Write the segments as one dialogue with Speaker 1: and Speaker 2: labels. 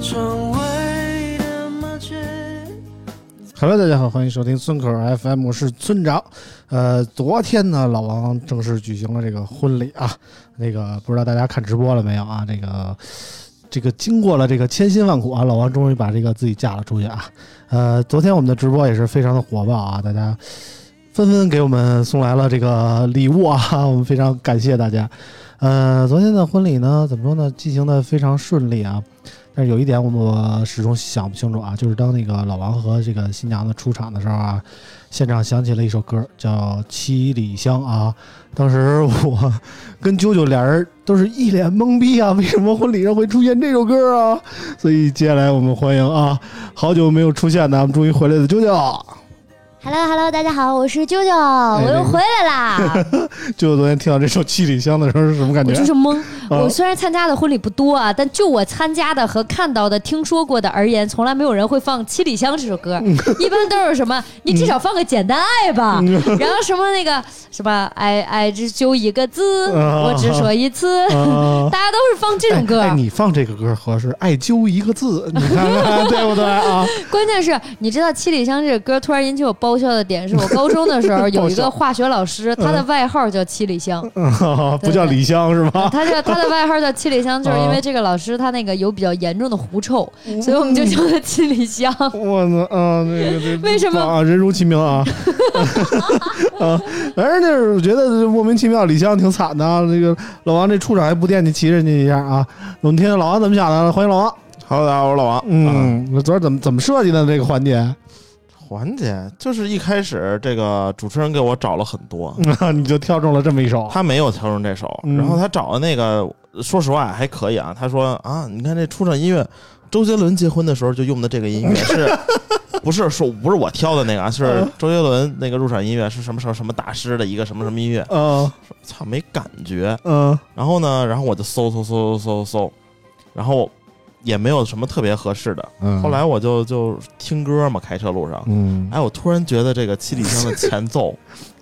Speaker 1: 窗外的麻雀，
Speaker 2: Hello，大家好，欢迎收听村口 FM，我是村长。呃，昨天呢，老王正式举行了这个婚礼啊。那个不知道大家看直播了没有啊？这个这个经过了这个千辛万苦啊，老王终于把这个自己嫁了出去啊。呃，昨天我们的直播也是非常的火爆啊，大家纷纷给我们送来了这个礼物啊， 我们非常感谢大家。呃，昨天的婚礼呢，怎么说呢，进行的非常顺利啊。但是有一点我们始终想不清楚啊，就是当那个老王和这个新娘子出场的时候啊，现场响起了一首歌，叫《七里香》啊。当时我跟啾啾俩人都是一脸懵逼啊，为什么婚礼上会出现这首歌啊？所以接下来我们欢迎啊，好久没有出现的，我们终于回来的啾啾。
Speaker 3: Hello Hello，大家好，我是啾啾，
Speaker 2: 哎
Speaker 3: 我又回 来啦。
Speaker 2: 啾啾昨天听到这首《七里香》的时候是什么感
Speaker 3: 我
Speaker 2: 觉？
Speaker 3: 就是懵，
Speaker 2: 啊
Speaker 3: 我虽然参加的婚礼不多啊，但就我参加的和看到的、听说过的而言，从来没有人会放《七里香》这首歌，
Speaker 2: 嗯
Speaker 3: 一般都是什么？你至少放个《简单爱》吧， 然后什么那个什么“爱爱只就一个字，
Speaker 2: 啊
Speaker 3: 我只说一次”，
Speaker 2: 啊
Speaker 3: 大家都是放这种歌。啊
Speaker 2: 哎哎你放这个歌合适，爱揪一个字，你看看对不对啊？
Speaker 3: 关键是，你知道《七里香》这首歌突然引起我爆笑的点，是我高中的时候有
Speaker 2: 爆
Speaker 3: 一
Speaker 2: 笑
Speaker 3: 个化学老师，他的外号叫七里香。
Speaker 2: 嗯不叫李湘是吧？
Speaker 3: 他这个他的外号叫七里香，就是
Speaker 4: 哦
Speaker 3: 因为这个老师他那个有比较严重的狐臭，所以我们就叫他七里香。
Speaker 2: 我操，啊，那个这
Speaker 3: 为什么
Speaker 2: 啊？人如其名啊，啊，反正就是我觉得莫名其妙，李湘挺惨的啊。这个老王这出场还不惦记骑人家一下啊？我们听听老王怎么想的，欢迎老王。
Speaker 4: Hello，大家好，我是老王。啊，
Speaker 2: 嗯，昨儿怎么怎么设计的这个环节？
Speaker 4: 环节就是一开始这个主持人给我找了很多，
Speaker 2: 你就挑中了这么一首，
Speaker 4: 他没有挑中这首，
Speaker 2: 嗯
Speaker 4: 然后他找的那个，说实话还可以啊。他说啊，你看这出场音乐，周杰伦结婚的时候就用的这个音乐是。不是说不是我挑的那个啊，是周杰伦那个入场音乐是什么什么什么大师的一个什么什么音乐，
Speaker 2: 嗯
Speaker 4: 操没感觉，
Speaker 2: 嗯
Speaker 4: 然后呢，然后我就搜搜搜搜搜搜，然后也没有什么特别合适的。
Speaker 2: 嗯
Speaker 4: 后来我就就听歌嘛，开车路上，
Speaker 2: 嗯
Speaker 4: 哎，我突然觉得这个七里香的前 奏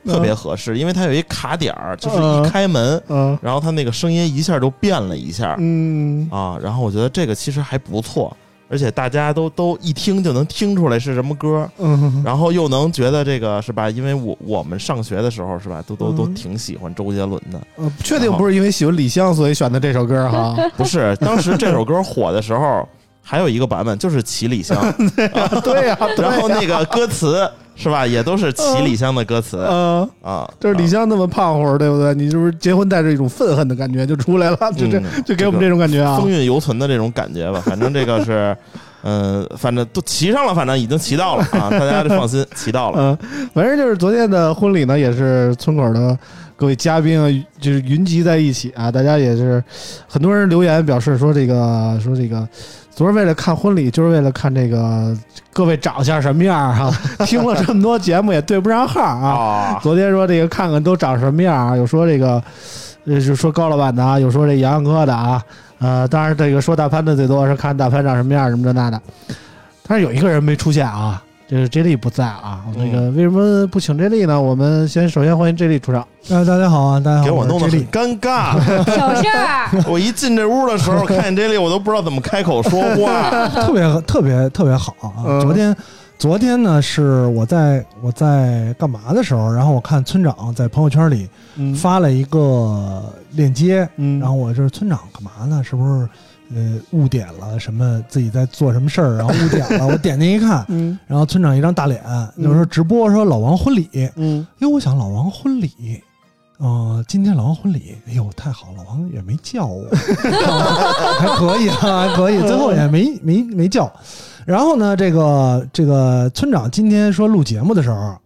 Speaker 4: 特别合适，因为它有一卡点儿，就是一开门，
Speaker 2: 嗯
Speaker 4: 然后它那个声音一下就变了一下
Speaker 2: 嗯
Speaker 4: 啊。然后我觉得这个其实还不错，而且大家都都一听就能听出来是什么歌。
Speaker 2: 嗯
Speaker 4: 然后又能觉得这个是吧？因为我我们上学的时候是吧，都都都
Speaker 2: 嗯
Speaker 4: 挺喜欢周杰伦的，
Speaker 2: 嗯，确定不是因为喜欢李湘所以选的这首歌哈？
Speaker 4: 不是，当时这首歌火的时候，还有一个版本就是七里香，
Speaker 2: 对呀，嗯对啊呀
Speaker 4: 然后那个歌词是吧，也都是七里香的歌词
Speaker 2: 嗯。
Speaker 4: 啊。
Speaker 2: 就是李
Speaker 4: 啊
Speaker 2: 湘那么胖乎儿，对不对？你是不是结婚带着一种愤恨的感觉就出来了？就这，
Speaker 4: 嗯
Speaker 2: 就给我们这种感觉啊
Speaker 4: 风！韵犹存的这种感觉吧，反正这个是，嗯，反正都骑上了，反正已经骑到了啊，大家就放心，骑到了。
Speaker 2: 嗯，反正就是昨天的婚礼呢，也是村口的各位嘉宾啊，就是云集在一起啊，大家也是很多人留言表示说这个说这个，昨儿为了看婚礼，就是为了看这个各位长相什么样儿啊， 听了这么多节目也对不上号儿啊。
Speaker 4: 啊，
Speaker 2: 昨天说这个看看都长什么样啊，有说这个，呃，就说高老板的啊，有说这洋洋哥的啊，呃，当然这个说大潘的最多是看大潘长什么样什么这那的，但是有一个人没出现啊，就是 J 莉不在啊，那个
Speaker 5: 嗯
Speaker 2: 为什么不请 J 莉呢？我们先首先欢迎 J 莉出场，
Speaker 5: 啊，大家好啊，大家好，
Speaker 4: 给我弄得
Speaker 5: 是 J
Speaker 4: 很
Speaker 5: 莉
Speaker 4: 尴尬。
Speaker 3: 小事 儿，
Speaker 4: 我一进这屋的时候，看见这里，我都不知道怎么开口说话。
Speaker 5: 特别特别特别好啊！
Speaker 2: 呃嗯
Speaker 5: 昨天昨天呢，是我在我在干嘛的时候，然后我看村长在朋友圈里
Speaker 2: 嗯
Speaker 5: 发了一个链接，
Speaker 2: 嗯
Speaker 5: 然后我就是村长干嘛呢？是不是呃误点了什么？自己在做什么事儿，然后误点了？我点进一看，
Speaker 2: 嗯
Speaker 5: 然后村长一张大脸，就是说直播说老王婚礼，
Speaker 2: 嗯
Speaker 5: 因为我想老王婚礼，
Speaker 6: 呃，今天老王婚礼，哎呦，太好了，老王也没叫我， 还可以啊，还可以，最后也没没没叫。然后呢，这个这个村长今天说录节目的时候，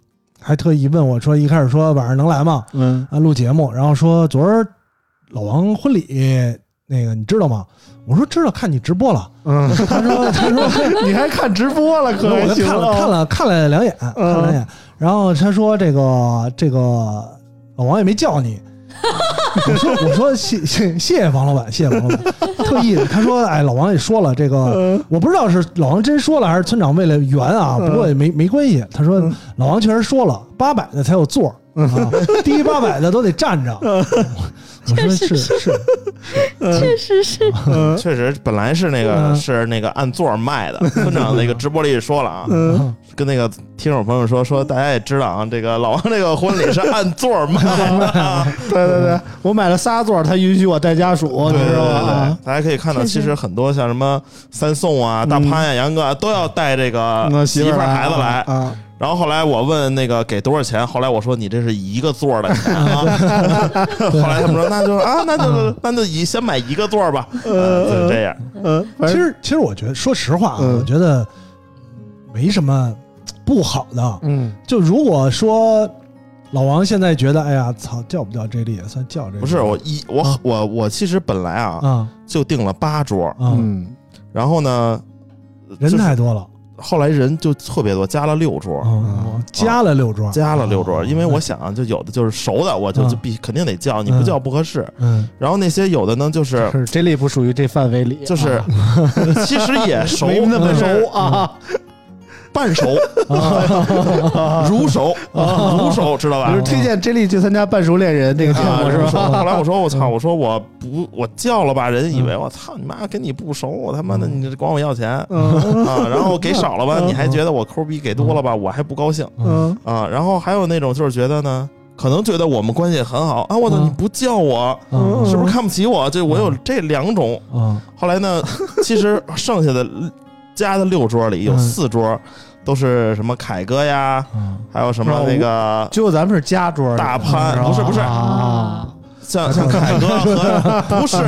Speaker 6: 还特意问我说，一开始说晚上能来吗？
Speaker 2: 嗯
Speaker 6: 啊，录节目，然后说昨儿老王婚礼那个你知道吗？我说知道，看你直播了。
Speaker 2: 嗯，
Speaker 6: 他说他说
Speaker 2: 你还看直播了，嗯可啊
Speaker 6: 我就看了看
Speaker 2: 了，
Speaker 6: 了看了两眼，看了两眼，然后他说这个这个老王也没 叫你。我说我说谢谢谢谢王老板，谢谢王老 板，特意的他说哎，老王也说了这个，
Speaker 2: 嗯
Speaker 6: 我不知道是老王真说了还是村长为了圆啊，不过也没没关系。他说
Speaker 2: 嗯
Speaker 6: 老王确实说了，八百的才有座儿，啊，低于八百的都得站着。
Speaker 2: 嗯
Speaker 6: 我我说是是，
Speaker 3: 确实是
Speaker 4: 确实本来是那个
Speaker 6: 嗯
Speaker 4: 是那个按座儿卖的，村长那个直播里说了啊，
Speaker 6: 嗯，
Speaker 4: 跟那个听众朋友说说，大家也知道啊，这个老王这个婚礼是按座儿卖的啊，
Speaker 2: 对对对，我买了仨座，他允许我带家属，你
Speaker 4: 对
Speaker 2: 知
Speaker 4: 对
Speaker 2: 道吗
Speaker 4: 对？，大家可以看到，
Speaker 3: 确实
Speaker 4: 其实很多像什么三宋啊、大潘呀、杨哥啊，都要带这个
Speaker 2: 嗯那
Speaker 4: 媳妇儿
Speaker 2: 儿
Speaker 4: 孩子来。
Speaker 2: 啊，
Speaker 4: 然后后来我问那个给多少钱，后来我说你这是一个座儿的钱啊。后来他们说那就啊，那就那就以先买一个座儿吧，嗯就是这样。
Speaker 2: 嗯，反
Speaker 6: 其
Speaker 2: 正
Speaker 6: 实其实我觉得说实话啊，
Speaker 2: 嗯
Speaker 6: 我觉得没什么不好的，啊
Speaker 2: 嗯
Speaker 6: 就如果说老王现在觉得，哎呀，操，叫不叫这里也算叫这里，
Speaker 4: 不是我一我
Speaker 6: 啊
Speaker 4: 我我其实本来啊
Speaker 6: 啊
Speaker 4: 就定了八桌，
Speaker 6: 啊，
Speaker 2: 嗯
Speaker 4: 然后呢，
Speaker 6: 人
Speaker 4: 就是
Speaker 6: 太多了，
Speaker 4: 后来人就特别多，加了六桌。
Speaker 6: 啊，加了六桌，
Speaker 4: 加了六桌，
Speaker 6: 啊
Speaker 4: 因为我想，就有的就是熟的，我就
Speaker 6: 嗯
Speaker 4: 就必肯定得叫，你不叫不合适。
Speaker 6: 嗯
Speaker 4: 然后那些有的呢， 就是
Speaker 2: 可是这类不属于这范围里，
Speaker 4: 就是嗯
Speaker 2: 啊
Speaker 4: 其实也熟，
Speaker 2: 没那么
Speaker 4: 但是
Speaker 2: 熟啊，
Speaker 4: 半熟，
Speaker 2: 啊
Speaker 4: 如熟，如熟，知道吧
Speaker 2: 就是？推荐 J 莉去参加《半熟恋人》这个节
Speaker 4: 嗯啊，
Speaker 2: 啊目是
Speaker 4: 如熟
Speaker 2: 吧？嗯
Speaker 4: 后来我说我操，我说我不我叫了吧，人以为我操你妈跟你不熟，我他妈的你管我要钱啊，
Speaker 2: 嗯
Speaker 4: 然后给少了吧，
Speaker 2: 嗯
Speaker 4: 你还觉得我抠逼给多了吧，我还不高兴
Speaker 2: 嗯
Speaker 4: 啊。然后还有那种就是觉得呢，可能觉得我们关系很好啊，我操
Speaker 6: 嗯
Speaker 4: 你不叫我，
Speaker 6: 嗯
Speaker 4: 是不是看不起我？这我有
Speaker 6: 嗯
Speaker 4: 这两种。
Speaker 6: 啊
Speaker 4: 后来 呢，其实剩下的加的六桌里有
Speaker 6: 嗯
Speaker 4: 四桌都是什么凯哥呀，
Speaker 6: 啊
Speaker 4: 还有什么那个
Speaker 2: 就咱们是家桌的，
Speaker 4: 大潘，
Speaker 2: 吧
Speaker 4: 不是不是，
Speaker 2: 啊，
Speaker 3: 哦
Speaker 4: 像像凯哥和 不是。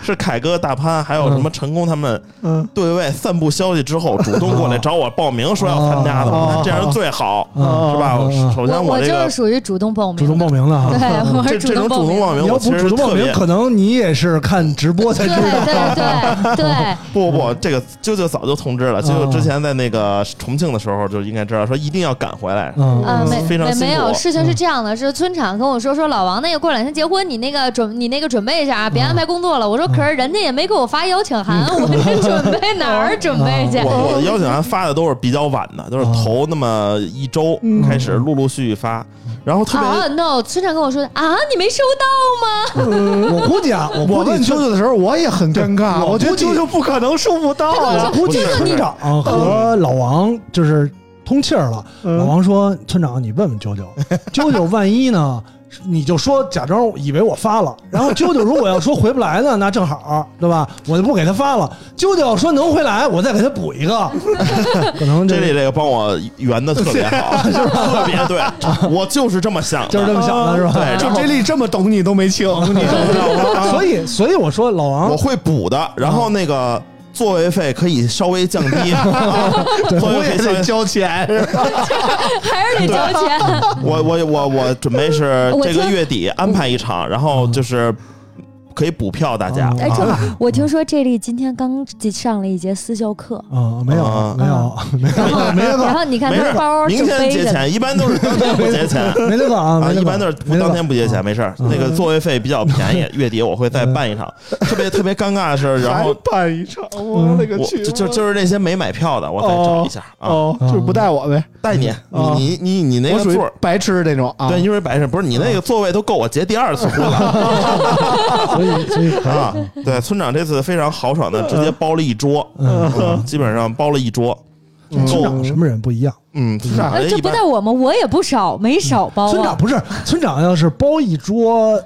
Speaker 4: 是凯哥、大潘，还有什么陈工他们
Speaker 2: 嗯
Speaker 4: 对外散布消息之后，主动
Speaker 6: 嗯
Speaker 4: 过来找我报名，说要参加的，
Speaker 2: 哦哦
Speaker 4: 我说这样是最好，
Speaker 6: 啊
Speaker 4: 是吧
Speaker 6: 哦哦？
Speaker 4: 首
Speaker 3: 我
Speaker 4: 先
Speaker 3: 我
Speaker 4: 这
Speaker 3: 就是
Speaker 4: 个
Speaker 3: 属于主动报名的，
Speaker 6: 主动报名的哈。
Speaker 3: 对，我
Speaker 4: 这
Speaker 3: 是
Speaker 4: 这种
Speaker 3: 动
Speaker 4: 主
Speaker 3: 报
Speaker 4: 动报
Speaker 3: 名
Speaker 4: 名，
Speaker 6: 你要
Speaker 4: 我
Speaker 6: 不
Speaker 4: 其
Speaker 6: 主
Speaker 4: 实
Speaker 6: 动报
Speaker 4: 特
Speaker 6: 名，
Speaker 4: 别
Speaker 6: 可能你也是看直播才
Speaker 3: 对
Speaker 6: 知道。
Speaker 3: 对对对，
Speaker 4: 不不不，
Speaker 6: 嗯
Speaker 4: 这个舅舅早就通知了，舅舅
Speaker 6: 哦
Speaker 4: 之前在那个重庆的时候就应该知道，说一定要赶回来，
Speaker 6: 嗯
Speaker 3: 啊，没
Speaker 4: 非常
Speaker 3: 没
Speaker 4: 辛
Speaker 3: 没
Speaker 4: 苦哦嗯
Speaker 3: 有，事情是这样的，是村长跟我说说老王那个过两天结婚，你那个准你那个准备一下啊，别安排
Speaker 4: 嗯
Speaker 3: 工作了。我说可是人家也没给我发邀请函，我这准备哪儿准备去？啊
Speaker 4: 嗯我
Speaker 6: 哦
Speaker 4: 我的邀请函发的都是比较晚的，都是头那么一周
Speaker 6: 嗯
Speaker 4: 开始陆陆续续发，然后特
Speaker 3: 啊
Speaker 4: 别
Speaker 3: ，no，村长跟我说的啊，你没收到吗？
Speaker 6: 我估计啊，我
Speaker 2: 我
Speaker 6: 估
Speaker 2: 问
Speaker 6: 计
Speaker 2: 啾
Speaker 6: 村
Speaker 2: 啾的时候，我也很尴尬，
Speaker 6: 我
Speaker 2: 我觉得
Speaker 6: 估计
Speaker 2: 啾啾不可能收不到
Speaker 6: 我
Speaker 2: 啊。
Speaker 6: 估计
Speaker 4: 不是
Speaker 6: 村长和老王就是通气儿了。老
Speaker 2: 嗯
Speaker 6: 王说：“村长，你问问啾啾， 啾啾万一呢？你就说假装以为我发了，然后啾啾如果要说回不来呢，那正好，对吧？我就不给他发了。啾啾要说能回来，我再给他补 一个。可能
Speaker 4: 这里
Speaker 6: 这
Speaker 4: 这个帮我圆的特别好， 特别对，我就是这么想的，
Speaker 6: 就是这么想的，是吧？
Speaker 4: 嗯对
Speaker 2: 就 J 莉啊这么懂你都没情，你知道吗？
Speaker 6: 所以，所以我说老
Speaker 4: 我
Speaker 6: 王，
Speaker 4: 会补的，然后那个。座位费可以稍微降 低，啊 座
Speaker 2: 我
Speaker 4: 位
Speaker 2: 也
Speaker 4: 费稍微
Speaker 2: 得交钱，
Speaker 3: 还是得交钱？
Speaker 4: 我我我我准备是
Speaker 3: 我
Speaker 4: 这个
Speaker 3: 听
Speaker 4: 月底安排一场，然后就是可以补票大家。
Speaker 6: 嗯
Speaker 3: 哎，
Speaker 4: 啊
Speaker 3: 正好 我听说这丽今天刚上了一节私教课，
Speaker 6: 啊，没有，没有，没
Speaker 3: 然后
Speaker 6: 有，没那
Speaker 3: 然
Speaker 6: 个，
Speaker 3: 后你看
Speaker 4: 没事
Speaker 3: 他包
Speaker 4: 儿，
Speaker 3: 就
Speaker 4: 明天
Speaker 3: 背
Speaker 4: 结
Speaker 3: 着呢，
Speaker 4: 钱，一般都是当天 不结钱。
Speaker 6: 没那个啊，
Speaker 4: 啊，
Speaker 6: 没那个
Speaker 4: 一般都是
Speaker 6: 没那啊个
Speaker 4: 当天不结钱，没事儿。那个座位费比较便宜，月底我会再办一场。特别特别尴尬的是，然后
Speaker 2: 还办一场，我勒个
Speaker 4: 我
Speaker 2: 去！
Speaker 4: 就就就是那些没买票的，我再找一下啊，
Speaker 2: 哦，就是不带我呗，
Speaker 4: 带你，
Speaker 2: 哦
Speaker 4: 你你你你那
Speaker 2: 我
Speaker 4: 个
Speaker 2: 属于
Speaker 4: 座儿。
Speaker 2: 白痴那种啊。
Speaker 4: 对，因为白事，不是你那个座位都够我结第二次婚了
Speaker 6: 所以，所以可以
Speaker 4: 啊！对，村长这次非常豪爽的，直接包了一桌，
Speaker 6: 嗯，
Speaker 4: 嗯基本上包了一桌，
Speaker 2: 嗯
Speaker 6: 村长什么人不一样？
Speaker 4: 嗯，村长
Speaker 3: 呃
Speaker 4: 人
Speaker 3: 这
Speaker 4: 一
Speaker 3: 不
Speaker 4: 般
Speaker 3: 带我们，哦我也不少，没少包
Speaker 6: 村长
Speaker 3: 啊。
Speaker 6: 不是村长，要是包一桌，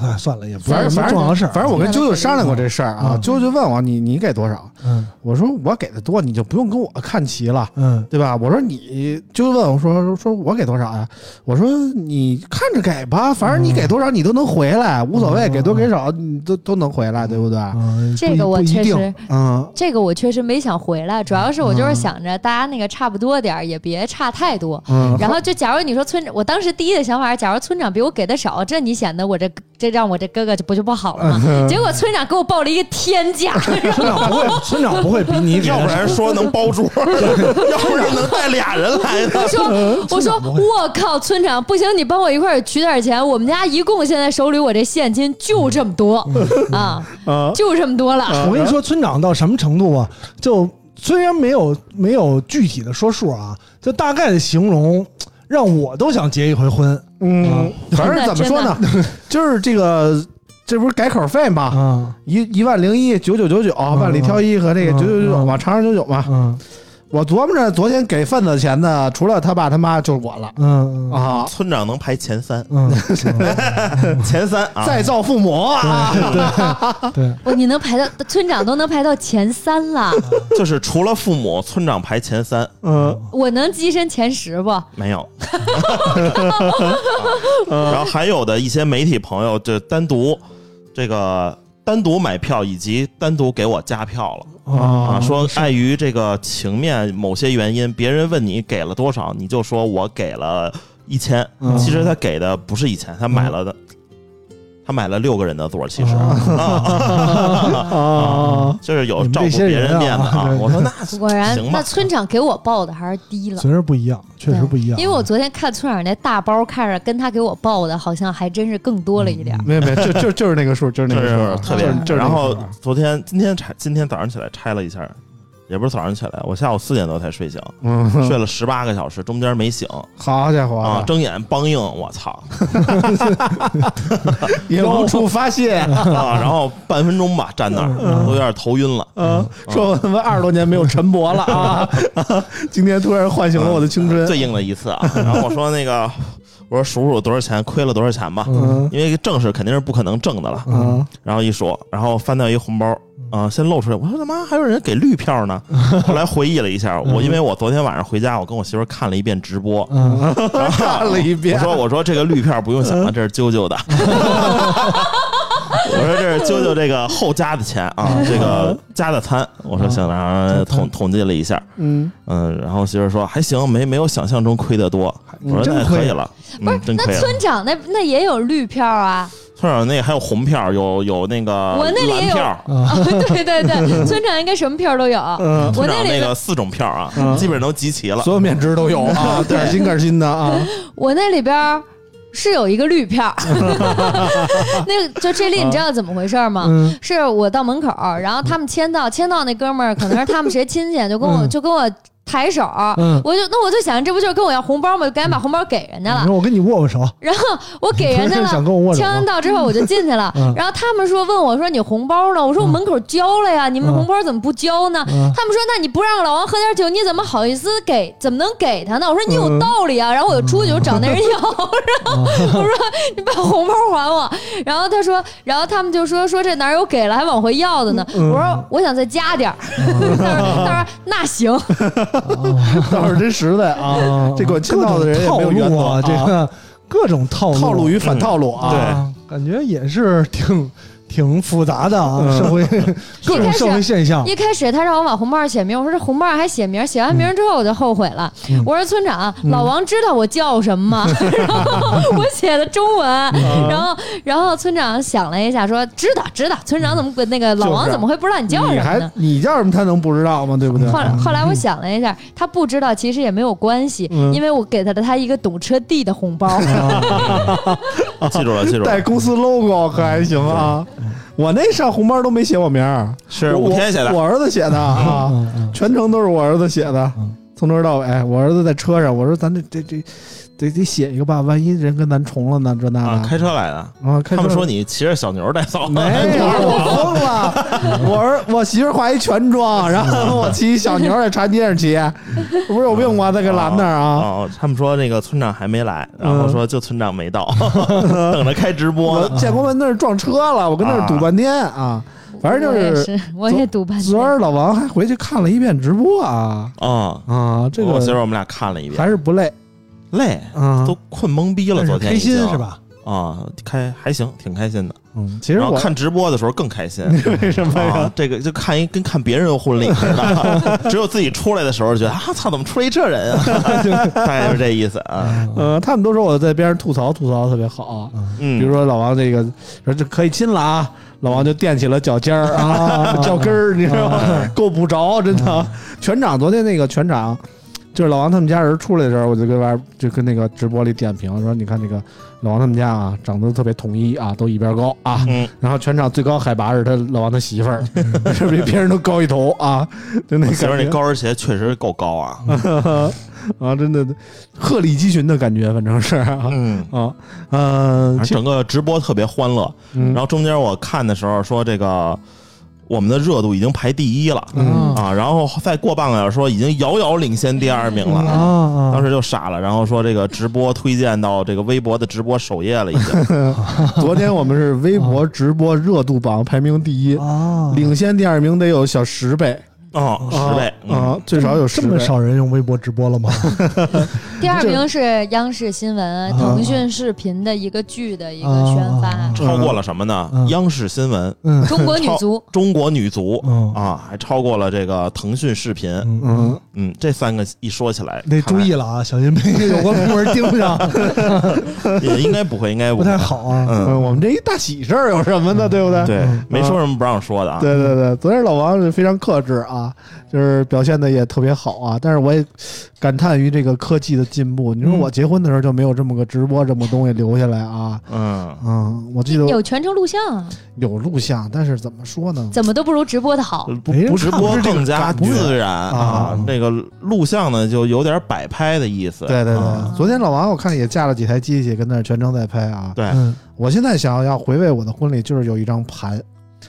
Speaker 5: 哎，算了，也不
Speaker 2: 反
Speaker 5: 是啊
Speaker 2: 正
Speaker 5: 什么
Speaker 2: 反
Speaker 5: 重要
Speaker 2: 正
Speaker 5: 的事儿。
Speaker 2: 反正我跟啾啾商量过这事儿啊，
Speaker 5: 嗯
Speaker 2: 啾啾问我你你给多少？
Speaker 5: 嗯
Speaker 2: 我说我给的多，你就不用跟我看齐了。
Speaker 5: 嗯
Speaker 2: 对吧？我说你就问我说说我给多少呀、我说你看着给吧，反正你给多少你都能回来，无所谓，
Speaker 5: 嗯
Speaker 2: 给多给少你都都能回来，对不对？
Speaker 5: 嗯，
Speaker 3: 这个我
Speaker 5: 不一
Speaker 3: 确
Speaker 5: 定
Speaker 3: 实，
Speaker 2: 嗯
Speaker 3: 这个我确实没想回来，主要是我就是想着大家那个差不多点儿，也别差太多。
Speaker 2: 嗯，
Speaker 3: 然后就假如你说村长，我当时第一的想法是，假如村长比我给的少，这你显得我这这让我这哥哥就不就不好了吗？结果村长给我报了一个天 价，
Speaker 5: 村长不 会，村长不会比你给
Speaker 4: 要不
Speaker 5: 的少。
Speaker 4: 然说能包桌，要不然能带俩人来的。
Speaker 3: 我
Speaker 4: 嗯
Speaker 3: 说我说我靠，村长不行，你帮我一块儿取点钱，我们家一共现在手里我这现金就这么多
Speaker 4: 嗯
Speaker 3: 啊，
Speaker 5: 嗯
Speaker 3: 就这么多了。
Speaker 5: 我跟你说，村长到什么程度啊？就虽然没有没有具体的说数啊，就大概的形容，让我都想结一回婚。
Speaker 2: 嗯，反正怎么说呢， 就是这个。这不是改口费吗？
Speaker 5: 啊
Speaker 2: 一一万零一九九九九，万里挑一和这个
Speaker 5: 嗯
Speaker 2: 九九九九
Speaker 5: 嗯
Speaker 2: 嘛，长长久久嘛。
Speaker 5: 嗯
Speaker 2: 我琢磨着昨天给份子钱的，除了他爸他妈就是我了
Speaker 5: 嗯嗯
Speaker 2: 啊！
Speaker 4: 村长能排前三，
Speaker 5: 嗯，
Speaker 4: 前三啊，
Speaker 2: 再造父母啊！
Speaker 5: 对嗯对，
Speaker 3: 我哦你能排到村长都能排到前三 了，
Speaker 4: 就是除了父母，村长排前三
Speaker 2: 嗯
Speaker 3: 我能跻身前十不？
Speaker 4: 没有。啊然后还有的一些媒体朋友就单独这个单独买票，以及单独给我加票了。啊，
Speaker 5: 哦
Speaker 2: 啊
Speaker 4: 说碍于这个情面某些原因，别人问你给了多少，你就说我给了一千。
Speaker 5: 嗯
Speaker 4: 其实他给的不是一千，他买了的，他买了六个人的座儿，其实啊，
Speaker 2: 啊！
Speaker 4: 就是有
Speaker 5: 嗯你们
Speaker 4: 照
Speaker 5: 这
Speaker 4: 顾
Speaker 5: 些
Speaker 4: 别
Speaker 5: 人啊
Speaker 4: 面 子啊。
Speaker 5: 对
Speaker 4: 我说那
Speaker 3: 果然
Speaker 4: 行，吧
Speaker 3: 那村长给我报的还是低了。
Speaker 5: 确实不一样，确实不一样。
Speaker 3: 因为我昨天看村长那大包，看着跟他给我报的好像还真是更多了一点儿。
Speaker 2: 没有没有，就就就是那个数，就是那
Speaker 4: 就
Speaker 2: 个数
Speaker 4: 是
Speaker 2: 啊，
Speaker 4: 特别
Speaker 2: 就是就是那个数啊。
Speaker 4: 然后昨天今天拆，今天早上起来拆了一下，也不是早上起来，我下午四点多才睡醒，
Speaker 2: 嗯，
Speaker 4: 睡了十八个小时，中间没醒
Speaker 2: 好家伙
Speaker 4: 啊，睁眼梆硬，我操！
Speaker 2: 也无处发 泄。
Speaker 4: 啊，然后半分钟吧，站那儿都有点头晕了。
Speaker 2: 嗯，说我们二十多年没有晨勃了啊，今天突然唤醒了我的青春。
Speaker 4: 嗯最硬的一次啊。然后我说那个，我说数数多少钱，亏了多少钱吧，
Speaker 5: 嗯
Speaker 4: 因为正是肯定是不可能挣的了。
Speaker 5: 嗯
Speaker 4: 然后一数，然后翻到一红包，啊、先露出来。我说他妈还有人给绿票呢。后来回忆了一下，
Speaker 2: 嗯
Speaker 4: 我因为我昨天晚上回家，我跟我媳妇儿看了一遍直播，
Speaker 5: 嗯，
Speaker 2: 看了一遍
Speaker 4: 我说我说这个绿票不用想
Speaker 2: 嗯
Speaker 4: 了，这是啾啾的。 我说这是啾啾这个后加的钱啊，这个加的餐。我说行，然后统统计了一下，
Speaker 2: 嗯，
Speaker 4: 嗯，然后媳妇儿说还行，没没有想象中亏得多。我说
Speaker 5: 真
Speaker 4: 那
Speaker 5: 亏
Speaker 4: 可
Speaker 2: 啊
Speaker 4: 以了，
Speaker 3: 不是
Speaker 4: 嗯，真，
Speaker 3: 那
Speaker 4: 亏了。
Speaker 3: 村长那那也有绿票 啊，
Speaker 4: 村长那还有红票，有有那个
Speaker 3: 我那里也
Speaker 4: 蓝
Speaker 3: 有
Speaker 4: 票，
Speaker 3: 啊，对对对，村长应该什么票都有。我
Speaker 4: 村
Speaker 3: 那里
Speaker 4: 长那
Speaker 3: 边
Speaker 4: 个四种票啊
Speaker 2: 嗯，
Speaker 4: 基本上都集齐了。
Speaker 2: 所有面值都有啊，点儿心点儿心的啊，
Speaker 3: 我那里边儿是有一个 绿票，那个就这例你知道怎么回事儿吗？
Speaker 5: 啊嗯
Speaker 3: 是我到门口儿，然后他们签到，签到那哥们儿可能是他们谁亲戚，就跟我、
Speaker 5: 嗯
Speaker 3: 就跟我抬手儿，
Speaker 5: 嗯
Speaker 3: 我就那我就想这不就是跟我要红包吗？就赶紧把红包给人家了
Speaker 5: 你。说我跟你握握手，
Speaker 3: 然后我给人家
Speaker 5: 不是想跟我
Speaker 3: 了，
Speaker 5: 握手
Speaker 3: 签
Speaker 5: 吗
Speaker 3: 完到之后我就进去了。
Speaker 5: 嗯
Speaker 3: 然后他们说问我说你红包呢？我说我门口交了呀，你们
Speaker 5: 嗯
Speaker 3: 红包怎么不交呢？
Speaker 5: 嗯
Speaker 3: 他们说那你不让老王喝点酒，你怎么好意思给？怎么能给他呢？我说你有
Speaker 5: 嗯
Speaker 3: 道理啊。然后我就出去我找那人 要，然后我说你把红包还我。然后他说，然后他们就说说这哪有给了还往回要的呢？
Speaker 5: 嗯
Speaker 3: 我说我想再加点儿。 他说他说那行，
Speaker 2: 倒是真实在啊
Speaker 5: 啊。
Speaker 2: 这管签到的人也没有
Speaker 5: 各
Speaker 2: 原则
Speaker 5: 种套路啊，这个各种套路
Speaker 2: 套路与反套路啊。
Speaker 6: 哎
Speaker 5: 啊，感觉也是挺挺复杂的啊，
Speaker 6: 嗯
Speaker 5: 社 会各种社会现
Speaker 2: 哦
Speaker 5: 象。
Speaker 3: 一开始他让我往红包上写名，我说这红包上还写名，写完名之后我就后悔了。
Speaker 2: 嗯
Speaker 3: 我说村长，老王知道我叫什么吗？ 然后我写的 中文，
Speaker 2: 啊
Speaker 3: 然后然后村长想了一下，说知道知道，村长怎么那个老王怎么会不知道你叫
Speaker 2: 你
Speaker 3: 什么
Speaker 2: 还
Speaker 3: 呢？
Speaker 2: 你嗯叫什么他能不知道吗？对不对？
Speaker 3: 后
Speaker 4: 嗯
Speaker 3: 来后来我想了一下，他不知道其实也没有关系，
Speaker 2: 嗯
Speaker 3: 因为我给了他一个懂车帝的红包。
Speaker 4: 记住了，嗯记住
Speaker 2: 带
Speaker 4: 了，
Speaker 2: 公司 logo 可还行啊。我那上红包都没写我名儿，
Speaker 4: 是
Speaker 2: 我
Speaker 4: 五天写的。
Speaker 2: 我儿子写的啊。
Speaker 5: 嗯嗯
Speaker 2: 全程都是我儿子写的
Speaker 5: 嗯，
Speaker 2: 哎从头到尾。我儿子在车上，我说咱这这这得得写一个吧，万一人跟咱重了呢，这那
Speaker 4: 啊，
Speaker 2: 的。
Speaker 4: 开车来的。
Speaker 2: 啊，开
Speaker 4: 他们
Speaker 2: 车
Speaker 4: 说你骑着小牛带走，
Speaker 2: 没有，我疯了。我儿我媳妇儿化一全妆，然后我骑小牛在长街上骑，不是有病吗？在给拦那儿啊！
Speaker 4: 哦，他们说那个村长还没来，然后说就村长 没到， 等着开直播
Speaker 2: 我
Speaker 4: 呢。
Speaker 2: 建国门那儿撞车了，我跟那儿堵半天啊。 反正就
Speaker 3: 我也
Speaker 2: 是
Speaker 3: 是，我也读半
Speaker 2: 昨
Speaker 3: 天。
Speaker 2: 儿老王还回去看了一遍直播啊
Speaker 4: 啊，
Speaker 2: 啊，这
Speaker 4: 我媳妇
Speaker 2: 个
Speaker 4: 儿我们俩看了一遍，
Speaker 2: 还是不累
Speaker 4: 累，
Speaker 2: 啊，
Speaker 4: 都困懵逼了。
Speaker 6: 但
Speaker 4: 昨
Speaker 6: 是
Speaker 4: 天
Speaker 6: 开
Speaker 4: 已经
Speaker 6: 心是？吧？
Speaker 4: 啊，开还行，挺开心的。
Speaker 2: 嗯，其实
Speaker 4: 然后
Speaker 2: 我
Speaker 4: 看直播的时候更开心，
Speaker 2: 为什么
Speaker 4: 啊，这个就看一跟看别人婚礼似 的，只有自己出来的时候觉得啊，操，怎么出来一这人啊？ 大概就是这意思啊。
Speaker 2: 呃，他们都说我在边上吐槽吐槽特别好，
Speaker 4: 嗯，
Speaker 2: 比如说老王这个说这可以亲了啊，老王就垫起了脚尖儿 啊，脚跟儿，你知道
Speaker 4: 嗯
Speaker 2: 吗？够不着，真的。全场昨天那个全场，就是老王他们家人出来的时候，我就跟外边就跟那个直播里点评说，你看这个老王他们家啊，长得都特别统一啊，都一边高啊。
Speaker 4: 嗯
Speaker 2: 然后全场最高海拔是他老王他媳妇儿， 是比别人都高一头啊，就那
Speaker 4: 我
Speaker 2: 感
Speaker 4: 媳妇儿
Speaker 2: 觉嗯
Speaker 4: 那高跟鞋确实够高啊。
Speaker 2: 啊，真的鹤立鸡群的感觉，反正是啊。
Speaker 4: 嗯，
Speaker 2: 啊，嗯、
Speaker 4: 反正整个直播特别欢乐。
Speaker 2: 嗯
Speaker 4: 然后中间我看的时候说这个。我们的热度已经排第一了、
Speaker 2: 嗯
Speaker 4: 啊，然后再过半个小时说已经遥遥领先第二名了，
Speaker 6: 嗯
Speaker 2: 啊啊
Speaker 4: 当时就傻了，然后说这个直播推荐到这个微博的直播首页了，已经。
Speaker 2: 昨天我们是微博直播热度榜排名第一，
Speaker 6: 啊
Speaker 2: 领先第二名得有小十倍，
Speaker 4: 哦，
Speaker 2: 啊
Speaker 4: 十倍，嗯，
Speaker 2: 啊，最少有十
Speaker 6: 这
Speaker 2: 倍。
Speaker 6: 么少人用微博直播了吗？
Speaker 3: 第二名是央视新闻、
Speaker 6: 啊
Speaker 3: 腾讯视频的一个剧的一个宣发
Speaker 2: 哦
Speaker 6: 啊，
Speaker 4: 超过了什么呢？
Speaker 6: 嗯
Speaker 4: 央视新闻、
Speaker 6: 嗯
Speaker 3: 中国女足。
Speaker 4: 中国女足
Speaker 6: 嗯
Speaker 4: 啊，还超过了这个腾讯视频。
Speaker 6: 嗯嗯，
Speaker 2: 嗯，
Speaker 4: 嗯，这三个一说起来，
Speaker 6: 得注意了啊，小心被有关部门盯上，
Speaker 4: 看来，也应该不会，应该
Speaker 6: 不太。好啊。
Speaker 4: 嗯，
Speaker 2: 嗯我们这一大喜事儿有什么呢？对不对？
Speaker 4: 对
Speaker 6: 嗯，
Speaker 4: 没说什么不让说的啊。
Speaker 2: 对对对，昨天老王是非常克制啊，就是表现的也特别好啊。但是我也感叹于这个科技的进步。你说
Speaker 6: 嗯
Speaker 2: 我结婚的时候就没有这么个直播这么东西留下来啊。
Speaker 4: 嗯，
Speaker 2: 嗯，我记得
Speaker 3: 有全程录像啊，
Speaker 2: 有录像，但是怎么说呢？
Speaker 3: 怎么都不如直播的好。
Speaker 4: 嗯不
Speaker 6: 没人
Speaker 4: 不直
Speaker 6: 看
Speaker 4: 播
Speaker 6: 不是这个
Speaker 4: 更加
Speaker 6: 感觉
Speaker 4: 自然啊
Speaker 6: 啊。
Speaker 4: 那个录像呢，就有点摆拍的意思。
Speaker 2: 对对
Speaker 4: 啊
Speaker 2: 对，昨天老王我看也架了几台机器跟那儿全程在拍啊。
Speaker 4: 对
Speaker 6: 嗯
Speaker 2: 我现在想要回味我的婚礼，就是有一张盘，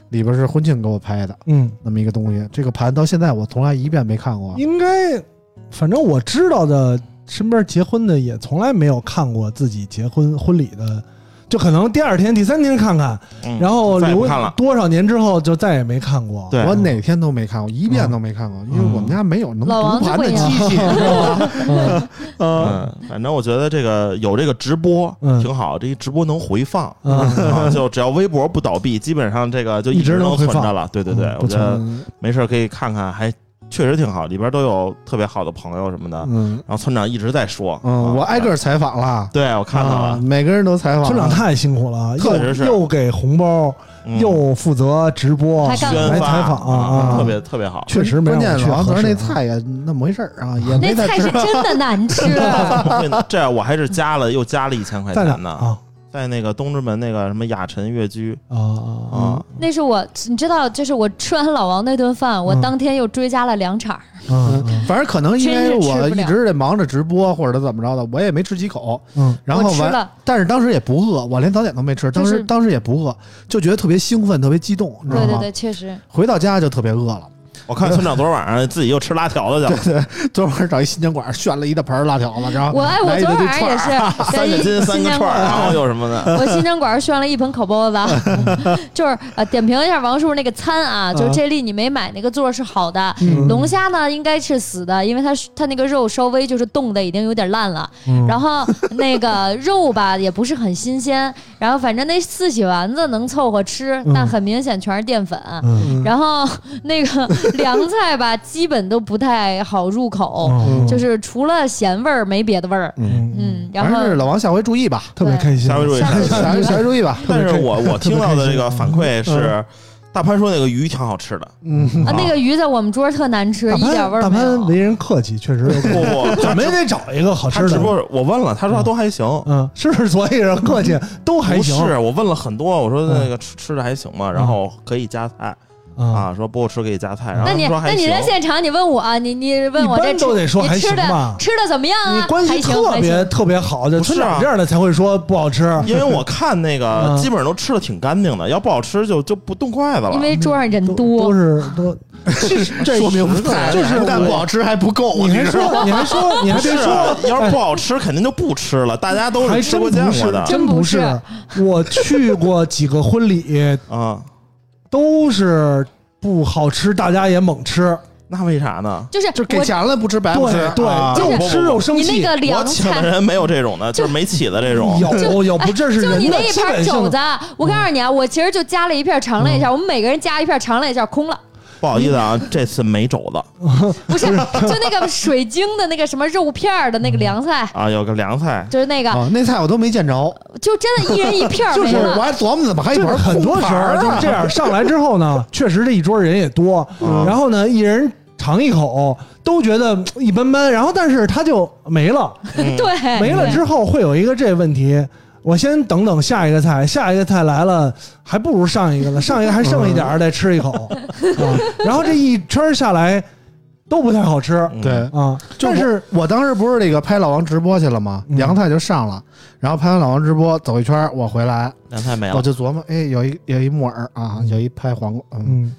Speaker 2: 里边是婚庆给我拍的
Speaker 6: 嗯，
Speaker 2: 那么一个东西。这个盘到现在我从来一遍没看过。
Speaker 6: 应该，反正我知道的，身边结婚的也从来没有看过自己结婚婚礼的，就可能第二天、第三天看看，
Speaker 4: 嗯
Speaker 6: 然后
Speaker 4: 再也不
Speaker 6: 留
Speaker 4: 看了。
Speaker 6: 多少年之后就再也没看过。
Speaker 4: 对
Speaker 2: 我哪天都没看过，一遍都没看过，因为我们家没有能
Speaker 3: 老王
Speaker 2: 读
Speaker 3: 就
Speaker 2: 盘
Speaker 3: 会
Speaker 2: 的机器，你知道吗？
Speaker 4: 嗯，反正我觉得这个有这个直播
Speaker 6: 嗯
Speaker 4: 挺好，这一直播能回放。
Speaker 6: 嗯，
Speaker 4: 啊，就只要微博不倒闭，基本上这个就
Speaker 6: 一直
Speaker 4: 能
Speaker 6: 能回
Speaker 4: 存
Speaker 6: 放嗯
Speaker 4: 着了。对对对，我
Speaker 2: 不
Speaker 4: 觉得
Speaker 2: 成，
Speaker 4: 没事儿可以看看，还确实挺好，里边都有特别好的朋友什么的。
Speaker 2: 嗯
Speaker 4: 然后村长一直在说，啊
Speaker 2: 嗯，我挨个儿采访了，
Speaker 4: 对我看到
Speaker 2: 啊
Speaker 4: 了，
Speaker 2: 每个人都采访了。
Speaker 6: 村长太辛苦了啊，
Speaker 4: 确实是
Speaker 6: 又又给红包，
Speaker 4: 嗯
Speaker 6: 又负责直播，
Speaker 3: 还干
Speaker 4: 宣
Speaker 6: 来
Speaker 4: 发
Speaker 6: 采访
Speaker 4: 啊，特
Speaker 6: 啊，
Speaker 4: 别特别好。
Speaker 6: 确实没
Speaker 2: 关
Speaker 6: 让
Speaker 2: 键
Speaker 6: 我去
Speaker 2: 老王昨
Speaker 6: 合
Speaker 2: 儿
Speaker 6: 适
Speaker 2: 那
Speaker 6: 啊
Speaker 2: 菜也那么回事儿啊，也
Speaker 3: 那
Speaker 2: 没在
Speaker 3: 菜是真的 难吃，啊
Speaker 4: 这样我还是加了又加了一千块
Speaker 6: 在哪
Speaker 4: 钱呢，
Speaker 6: 啊？
Speaker 4: 在那个东直门那个什么雅臣乐居
Speaker 6: 啊啊
Speaker 4: 啊，
Speaker 3: 那是我，你知道，就是我吃完老王那顿饭，
Speaker 4: 嗯
Speaker 3: 我当天又追加了两场。
Speaker 6: 啊
Speaker 2: 嗯，反正可能因为
Speaker 3: 真是吃不
Speaker 2: 我
Speaker 3: 了
Speaker 2: 一直得忙着直播或者怎么着的，我也没吃几口。
Speaker 6: 嗯，
Speaker 2: 然后
Speaker 3: 我吃
Speaker 2: 完
Speaker 3: 了，
Speaker 2: 但是当时也不饿，我连早点都没吃，当时、
Speaker 3: 就是
Speaker 2: 当时也不饿，就觉得特别兴奋，特别激动，
Speaker 4: 嗯
Speaker 2: 你知道
Speaker 3: 对
Speaker 2: 吗？
Speaker 3: 对对，确
Speaker 4: 啊
Speaker 3: 实，
Speaker 2: 回到家就特别饿了，
Speaker 4: 我看村长昨晚上自己又吃辣条了去了，
Speaker 2: 昨晚上找一新疆馆炫了一大盘辣条子，然后
Speaker 3: 我哎，
Speaker 2: 来
Speaker 3: 我
Speaker 2: 一
Speaker 3: 昨
Speaker 2: 大堆
Speaker 3: 晚上也
Speaker 2: 串儿
Speaker 3: 是在
Speaker 4: 三个
Speaker 3: 一
Speaker 4: 筋三
Speaker 3: 新
Speaker 4: 个
Speaker 3: 疆
Speaker 4: 串儿，啊
Speaker 3: 馆。
Speaker 4: 然后又什么的，
Speaker 6: 嗯
Speaker 3: 我新疆馆儿炫了一盆烤包 子，啊 就是呃点评一下王叔那个餐啊，
Speaker 4: 嗯
Speaker 3: 就是这粒你没买那个座儿是好的，
Speaker 2: 嗯
Speaker 3: 龙虾呢应该是死的，因为它是它那个肉稍微就是冻的已经有点烂了，
Speaker 6: 嗯
Speaker 3: 嗯然后那个肉吧也不是很新 鲜，然后反正那四喜丸子能凑合吃，但很明显全是淀粉。
Speaker 6: 嗯
Speaker 3: 然后那个凉菜吧，基本都不太好入口，
Speaker 6: 嗯
Speaker 3: 哦就是除了咸味儿没别的味儿。
Speaker 6: 嗯嗯，
Speaker 3: 嗯，然
Speaker 2: 反
Speaker 3: 后
Speaker 2: 正是老王下回注意 吧，
Speaker 6: 特别开心
Speaker 4: 下，回注意
Speaker 3: 下回
Speaker 2: 下回下回注意吧。
Speaker 4: 但是我我
Speaker 6: 特别
Speaker 4: 听到的
Speaker 6: 开
Speaker 4: 这
Speaker 6: 心
Speaker 4: 个
Speaker 6: 啊
Speaker 4: 反馈是，大潘说那个鱼挺好吃的，
Speaker 2: 嗯，
Speaker 3: 啊，那个鱼在我们桌儿特难吃，
Speaker 6: 大
Speaker 3: 一点味儿
Speaker 6: 潘大
Speaker 3: 没
Speaker 6: 潘
Speaker 3: 有。
Speaker 6: 为人客气，确实 有
Speaker 4: 不
Speaker 6: 点。
Speaker 4: 不，
Speaker 6: 咱们也得找一个好
Speaker 4: 他
Speaker 6: 吃
Speaker 4: 直
Speaker 6: 的。
Speaker 4: 播时候我问了，他说都还行，
Speaker 6: 嗯，是所以人客气都还
Speaker 4: 嗯不
Speaker 6: 行。嗯
Speaker 4: 是我问了很多，我说那个吃吃的还行吗？然后可以加菜，
Speaker 6: 啊，
Speaker 4: 啊，说不吃给你夹菜，然后
Speaker 3: 那
Speaker 4: 他
Speaker 3: 你
Speaker 4: 们说
Speaker 3: 那
Speaker 4: 还
Speaker 3: 你
Speaker 4: 行。
Speaker 3: 在现场，你问我，你你问
Speaker 6: 一
Speaker 3: 我这
Speaker 6: 般
Speaker 3: 吃
Speaker 6: 都得说还
Speaker 3: 你吃
Speaker 6: 行
Speaker 3: 的
Speaker 6: 吧。
Speaker 3: 吃的怎么样
Speaker 6: 你
Speaker 3: 啊？
Speaker 6: 关系
Speaker 3: 还行
Speaker 6: 特
Speaker 3: 还
Speaker 6: 别
Speaker 3: 行
Speaker 6: 特别好，就
Speaker 4: 不是
Speaker 6: 村
Speaker 4: 啊
Speaker 6: 长这样的才会说不好吃。
Speaker 4: 因为我看那个
Speaker 6: 嗯
Speaker 4: 基本上都吃的挺干净的，要不好吃就就不动筷子了。
Speaker 3: 因为桌上人
Speaker 6: 都都
Speaker 3: 多，
Speaker 6: 是都，这
Speaker 4: 说实在
Speaker 6: 就
Speaker 4: 的
Speaker 6: 是
Speaker 2: 但不好吃还不够，
Speaker 6: 你还
Speaker 2: 知道吗
Speaker 6: 说你还说你还
Speaker 4: 是
Speaker 6: 别说，
Speaker 4: 要
Speaker 6: 哎
Speaker 4: 是不好吃肯定就不吃了，大家都
Speaker 6: 还
Speaker 4: 是吃
Speaker 6: 真
Speaker 4: 过
Speaker 6: 不
Speaker 4: 见过
Speaker 6: 是
Speaker 4: 的
Speaker 6: 真不是。我去过几个婚礼，
Speaker 4: 啊。
Speaker 6: 都是不好吃，大家也猛吃。
Speaker 4: 那为啥呢？
Speaker 3: 就是
Speaker 2: 就给
Speaker 3: 我
Speaker 2: 钱了不吃白不吃
Speaker 6: 对
Speaker 4: 啊
Speaker 6: 对，
Speaker 4: 不
Speaker 6: 肉吃
Speaker 4: 不
Speaker 6: 肉
Speaker 4: 不
Speaker 6: 生
Speaker 3: 你那
Speaker 6: 气。
Speaker 3: 个
Speaker 4: 我
Speaker 3: 凉
Speaker 4: 请的
Speaker 3: 菜。
Speaker 4: 人没有这种的，就是没起的这种。
Speaker 6: 有有哦不，这是
Speaker 3: 就
Speaker 6: 人
Speaker 3: 你那
Speaker 6: 的
Speaker 3: 一
Speaker 6: 基
Speaker 3: 盘
Speaker 6: 本性嗯
Speaker 3: 肘子，我告诉你啊，我其实就夹了一片，尝了一下，我们每个人夹一片，尝了一下，空了。
Speaker 4: 不好意思啊，这次没肘子
Speaker 3: 不 是，就那个水晶的那个什么肉片儿的那个凉菜，
Speaker 4: 啊，有个凉菜。
Speaker 3: 就是那
Speaker 6: 嗯
Speaker 3: 个，
Speaker 2: 啊，那菜我都没见着，
Speaker 3: 就真的一人一 片儿
Speaker 2: 就
Speaker 3: 没
Speaker 2: 是
Speaker 3: 了
Speaker 2: 我。还琢磨怎么还有
Speaker 6: 就
Speaker 2: 一
Speaker 6: 是
Speaker 2: 盘啊嗯
Speaker 6: 很多时候就是这 样，上来之后呢，确实这一桌人也多，
Speaker 4: 嗯
Speaker 6: 然后呢，一人尝一口都觉得嗯一般般，然后但是他就没了，
Speaker 4: 嗯
Speaker 3: 对，
Speaker 6: 没了
Speaker 3: 对
Speaker 6: 之后会有一个这问题。我先等等下一个菜，下一个菜来了，还不如上一 个呢，上一个还剩一点儿，再吃一口，啊，然后这一圈儿下来都不太好吃
Speaker 4: 嗯
Speaker 2: 对。
Speaker 6: 啊。
Speaker 2: 就
Speaker 6: 但是
Speaker 2: 我我当时不是那个拍老王直播去了吗？
Speaker 6: 嗯
Speaker 2: 凉菜就上了，然后拍完老王直播走一圈儿，我回来
Speaker 4: 凉菜没
Speaker 2: 我
Speaker 4: 了。
Speaker 2: 就琢磨，哎，有一有一木耳啊，有一拍黄瓜，嗯，
Speaker 6: 嗯，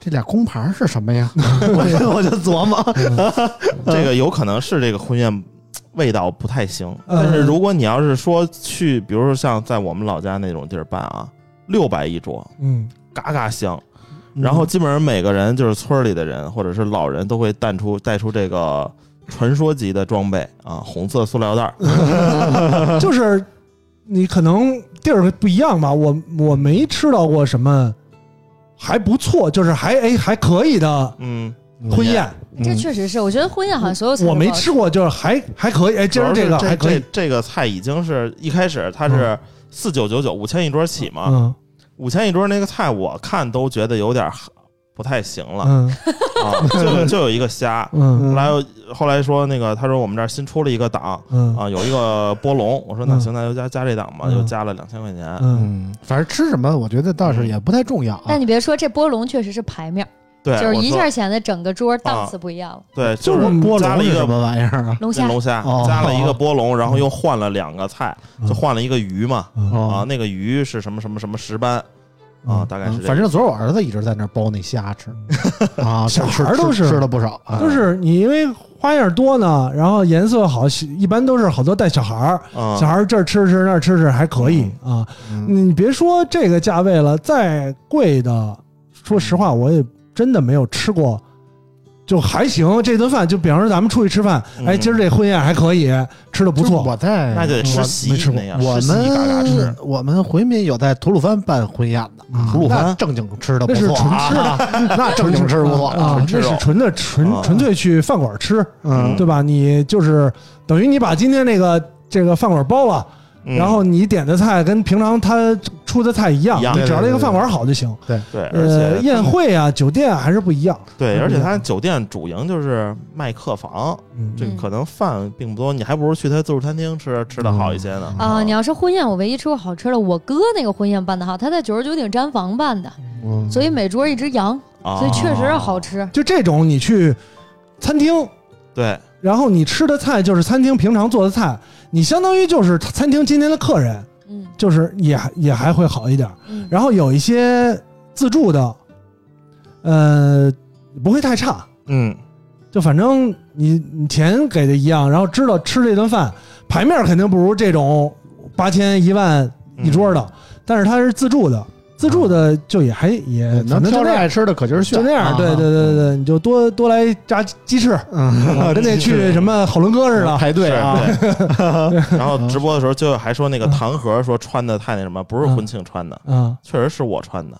Speaker 2: 这俩空盘儿是什么呀？我就 我就琢磨，
Speaker 4: 这个有可能是这个婚宴味道不太行，
Speaker 6: 嗯
Speaker 4: 但是如果你要是说去，比如说像在我们老家那种地儿办啊，六百一桌，
Speaker 6: 嗯，
Speaker 4: 嘎嘎香。然后基本上每个人就是村里的人或者是老人都会带出带出这个传说级的装备啊，
Speaker 6: 嗯
Speaker 4: 红色塑料袋儿，
Speaker 6: 就是你可能地儿不一样吧，我我没吃到过什么还不错，就是还哎还可以的
Speaker 4: 嗯，
Speaker 6: 婚宴，
Speaker 3: 嗯这确实是，我觉得婚宴好像啊所有菜
Speaker 6: 嗯我
Speaker 3: 都
Speaker 6: 没
Speaker 3: 不好
Speaker 6: 吃过，就是还还可以，哎，
Speaker 4: 主
Speaker 6: 今
Speaker 4: 要
Speaker 6: 儿
Speaker 4: 是
Speaker 6: 个
Speaker 4: 这
Speaker 6: 还可
Speaker 4: 这
Speaker 6: 以，
Speaker 4: 这个菜已经是一开始它是四九九九五千一桌起嘛，
Speaker 6: 嗯
Speaker 4: 五千一桌那个菜我看都觉得有点儿不太行了、
Speaker 6: 嗯
Speaker 4: 啊，就就有一个虾，
Speaker 6: 嗯
Speaker 4: 后来后来说那个，他说我们这儿新出了一个档
Speaker 6: 嗯
Speaker 4: 啊，有一个波龙。我说那
Speaker 6: 嗯
Speaker 4: 行，那就加加这档吧，
Speaker 6: 嗯
Speaker 4: 就加了两千块钱。
Speaker 6: 嗯，
Speaker 2: 嗯，反正吃什么我觉得倒是也不太重要啊。
Speaker 3: 但你别说，这波龙确实是牌面儿，
Speaker 4: 对，
Speaker 3: 就是一
Speaker 4: 我
Speaker 3: 下
Speaker 4: 说
Speaker 3: 显得整个桌
Speaker 6: 啊
Speaker 3: 档次不一样了。
Speaker 4: 对，就嗯
Speaker 6: 就是是
Speaker 2: 波
Speaker 4: 加
Speaker 2: 龙
Speaker 4: 了一
Speaker 2: 是
Speaker 4: 个
Speaker 2: 什么玩意儿啊？
Speaker 3: 龙虾
Speaker 4: 那，龙虾
Speaker 2: 哦，嗯
Speaker 4: 加了一个波龙，然后又换了两个菜，就换了一个鱼嘛啊
Speaker 2: 哦，，
Speaker 4: 那个鱼是什么什么什么石斑啊，大概是
Speaker 2: 嗯
Speaker 4: 这
Speaker 2: 反
Speaker 4: 样。
Speaker 2: 正昨儿我儿子一直在那儿剥那虾吃啊，
Speaker 6: 小
Speaker 2: 吃
Speaker 6: 孩儿都
Speaker 2: 吃
Speaker 6: 是
Speaker 2: 吃了不少啊。
Speaker 6: 就是你因为花样多呢，然后颜色好，一般都是好多带小孩儿，
Speaker 4: 啊
Speaker 6: 小孩儿这儿吃吃那儿吃吃还可以啊。
Speaker 2: 嗯
Speaker 6: 你别说这个价位了，再贵的，说实话我也真的没有吃过。就还行，这顿饭就比方说咱们出去吃饭，
Speaker 4: 嗯
Speaker 6: 哎，今儿这婚宴还可以，吃的不
Speaker 2: 就是
Speaker 6: 错。
Speaker 2: 我在
Speaker 4: 那就得
Speaker 2: 嗯
Speaker 4: 吃
Speaker 2: 我
Speaker 4: 席
Speaker 2: 没吃过
Speaker 4: 那样
Speaker 2: 哎我
Speaker 4: 吃席嘎嘎吃
Speaker 2: 们我们回民有在吐鲁番办婚宴的啊，
Speaker 4: 吐鲁番
Speaker 2: 那正经吃的不
Speaker 6: 那是
Speaker 2: 错
Speaker 6: 纯
Speaker 2: 啊，
Speaker 6: 吃的，
Speaker 2: 那正经吃不错
Speaker 6: 啊，
Speaker 2: 啊
Speaker 6: 啊，
Speaker 4: 纯吃
Speaker 6: 那
Speaker 4: 肉
Speaker 6: 是 纯的纯
Speaker 4: 啊
Speaker 6: 纯粹去饭馆吃，
Speaker 2: 嗯
Speaker 6: 对吧？你就是等于你把今天那个这个饭馆包了，
Speaker 4: 嗯
Speaker 6: 然后你点的菜跟平常他出的菜一样，
Speaker 4: 一样
Speaker 6: 你只要
Speaker 2: 对对
Speaker 6: 那个
Speaker 2: 对
Speaker 6: 饭馆好就行。
Speaker 4: 对，而
Speaker 6: 呃，
Speaker 4: 且
Speaker 6: 宴会啊，酒店啊还是不一样。
Speaker 4: 对，
Speaker 2: 嗯
Speaker 4: 而且
Speaker 6: 不一
Speaker 4: 他
Speaker 6: 样
Speaker 4: 酒店主营就是卖客房，
Speaker 6: 嗯
Speaker 4: 这个
Speaker 3: 嗯
Speaker 4: 可能饭并不多，你还不如去他自助餐厅吃，吃的好一些呢。
Speaker 3: 啊、你要是婚宴，我唯一吃过好吃的，我哥那个婚宴办的好，他在九十九顶毡房办的，
Speaker 2: 嗯
Speaker 3: 所以每桌一只羊，
Speaker 4: 啊
Speaker 3: 所以确实是好吃。
Speaker 6: 就这种你去餐厅，
Speaker 4: 对，
Speaker 6: 然后你吃的菜就是餐厅平常做的菜，你相当于就是餐厅今天的客人，
Speaker 3: 嗯
Speaker 6: 就是也还也还会好一点。
Speaker 3: 嗯，
Speaker 6: 然后有一些自助的，呃，不会太差，
Speaker 4: 嗯，
Speaker 6: 就反正你你钱给的一样，然后知道吃这顿饭牌面肯定不如这种八千一万一桌
Speaker 2: 嗯
Speaker 6: 的，但是它是自助的，自助的就也还也
Speaker 2: 嗯哎能
Speaker 6: 反正
Speaker 2: 挑
Speaker 6: 就
Speaker 2: 着
Speaker 6: 那
Speaker 2: 爱
Speaker 6: 样，
Speaker 2: 吃的可劲儿炫，
Speaker 6: 就那样，
Speaker 2: 啊
Speaker 6: 对对，对对，你就多多来炸鸡翅，
Speaker 2: 嗯
Speaker 6: 啊 跟那去什么好伦哥似的，
Speaker 2: 排队
Speaker 4: 是
Speaker 2: 啊，嗯
Speaker 4: 对。 然后直播的时候就还说那个糖盒说穿的太那什么，不是婚庆穿的，
Speaker 6: 嗯，
Speaker 4: 确实是我 穿的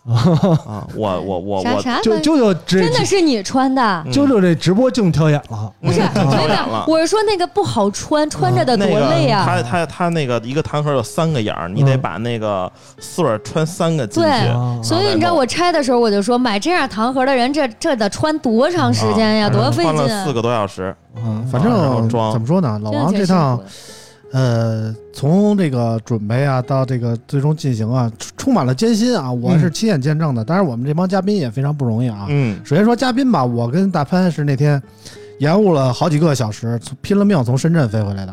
Speaker 4: 啊，我我我
Speaker 3: 啥
Speaker 4: 我嗯
Speaker 3: 啥
Speaker 6: 就
Speaker 3: 饭
Speaker 6: 舅舅这
Speaker 3: 真的是你穿的，
Speaker 6: 舅舅这直播净挑眼了，啊
Speaker 3: 不 是？
Speaker 4: 太
Speaker 3: 没有没
Speaker 4: 亮
Speaker 3: 有
Speaker 4: 了，。嗯
Speaker 3: 我是说那个不好穿，穿着的多
Speaker 4: 那个
Speaker 3: 累啊！
Speaker 4: 他他他那个一个弹盒有三个眼儿，你得
Speaker 2: 嗯
Speaker 4: 把那个穗儿穿三个进
Speaker 3: 对
Speaker 4: 去。
Speaker 6: 啊
Speaker 3: 所以你知道我拆的时候，我就说买这样糖盒的人，这这得穿多长 时间呀？
Speaker 4: 啊
Speaker 3: 多费
Speaker 4: 穿
Speaker 3: 劲
Speaker 4: 了
Speaker 3: 啊！
Speaker 4: 四个多小时，
Speaker 2: 嗯，反
Speaker 4: 啊然后
Speaker 2: 正
Speaker 4: 装
Speaker 2: 怎么说呢，老
Speaker 3: 真的
Speaker 2: 王
Speaker 3: 挺
Speaker 2: 这
Speaker 3: 辛
Speaker 2: 趟
Speaker 3: 苦的
Speaker 2: 呃，从这个准备啊，到这个最终进行啊，出充满了艰辛啊，我是亲眼见证的。当然，我们这帮嘉宾也非常不容易啊。
Speaker 4: 嗯
Speaker 2: 首先说嘉宾吧，我跟大潘是那天延误了好几个小时，从拼了命从深圳飞回来的。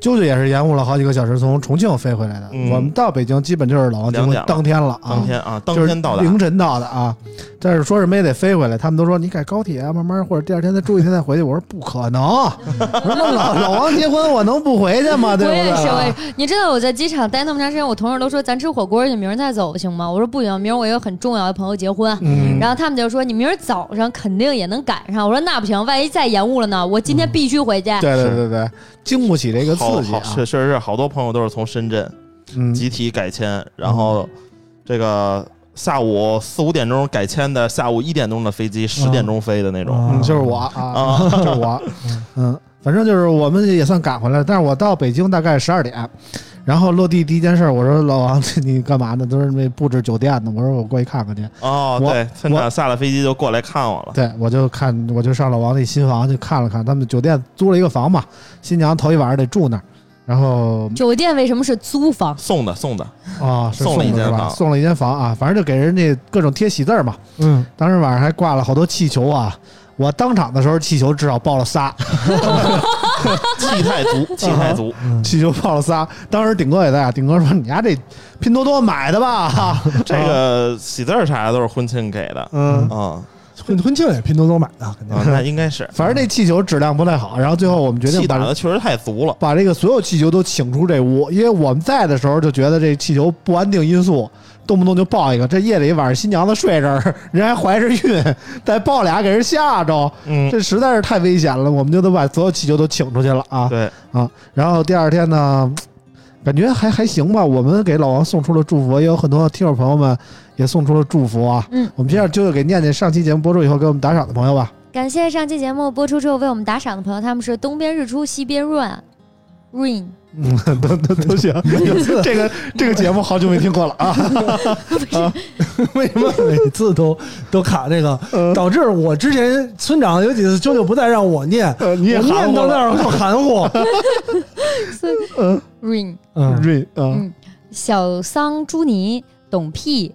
Speaker 2: 啾啾也是延误了好几个小时从重庆飞回来的。
Speaker 4: 嗯
Speaker 2: 我们到北京基本就是老王结
Speaker 4: 两
Speaker 2: 婚
Speaker 4: 点了
Speaker 2: 当天了啊，
Speaker 4: 当天啊，当
Speaker 2: 就是
Speaker 4: 天到达，
Speaker 2: 凌晨到的啊。但是说什么也得飞回来，他们都说你改高铁啊，慢慢或者第二天再住一天再回去。我说不可能，我说那老老王结婚我能不回去吗？对
Speaker 3: 我
Speaker 2: 不对
Speaker 3: 也是，我也
Speaker 2: 啊？
Speaker 3: 是。你知道我在机场待那么长时间，我同事都说咱吃火锅去，明儿再走行吗？我说不行，明儿我有个很重要的朋友结婚。
Speaker 2: 嗯，
Speaker 3: 然后他们就说你明儿早上肯定也能赶上。我说那不行，万一再延误了呢？我今天必须回去。
Speaker 2: 对对对对，经不起这个
Speaker 4: 好
Speaker 2: 刺激
Speaker 4: 好
Speaker 2: 啊。
Speaker 4: 是确实是好多朋友都是从深圳
Speaker 2: 嗯，
Speaker 4: 集体改签，然后这个下午四五点钟改签的，下午一点钟的飞机，十点钟飞的那种。
Speaker 2: 嗯，就是我啊，就是我，嗯，反正就是我们也算赶回来了。但是我到北京大概十二点，然后落地第一件事儿，我说老王， 你干嘛呢？都是那布置酒店呢。我说我过去看看去。
Speaker 4: 哦，
Speaker 2: 我
Speaker 4: 对，村长下了飞机就过来看我了。
Speaker 2: 对，我就看，我就上老王那新房去看了看，他们酒店租了一个房嘛，新娘头一晚上得住那儿。然后
Speaker 3: 酒店为什么是租房？
Speaker 4: 送的送的，
Speaker 2: 啊，是
Speaker 4: 送了一
Speaker 2: 的
Speaker 4: 间
Speaker 2: 是吧
Speaker 4: 房
Speaker 2: 送了一间房啊，反正就给人家各种贴喜字儿嘛。
Speaker 5: 嗯，
Speaker 2: 当时晚上还挂了好多气球啊，我当场的时候气球至少爆了仨，
Speaker 4: 气太
Speaker 2: 嗯
Speaker 4: 足，气太足。
Speaker 2: 气球爆了仨。当时顶哥也在啊，顶哥说：“你家这拼多多买的 吧
Speaker 4: 这个喜字儿啥的都是婚庆给的？”，
Speaker 2: 嗯，
Speaker 4: 嗯
Speaker 5: 婚婚庆也拼多多买的，肯定
Speaker 4: 啊，那应该是
Speaker 2: 反正这气球质量不太好。然后最后我们 决定
Speaker 4: 气打
Speaker 2: 把
Speaker 4: 的确实太足了。
Speaker 2: 把这个所有气球都请出这屋，因为我们在的时候就觉得这气球不安定因素，动不动就爆一个。这夜里晚上新娘子睡这儿， 人还怀着孕，再爆俩给人吓着，
Speaker 4: 嗯，
Speaker 2: 这啊实在是太危险了。我们就得把所有气球都请出去了啊。
Speaker 4: 对，
Speaker 2: 啊，然后第二天呢，感觉还还行吧。我们给老王送出了祝福，也有很多听友朋友们也送出了祝福啊。
Speaker 3: 嗯，
Speaker 2: 我们先让啾啾给念念上期节目播出以后给我们打赏的朋友 吧。
Speaker 3: 感谢上期节目播出之后为我们打赏的朋友，他们是东边日出西边润，rain
Speaker 2: 嗯，都都都 行。这个这个节目好久没听过了啊。
Speaker 5: 为 什么每次都都卡这个，
Speaker 4: 嗯
Speaker 5: 导致我之前村长有几次舅舅不再让我念，
Speaker 2: 呃， 你也
Speaker 5: 我
Speaker 2: 含
Speaker 5: 念
Speaker 2: 糊
Speaker 5: 到那
Speaker 2: 了。
Speaker 5: 儿我就含糊。
Speaker 3: rain
Speaker 5: 嗯，
Speaker 2: 瑞啊，
Speaker 3: 嗯小桑朱尼董屁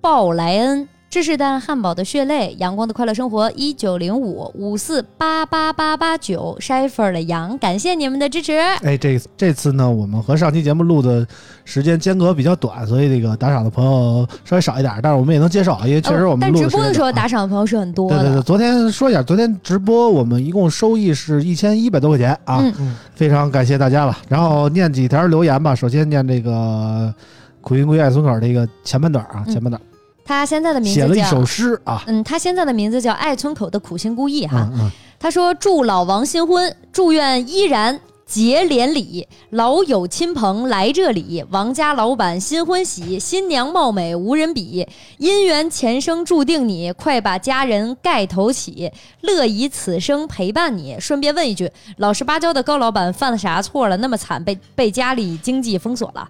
Speaker 3: 鲍莱恩。芝士蛋汉堡的血泪，阳光的快乐生活，一九零五五四八八八八九，筛粉儿的羊，感谢你们的支持。
Speaker 2: 哎，这这次呢，我们和上期节目录的时间间隔比较短，所以这个打赏的朋友稍微少一点，但是我们也能接受，因为确实
Speaker 3: 哦
Speaker 2: 我们
Speaker 3: 但
Speaker 2: 录
Speaker 3: 直
Speaker 2: 的时
Speaker 3: 播
Speaker 2: 间
Speaker 3: 的时候
Speaker 2: 短啊
Speaker 3: 打赏的朋友是很多
Speaker 2: 对
Speaker 3: 的。
Speaker 2: 对对，昨天说一下，昨天直播我们一共收益是一千一百多块钱啊，
Speaker 3: 嗯
Speaker 2: 非常感谢大家了。然后念几条留言吧，首先念这个苦云归爱村口这个前半段啊，
Speaker 3: 嗯
Speaker 2: 前半段、
Speaker 3: 他现在的名字
Speaker 2: 写
Speaker 3: 叫
Speaker 2: 了一首诗啊，
Speaker 3: 嗯，他现在的名字叫爱村口的苦心孤诣哈。
Speaker 2: 嗯嗯，
Speaker 3: 他说：“祝老王新婚，祝愿依然结连理，老友亲朋来这里，王家老板新婚喜，新娘貌美无人比，姻缘前生注定你，快把家人盖头起，乐以此生陪伴你。”顺便问一句，老实巴交的高老板犯了啥错了？那么惨，被被家里经济封锁了。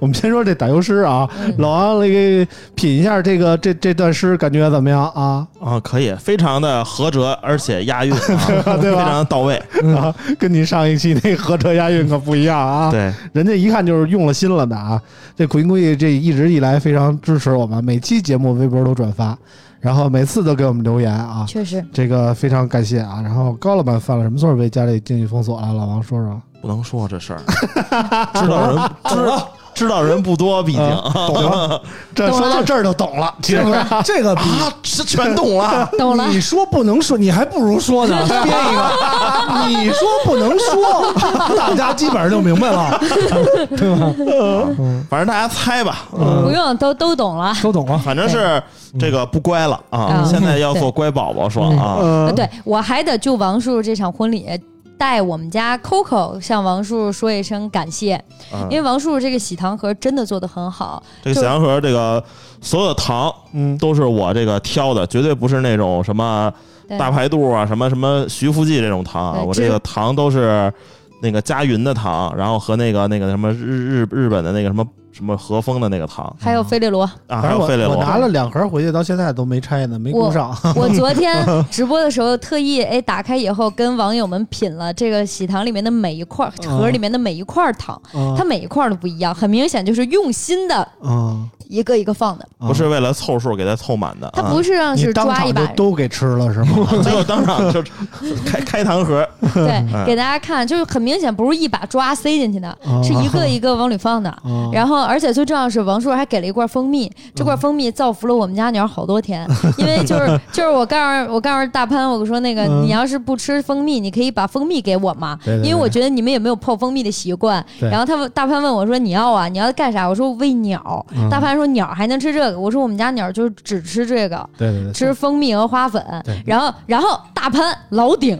Speaker 2: 我们先说这打油诗啊，
Speaker 3: 嗯
Speaker 2: 老王那个品一下这个这这段诗，感觉怎么样 啊？
Speaker 4: 啊，可以，非常的合辙，而且押韵，啊 非常的到位。
Speaker 2: 啊，跟你上一期那个合辙押韵可不一样啊。
Speaker 4: 对，
Speaker 2: 人家一看就是用了心了的啊！这苦心公益这一直以来非常支持我们，每期节目微博都转发，然后每次都给我们留言啊，
Speaker 3: 确实，
Speaker 2: 这个非常感谢啊！然后高老板犯了什么错被家里经济封锁了？老王说说，
Speaker 4: 不能说这事儿，知道人
Speaker 5: 啊
Speaker 4: 知知道人不多，毕竟
Speaker 2: 啊懂了，这
Speaker 3: 懂了
Speaker 2: 说到这儿就懂了，其实
Speaker 5: 这个比
Speaker 4: 啊，这全懂了。
Speaker 3: 懂了。
Speaker 5: 你说不能说，你还不如说 呢，编一个。你说不能说， 大家基本上就明白了，对吧？
Speaker 4: 反正大家猜吧，
Speaker 2: 嗯
Speaker 3: 不用，都都懂了。
Speaker 5: 都懂了。
Speaker 4: 反正是这个不乖了啊，
Speaker 3: 嗯
Speaker 4: 现在要做乖宝宝说啊，
Speaker 2: 呃
Speaker 3: 啊，对我还得就王叔叔这场婚礼。带我们家 Coco 向王叔叔说一声感谢，
Speaker 2: 啊
Speaker 4: 嗯
Speaker 3: 因为王叔叔这个喜糖盒真的做的很好，
Speaker 4: 这个小洋盒这个所有的糖，
Speaker 2: 嗯
Speaker 4: 都是我这个挑的，绝对不是那种什么
Speaker 3: 对
Speaker 4: 大排肚啊，什么什么徐福记这种糖啊，
Speaker 3: 对
Speaker 4: 我
Speaker 3: 这
Speaker 4: 这个糖都是那个佳云的糖，然后和那个那个什么日日日本的那个什么什么和风的那个糖
Speaker 3: 还有费 列罗，
Speaker 4: 啊，
Speaker 2: 反
Speaker 4: 还
Speaker 2: 正
Speaker 4: 有
Speaker 2: 我
Speaker 4: 费列
Speaker 2: 我
Speaker 4: 罗，
Speaker 2: 拿了两盒回去，到现在都没拆呢，没供 上。
Speaker 3: 我昨天直播的时候特意哎打开以后跟网友们品了这个喜糖里面的每一块盒里面的每一块糖，
Speaker 2: 啊嗯
Speaker 3: 它每一块都不一样，很明显就是用心的
Speaker 2: 嗯
Speaker 5: 啊，
Speaker 3: 一个一个放的，
Speaker 4: 不是为了凑数给它凑满的，
Speaker 3: 它
Speaker 4: 啊
Speaker 3: 不是让
Speaker 2: 你
Speaker 3: 是
Speaker 2: 当
Speaker 3: 抓一
Speaker 2: 场
Speaker 3: 把
Speaker 2: 就，都给吃了是 吗？
Speaker 4: 最后当场就开开糖盒，
Speaker 2: 啊
Speaker 3: 对，给大家看，就是很明显不是一把抓塞进去的，
Speaker 2: 哦
Speaker 3: 是一个一个往里放的。
Speaker 2: 嗯
Speaker 3: 然后，而且最重要的是，王叔还给了一罐蜂蜜，这
Speaker 2: 哦
Speaker 3: 罐蜂蜜造福了我们家鸟好 多天，因为就是就是我告诉我告诉大潘，我说那个你要是不吃蜂蜜，你可以把蜂蜜给我嘛，
Speaker 2: 嗯对对对
Speaker 3: 因为我觉得你们也没有泡蜂蜜的习惯。
Speaker 2: 对
Speaker 3: 然后他问大潘问我说你要啊，你要干啥？我说喂鸟。
Speaker 2: 嗯
Speaker 3: 大潘说鸟还能吃这个？我说我们家鸟就只吃这个。
Speaker 2: 对对对，
Speaker 3: 吃蜂蜜和花粉
Speaker 2: 对，
Speaker 3: 然后然后大潘老顶、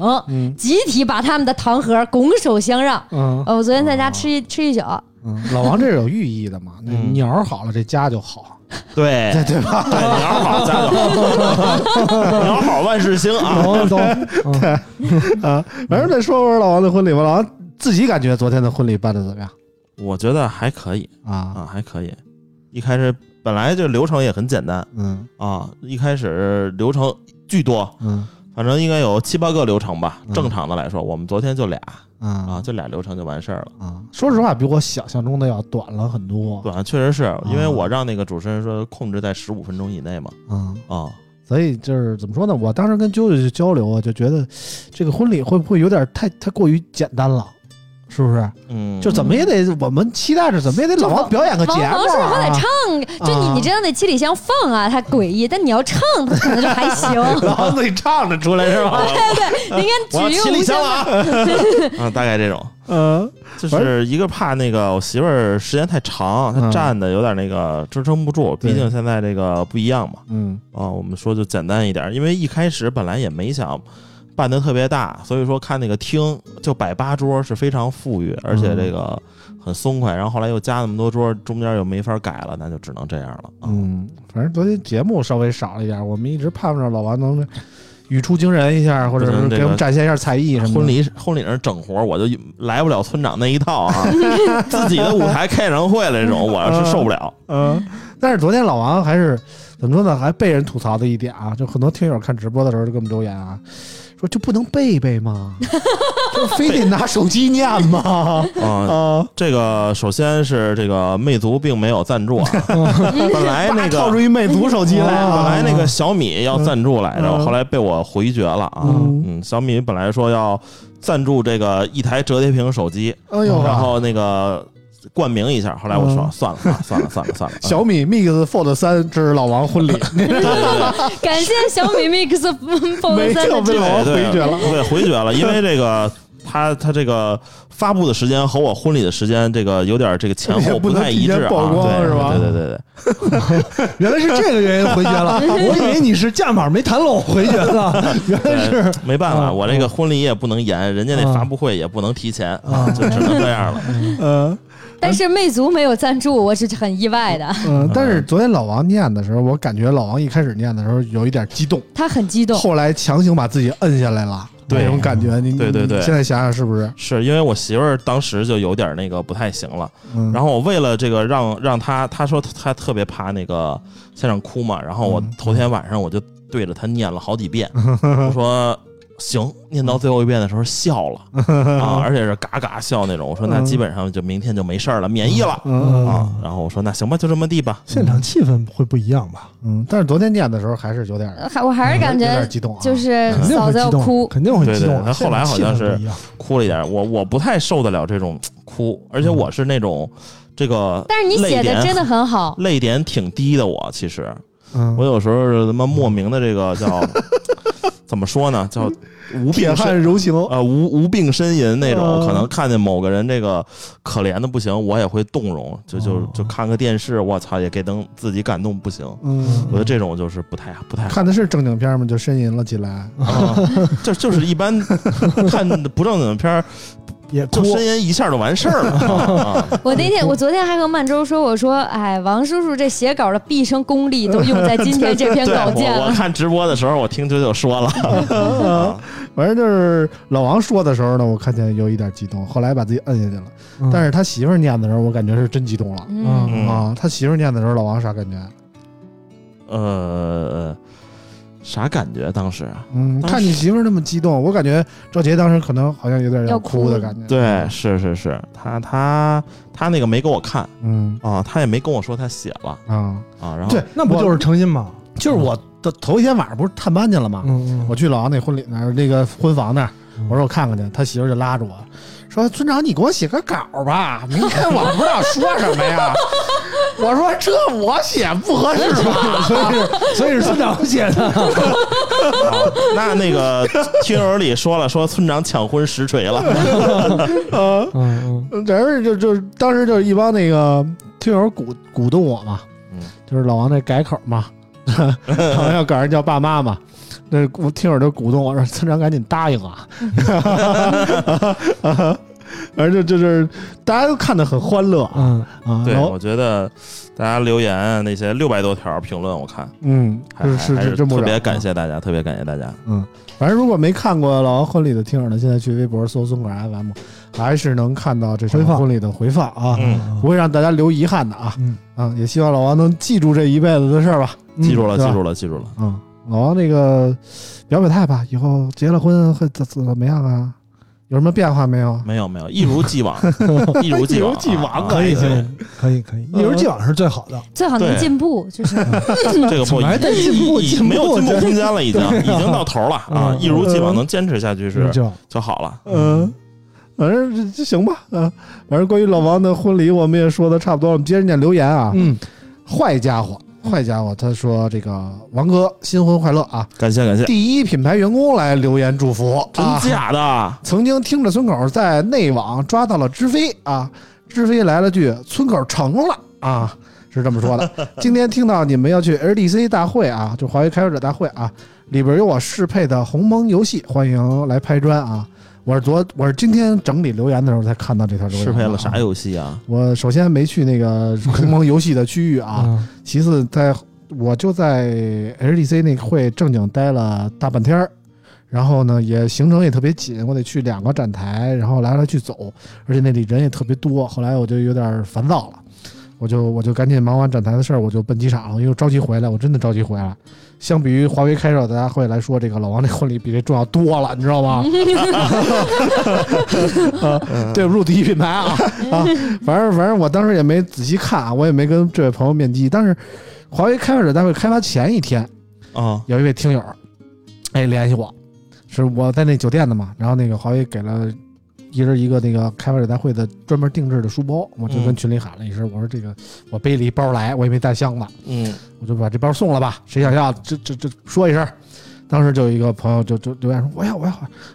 Speaker 3: 集体把他们的糖盒拱手相让。
Speaker 2: 嗯，
Speaker 3: 呃，我昨天在家吃一、吃一宿，
Speaker 2: 老王这是有寓意的嘛？那
Speaker 4: 嗯
Speaker 2: 鸟儿好了，这家就好，
Speaker 4: 对
Speaker 2: 对对 吧？
Speaker 4: 对，鸟哎好家 伙，鸟好万事兴啊，
Speaker 5: 懂懂，
Speaker 2: 啊，反正再说说老王的婚礼吧。老王自己感觉昨天的婚礼办的怎么样
Speaker 4: 我觉得还可以
Speaker 2: 啊？
Speaker 4: 啊，还可以。一开始本来就流程也很简单
Speaker 2: 嗯
Speaker 4: 啊，一开始流程巨多，
Speaker 2: 嗯
Speaker 4: 反正应该有七八个流程吧。
Speaker 2: 嗯
Speaker 4: 正常的来说，我们昨天就俩啊，
Speaker 2: 啊
Speaker 4: 就俩流程就完事儿了。
Speaker 2: 啊！说实话，比我想象中的要短了很多。
Speaker 4: 短啊确实是因为我让那个主持人说控制在十五分钟以内嘛
Speaker 2: 啊，
Speaker 4: 啊，
Speaker 2: 所以就是怎么说呢？我当时跟啾啾去交流啊，就觉得这个婚礼会不会有点太太过于简单了？是不是？
Speaker 4: 嗯，
Speaker 2: 就怎么也得，我们期待着怎么也得老王表演个节
Speaker 3: 王
Speaker 2: 目、
Speaker 3: 王叔好歹
Speaker 2: 啊
Speaker 3: 唱，。就你你这样的七里香放啊，它诡异，但你要唱，它可能就还行。
Speaker 2: 老王自己唱着出来是吧？
Speaker 3: 你
Speaker 4: 我
Speaker 3: 看
Speaker 4: 要
Speaker 3: 举
Speaker 4: 七
Speaker 3: 一
Speaker 4: 里
Speaker 3: 无
Speaker 4: 香
Speaker 3: 相
Speaker 4: 了
Speaker 3: 的，
Speaker 4: 啊， 啊大概这种。
Speaker 2: 嗯
Speaker 4: 就是一个怕那个我媳妇儿时间太长，她
Speaker 2: 嗯
Speaker 4: 站的有点那个支撑不住，
Speaker 2: 对
Speaker 4: 毕竟现在这个不一样嘛。
Speaker 2: 嗯
Speaker 4: 啊，我们说就简单一点，因为一开始本来也没想办得特别大，所以说看那个厅就摆八桌是非常富裕，而且
Speaker 2: 嗯
Speaker 4: 这个很松快。然后后来又加那么多桌，中间又没法改了，那就只能这样了。啊，
Speaker 2: 嗯，反正昨天节目稍微少了一点，我们一直盼望着老王能语出惊人一下，或者
Speaker 4: 不
Speaker 2: 是
Speaker 4: 能这个
Speaker 2: 给我们展现一下才艺什么的。
Speaker 4: 婚礼婚礼上整活儿，我就来不了村长那一套啊， 自己的舞台开演唱会了这种，我是受不了。
Speaker 2: 嗯，但是昨天老王还是怎么说呢？还被人吐槽的一点啊，就很多听友看直播的时候就给我们留言啊，说就不能背背 吗？就非得拿手机念吗？
Speaker 4: 啊，
Speaker 2: 啊，
Speaker 4: 这个首先是这个魅族并没有赞助 啊，本来哎那
Speaker 2: 叭套出
Speaker 4: 个
Speaker 2: 一魅族手机来
Speaker 4: 本
Speaker 2: 啊，
Speaker 4: 来那个小米要赞助来着，后来被我回绝了啊。
Speaker 2: 嗯
Speaker 4: 嗯，小米本来说要赞助这个一台折叠屏手机，
Speaker 2: 哎呦，
Speaker 4: 然后那个冠名一下，后来我说
Speaker 2: 嗯
Speaker 4: 算了啊，算了，算了，算了。
Speaker 2: 小米 Mix Fold 三，这是老王婚礼， 嗯
Speaker 4: 对对对
Speaker 3: 感谢小米 Mix
Speaker 2: 没
Speaker 3: Fold 三
Speaker 2: 有
Speaker 3: 的
Speaker 2: 被
Speaker 3: 支
Speaker 2: 老王
Speaker 4: 对
Speaker 2: 回
Speaker 4: 对
Speaker 2: 绝了。
Speaker 4: 对，回绝了，因为这个。他他这个发布的时间和我婚礼的时间，这个有点这个前后
Speaker 2: 不能
Speaker 4: 太
Speaker 2: 提
Speaker 4: 一致
Speaker 2: 前
Speaker 4: 啊，
Speaker 2: 曝光
Speaker 4: 对
Speaker 2: 是吧
Speaker 4: 对对 对对，
Speaker 5: 原来是这个原因回绝 了，我以为你是价码没谈拢回绝了，原来是
Speaker 4: 对，没办
Speaker 2: 嗯
Speaker 4: 法，我这个婚礼也不能延，人家那发布会也不能提前，啊，就只能这样了。
Speaker 2: 嗯
Speaker 3: 但是魅族没有赞助，我是很意外的。
Speaker 2: 嗯，但是昨天老王念的时候，我感觉老王一开始念的时候有一点激动，
Speaker 3: 他很激动，
Speaker 2: 后来强行把自己摁下来了，
Speaker 4: 对
Speaker 2: 那种感觉。你
Speaker 4: 对对
Speaker 2: 你
Speaker 4: 对
Speaker 2: 现在想想是不是？
Speaker 4: 是因为我媳妇儿当时就有点那个不太行了，
Speaker 2: 嗯
Speaker 4: 然后我为了这个让让她，她说她特别怕那个现场哭嘛，然后我头天晚上我就对着她念了好几遍，我说行，念到最后一遍的时候笑了啊，而且是嘎嘎笑那种，我说那基本上就明天就没事儿了，免疫了
Speaker 2: 嗯
Speaker 4: 啊，然后我说那行吧，就这么地吧，
Speaker 5: 现场气氛会不一样吧？
Speaker 2: 嗯，但是昨天念的时候还是有点儿，
Speaker 3: 呃还我还是感
Speaker 2: 有点
Speaker 3: 觉
Speaker 2: 儿激动啊，
Speaker 3: 就是
Speaker 6: 嗯
Speaker 5: 肯定
Speaker 3: 嫂
Speaker 5: 会
Speaker 3: 子
Speaker 5: 激
Speaker 3: 要
Speaker 5: 动，
Speaker 3: 哭，
Speaker 5: 肯定会激
Speaker 4: 对
Speaker 5: 动
Speaker 4: 对
Speaker 5: 啊。
Speaker 4: 他后来好像
Speaker 5: 现场气氛
Speaker 4: 是
Speaker 5: 不一样
Speaker 4: 哭了一点，我我不太受得了这种哭，而且我是那种这个，
Speaker 3: 但是你写的真的很 好，
Speaker 4: 泪点挺低的我。其实
Speaker 2: 嗯
Speaker 4: 我有时候是他妈莫名的这 个叫怎么说呢，叫无
Speaker 2: 铁
Speaker 4: 病
Speaker 2: 汉
Speaker 4: 呻
Speaker 2: 柔情，
Speaker 4: 呃无无病呻吟那种，
Speaker 2: 嗯
Speaker 4: 可能看见某个人这个可怜的不行，我也会动容，就就
Speaker 2: 嗯
Speaker 4: 就看个电视，我操也给能自己感动不行。我
Speaker 2: 嗯，
Speaker 4: 觉得这种就是不太不太好，啊
Speaker 2: 看的是正经片儿吗？就呻吟了起来，
Speaker 4: 就就是 一般看不正经的片儿，
Speaker 5: 也
Speaker 4: 就
Speaker 5: 哭，
Speaker 4: 呻吟一下就完事 儿了。啊
Speaker 3: 我那天，我昨天还和曼周说，我说，哎，王叔叔这写稿的毕生功力都用在今天这篇
Speaker 4: 对，
Speaker 3: 稿件
Speaker 4: 我我
Speaker 3: 了。
Speaker 4: 看直播的时候，我听九九说了，
Speaker 2: 反正就是老王说的时候呢，我看见有一点激动，后来把自己摁下去了。
Speaker 6: 嗯
Speaker 2: 但是他媳妇儿念的时候，我感觉是真激动了、
Speaker 3: 嗯，
Speaker 4: 嗯
Speaker 2: 啊！他媳妇儿念的时候，老王啥感觉？
Speaker 4: 嗯呃，啥感觉？当时啊，
Speaker 2: 嗯，
Speaker 4: 当时
Speaker 2: 看你媳妇儿那么激动，我感觉赵杰当时可能好像有点
Speaker 3: 要
Speaker 2: 哭
Speaker 3: 哭
Speaker 2: 的
Speaker 3: 了
Speaker 2: 感
Speaker 6: 嗯
Speaker 2: 觉。
Speaker 4: 对，，是是是，他他他那个没给我看
Speaker 2: 嗯
Speaker 4: 啊，他也没跟我说他写了
Speaker 2: 啊，
Speaker 4: 啊，然后
Speaker 2: 对，
Speaker 6: 那不就是诚心吗？
Speaker 2: 就是我的头一天晚上不是探班去了吗？
Speaker 6: 嗯，嗯
Speaker 2: 我去老王那婚礼那儿，那个婚房那儿
Speaker 6: 嗯，
Speaker 2: 我说我看看去，他媳妇儿就拉着我说：“村长，你给我写个稿吧，明天我不知道说什么呀。”我说：“这我写不合适吧
Speaker 6: 嗯所以是所以是村长写的，
Speaker 4: 啊那那 个听友里说了，说村长抢婚实锤了，
Speaker 2: 呃
Speaker 6: 嗯？”
Speaker 2: 反正就就当时就是一帮那个听友鼓鼓动我嘛
Speaker 4: 嗯，
Speaker 2: 就是老王那改口嘛， 好像要改人叫爸妈嘛。那我听友就鼓动我说：“村长赶紧答应 啊！”而且就是大家都看得很欢乐啊
Speaker 6: 嗯
Speaker 2: 啊，
Speaker 4: 对，
Speaker 2: 然后
Speaker 4: 我觉得大家留言啊那些六百多条评论，我看
Speaker 2: 嗯，
Speaker 4: 还
Speaker 2: 是
Speaker 4: 还还
Speaker 2: 是
Speaker 4: 是
Speaker 2: 真不
Speaker 4: 特
Speaker 2: 少
Speaker 4: 别感。谢大家，特别感谢大家。
Speaker 2: 啊
Speaker 6: 啊
Speaker 2: 反正如果没看过老王婚礼的听友呢，现在去微博搜“松果 FM”，还是能看到这场
Speaker 6: 回放
Speaker 2: 婚礼的回放啊，
Speaker 4: 嗯
Speaker 6: 嗯
Speaker 2: 不会让大家留遗憾的啊。
Speaker 6: 嗯
Speaker 2: 啊，也希望老王能记住这一辈子的事儿吧。
Speaker 4: 嗯记住了，
Speaker 2: 对
Speaker 4: 记
Speaker 2: 吧
Speaker 4: 住了，记住了。
Speaker 2: 嗯，老王那个表表态吧，以后结了婚会怎怎么样啊？有什么变化没有？啊
Speaker 4: 没有没有，一如既 往，一如既
Speaker 2: 一
Speaker 4: 往啊，
Speaker 2: 如既往
Speaker 4: 啊
Speaker 6: 可以
Speaker 4: 对
Speaker 6: 可以可以，一如既往是最好的。
Speaker 3: 最好能
Speaker 4: 对
Speaker 3: 进步，就是
Speaker 4: 这个不
Speaker 6: 怎么还在进步
Speaker 4: 已
Speaker 6: 进步
Speaker 4: 没有进步空间了，已经
Speaker 6: 对啊
Speaker 4: 已经到头了啊！
Speaker 6: 嗯
Speaker 4: 一如既往能坚持下去是
Speaker 6: 就
Speaker 4: 就好了。
Speaker 2: 嗯，反正这这行吧。嗯、反正关于老王的婚礼，我们也说的差不多了。我们接着念留言啊。
Speaker 6: 嗯，
Speaker 2: 坏家伙，坏家伙，他说这个王哥新婚快乐啊！
Speaker 4: 感谢感谢，
Speaker 2: 第一品牌员工来留言祝福，
Speaker 4: 真
Speaker 2: 啊、
Speaker 4: 假的？
Speaker 2: 曾经听着村口在内网抓到了知飞啊，知飞来了句“村口成了”啊，是这么说 的。今天听到你们要去 HDC 大会啊，就华为开发者大会啊，里边有我适配的鸿蒙游戏，欢迎来拍砖啊。我是昨我是今天整理留言的时候才看到这条留言、
Speaker 4: 适配了啥？游戏啊？
Speaker 2: 我首先没去那个鸿蒙游戏的区域啊，
Speaker 6: 啊，
Speaker 2: 其次在我就在 HDC 那会正经待了大半天儿，然后呢也行程也特别紧，我得去两个展台，然后来来去走，而且那里人也特别多，后来我就有点烦躁了。我就我就赶紧忙完展台的事儿，我就奔机场了，因为我着急回来，我真的着急回来。相比于华为开售的大会来说，这个老王这婚礼比这重要多了，你知道吗？对不住第一品牌啊啊！反正反正我当时也没仔细看啊，我也没跟这位朋友面基。但是华为开发者大会开发前一天，
Speaker 4: 啊，
Speaker 2: 有一位听友，哎联系我，是我在那酒店的嘛，然后那个华为给了一人一个那个开发者大会的专门定制的书包，我就跟群里喊了一声，我说这个我背了一包来，我也没带箱子，
Speaker 4: 嗯，
Speaker 2: 我就把这包送了吧，谁想要这这这说一声。当时就有一个朋友就就留言说我要我要，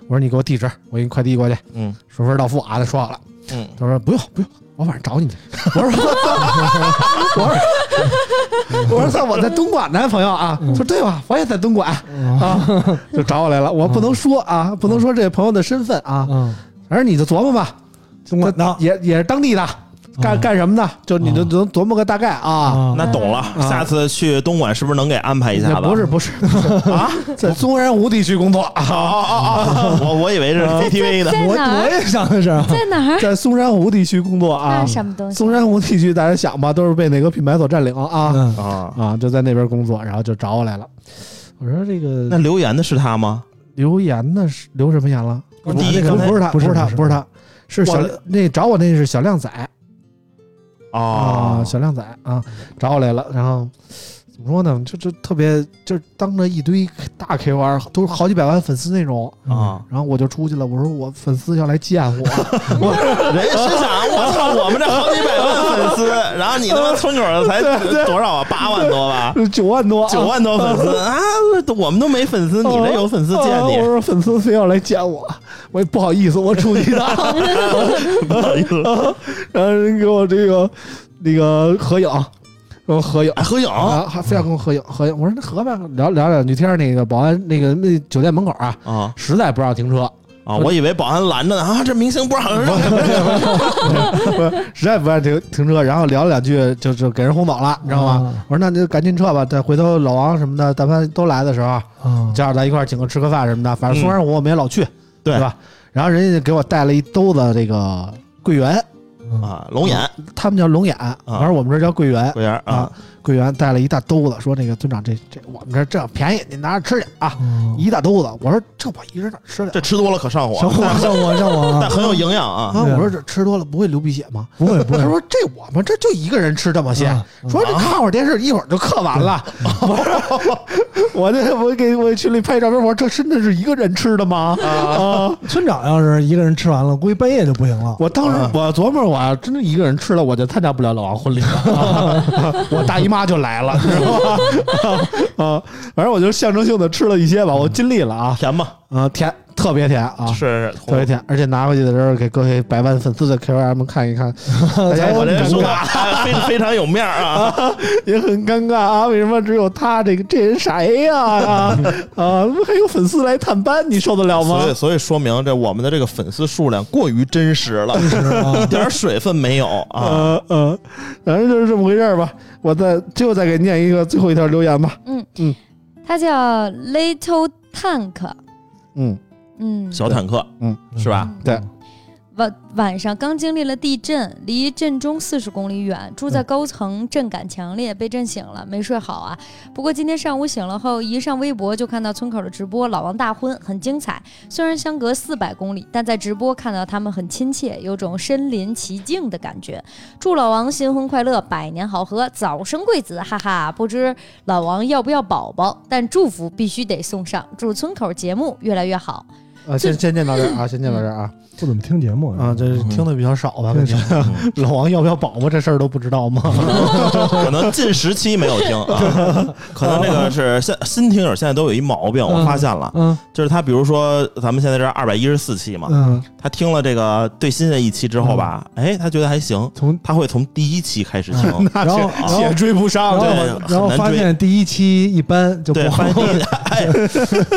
Speaker 2: 我说你给我地址，我给你快递过去，
Speaker 4: 嗯
Speaker 2: 顺丰到付啊，他说好了。
Speaker 4: 嗯，
Speaker 2: 他说不用不用，我晚上找你去。我说我说我说操，我在东莞呢，朋友啊。
Speaker 6: 嗯
Speaker 2: 说对吧？我也在东莞啊，就找我来了。我不能说啊，不能说这朋友的身份啊，
Speaker 6: 嗯，
Speaker 2: 反正你就琢磨吧，
Speaker 6: 中管的嗯
Speaker 2: 也也是当地的，干干什么的，就你就能琢磨个大概啊。
Speaker 6: 啊，
Speaker 4: 那懂了。下次去东莞是不是能给安排一下子？
Speaker 2: 不是不 是不是啊，在松仁湖地区工作
Speaker 4: 啊
Speaker 2: 啊，
Speaker 4: 啊啊 啊！我我以为是 KTV 呢。
Speaker 3: 在
Speaker 6: 我
Speaker 3: 哪
Speaker 6: 我
Speaker 3: 儿？
Speaker 6: 也想的是，
Speaker 3: 在哪儿？
Speaker 2: 在松山湖地区工作啊
Speaker 3: 那。什么东西？
Speaker 2: 松山湖地区大家想吧，都是被哪个品牌所占领啊？
Speaker 6: 嗯，
Speaker 4: 啊。
Speaker 2: 啊，就在那边工作，然后就找我来了。我说这
Speaker 4: 那
Speaker 2: 个
Speaker 4: 留言的是他吗？
Speaker 2: 留言呢是留什么言了？
Speaker 4: 不是第一
Speaker 2: 不
Speaker 4: 哦刚才
Speaker 2: 不是他，
Speaker 6: 不是
Speaker 2: 是他，
Speaker 6: 不是
Speaker 2: 不是他，是小
Speaker 4: 我
Speaker 2: 那找我那是小靓仔
Speaker 4: 啊哦
Speaker 2: 啊，，小靓仔啊，找我来了。然后怎么说呢？就就特别就是当着一堆大 K Y 都是好几百万粉丝那种。
Speaker 4: 啊，
Speaker 2: 然后我就出去了，我说我粉丝要来见我，
Speaker 4: 人家心想，我操，我们这好几百万粉丝，然后你他妈村口才多少啊？八万多吧？
Speaker 2: 九万多啊，
Speaker 4: 九万多粉丝啊，我们都没粉丝，你这有粉丝见
Speaker 2: 啊我
Speaker 4: 你，
Speaker 2: 说粉丝非要来见我，我也不好意思，我出去一趟。
Speaker 4: 不好意
Speaker 2: 啊
Speaker 4: 思，
Speaker 2: 然后人给我这个那个合影，给我合影。
Speaker 4: 还合影
Speaker 2: 啊，还非要跟我合影合影，我说那合吧，聊聊两句天儿。那个保安，那个那酒店门口啊，
Speaker 4: 啊
Speaker 2: 实在不让停车，
Speaker 4: 啊，我以为保安拦着呢啊，这明星不让
Speaker 2: 不
Speaker 4: 扔，
Speaker 2: 是实在不爱停停车，然后聊了两句就就给人轰走了，你知道吗？我说那就赶紧撤吧，再回头老王什么的，咱们都来的时候，
Speaker 6: 啊
Speaker 2: 正好咱一块儿请客吃个饭什么的。反正松山湖我们也老去，
Speaker 4: 对
Speaker 2: 吧？然后人家就给我带了一兜子这个桂圆，
Speaker 4: 啊，龙眼
Speaker 2: 他们叫龙眼，反正我们这叫桂圆
Speaker 4: 桂圆
Speaker 2: 啊
Speaker 4: 啊，。
Speaker 2: 桂圆带了一大兜子，说那个村长这这我们这这便宜，你拿着吃去啊，
Speaker 6: 嗯
Speaker 2: 一大兜子。我说这我一人哪吃了
Speaker 4: 这吃多了可上火
Speaker 6: 上，火上火上火
Speaker 4: 但
Speaker 6: 啊！
Speaker 4: 很有营养啊。
Speaker 2: 啊？
Speaker 6: 对啊
Speaker 2: 我说这吃多了不会流鼻血吗？
Speaker 6: 不会不
Speaker 2: 他
Speaker 6: 会，
Speaker 2: 说：“这我们这就一个人吃这么些，
Speaker 6: 啊
Speaker 2: 说这看会儿电视，一会儿就嗑完了。 我这我给我群里拍照片，我说这真的是一个人吃的吗？啊！
Speaker 6: 村长要是一个人吃完了，估计半夜就不行了。
Speaker 2: 我当时
Speaker 4: 啊
Speaker 2: 我琢磨，我要真的一个人吃了，我就参加不了老王婚礼了。啊 我大姨妈就来了，知道吧？啊啊，反正我就象征性的吃了一些吧，我尽力了啊
Speaker 4: 嗯甜吧，
Speaker 2: 啊，甜特别甜啊。”
Speaker 4: 是是
Speaker 2: 特别甜，而且拿回去的时候给各位百万粉丝的 KOL 们看一 看，大家也
Speaker 4: 我
Speaker 2: 很
Speaker 4: 这
Speaker 2: 尴
Speaker 4: 说
Speaker 2: 尬。
Speaker 4: 法哎非非常有面儿啊，
Speaker 2: 也很尴尬啊，为什么只有他这个这人谁 呀啊啊？还有粉丝来探班，你受得了吗
Speaker 4: 所以？所以说明这我们的这个粉丝数量过于真实了，
Speaker 6: 啊
Speaker 4: 一点水分没有啊。
Speaker 2: 呃呃，反正就是这么回事儿吧。我再最后再给念一个最后一条留言吧。
Speaker 3: 他叫 Little Tank，
Speaker 2: 嗯，
Speaker 3: 嗯，
Speaker 4: 小坦克，
Speaker 2: 嗯，
Speaker 4: 是吧？
Speaker 2: 对，
Speaker 3: 晚晚上刚经历了地震，离震中四十公里远，住在高层，震感强烈，被震醒了，没睡好啊。不过今天上午醒了后，一上微博就看到村口的直播，老王大婚很精彩。虽然相隔四百公里，但在直播看到他们很亲切，有种身临其境的感觉。祝老王新婚快乐，百年好合，早生贵子，哈哈！不知老王要不要宝宝，但祝福必须得送上。祝村口节目越来越好。
Speaker 2: 呃，先先念到这儿啊，先念到这儿啊。
Speaker 6: 不怎么听节目
Speaker 2: 啊，这是听的比较少吧？
Speaker 6: 嗯
Speaker 2: 肯 定。老王要不要宝宝这事儿都不知道吗？
Speaker 4: 可能近十期没有听啊，可能这个是现新听友现在都有一毛病，我发现了，
Speaker 6: 嗯
Speaker 4: 就是他比如说咱们现在这二百一十四期嘛，
Speaker 6: 嗯，
Speaker 4: 他听了这个最新的一期之后吧，哎，他觉得还行，
Speaker 6: 从
Speaker 4: 他会从第一期开始听，
Speaker 2: 那
Speaker 6: 然后
Speaker 2: 是
Speaker 6: 然后
Speaker 2: 且追不上
Speaker 6: 然后
Speaker 2: 了。
Speaker 4: 对
Speaker 6: 然后
Speaker 4: 很难
Speaker 6: 发
Speaker 4: 追
Speaker 6: 现第一期一般就不
Speaker 4: 对，
Speaker 6: 好
Speaker 4: 发，现第一， 哎，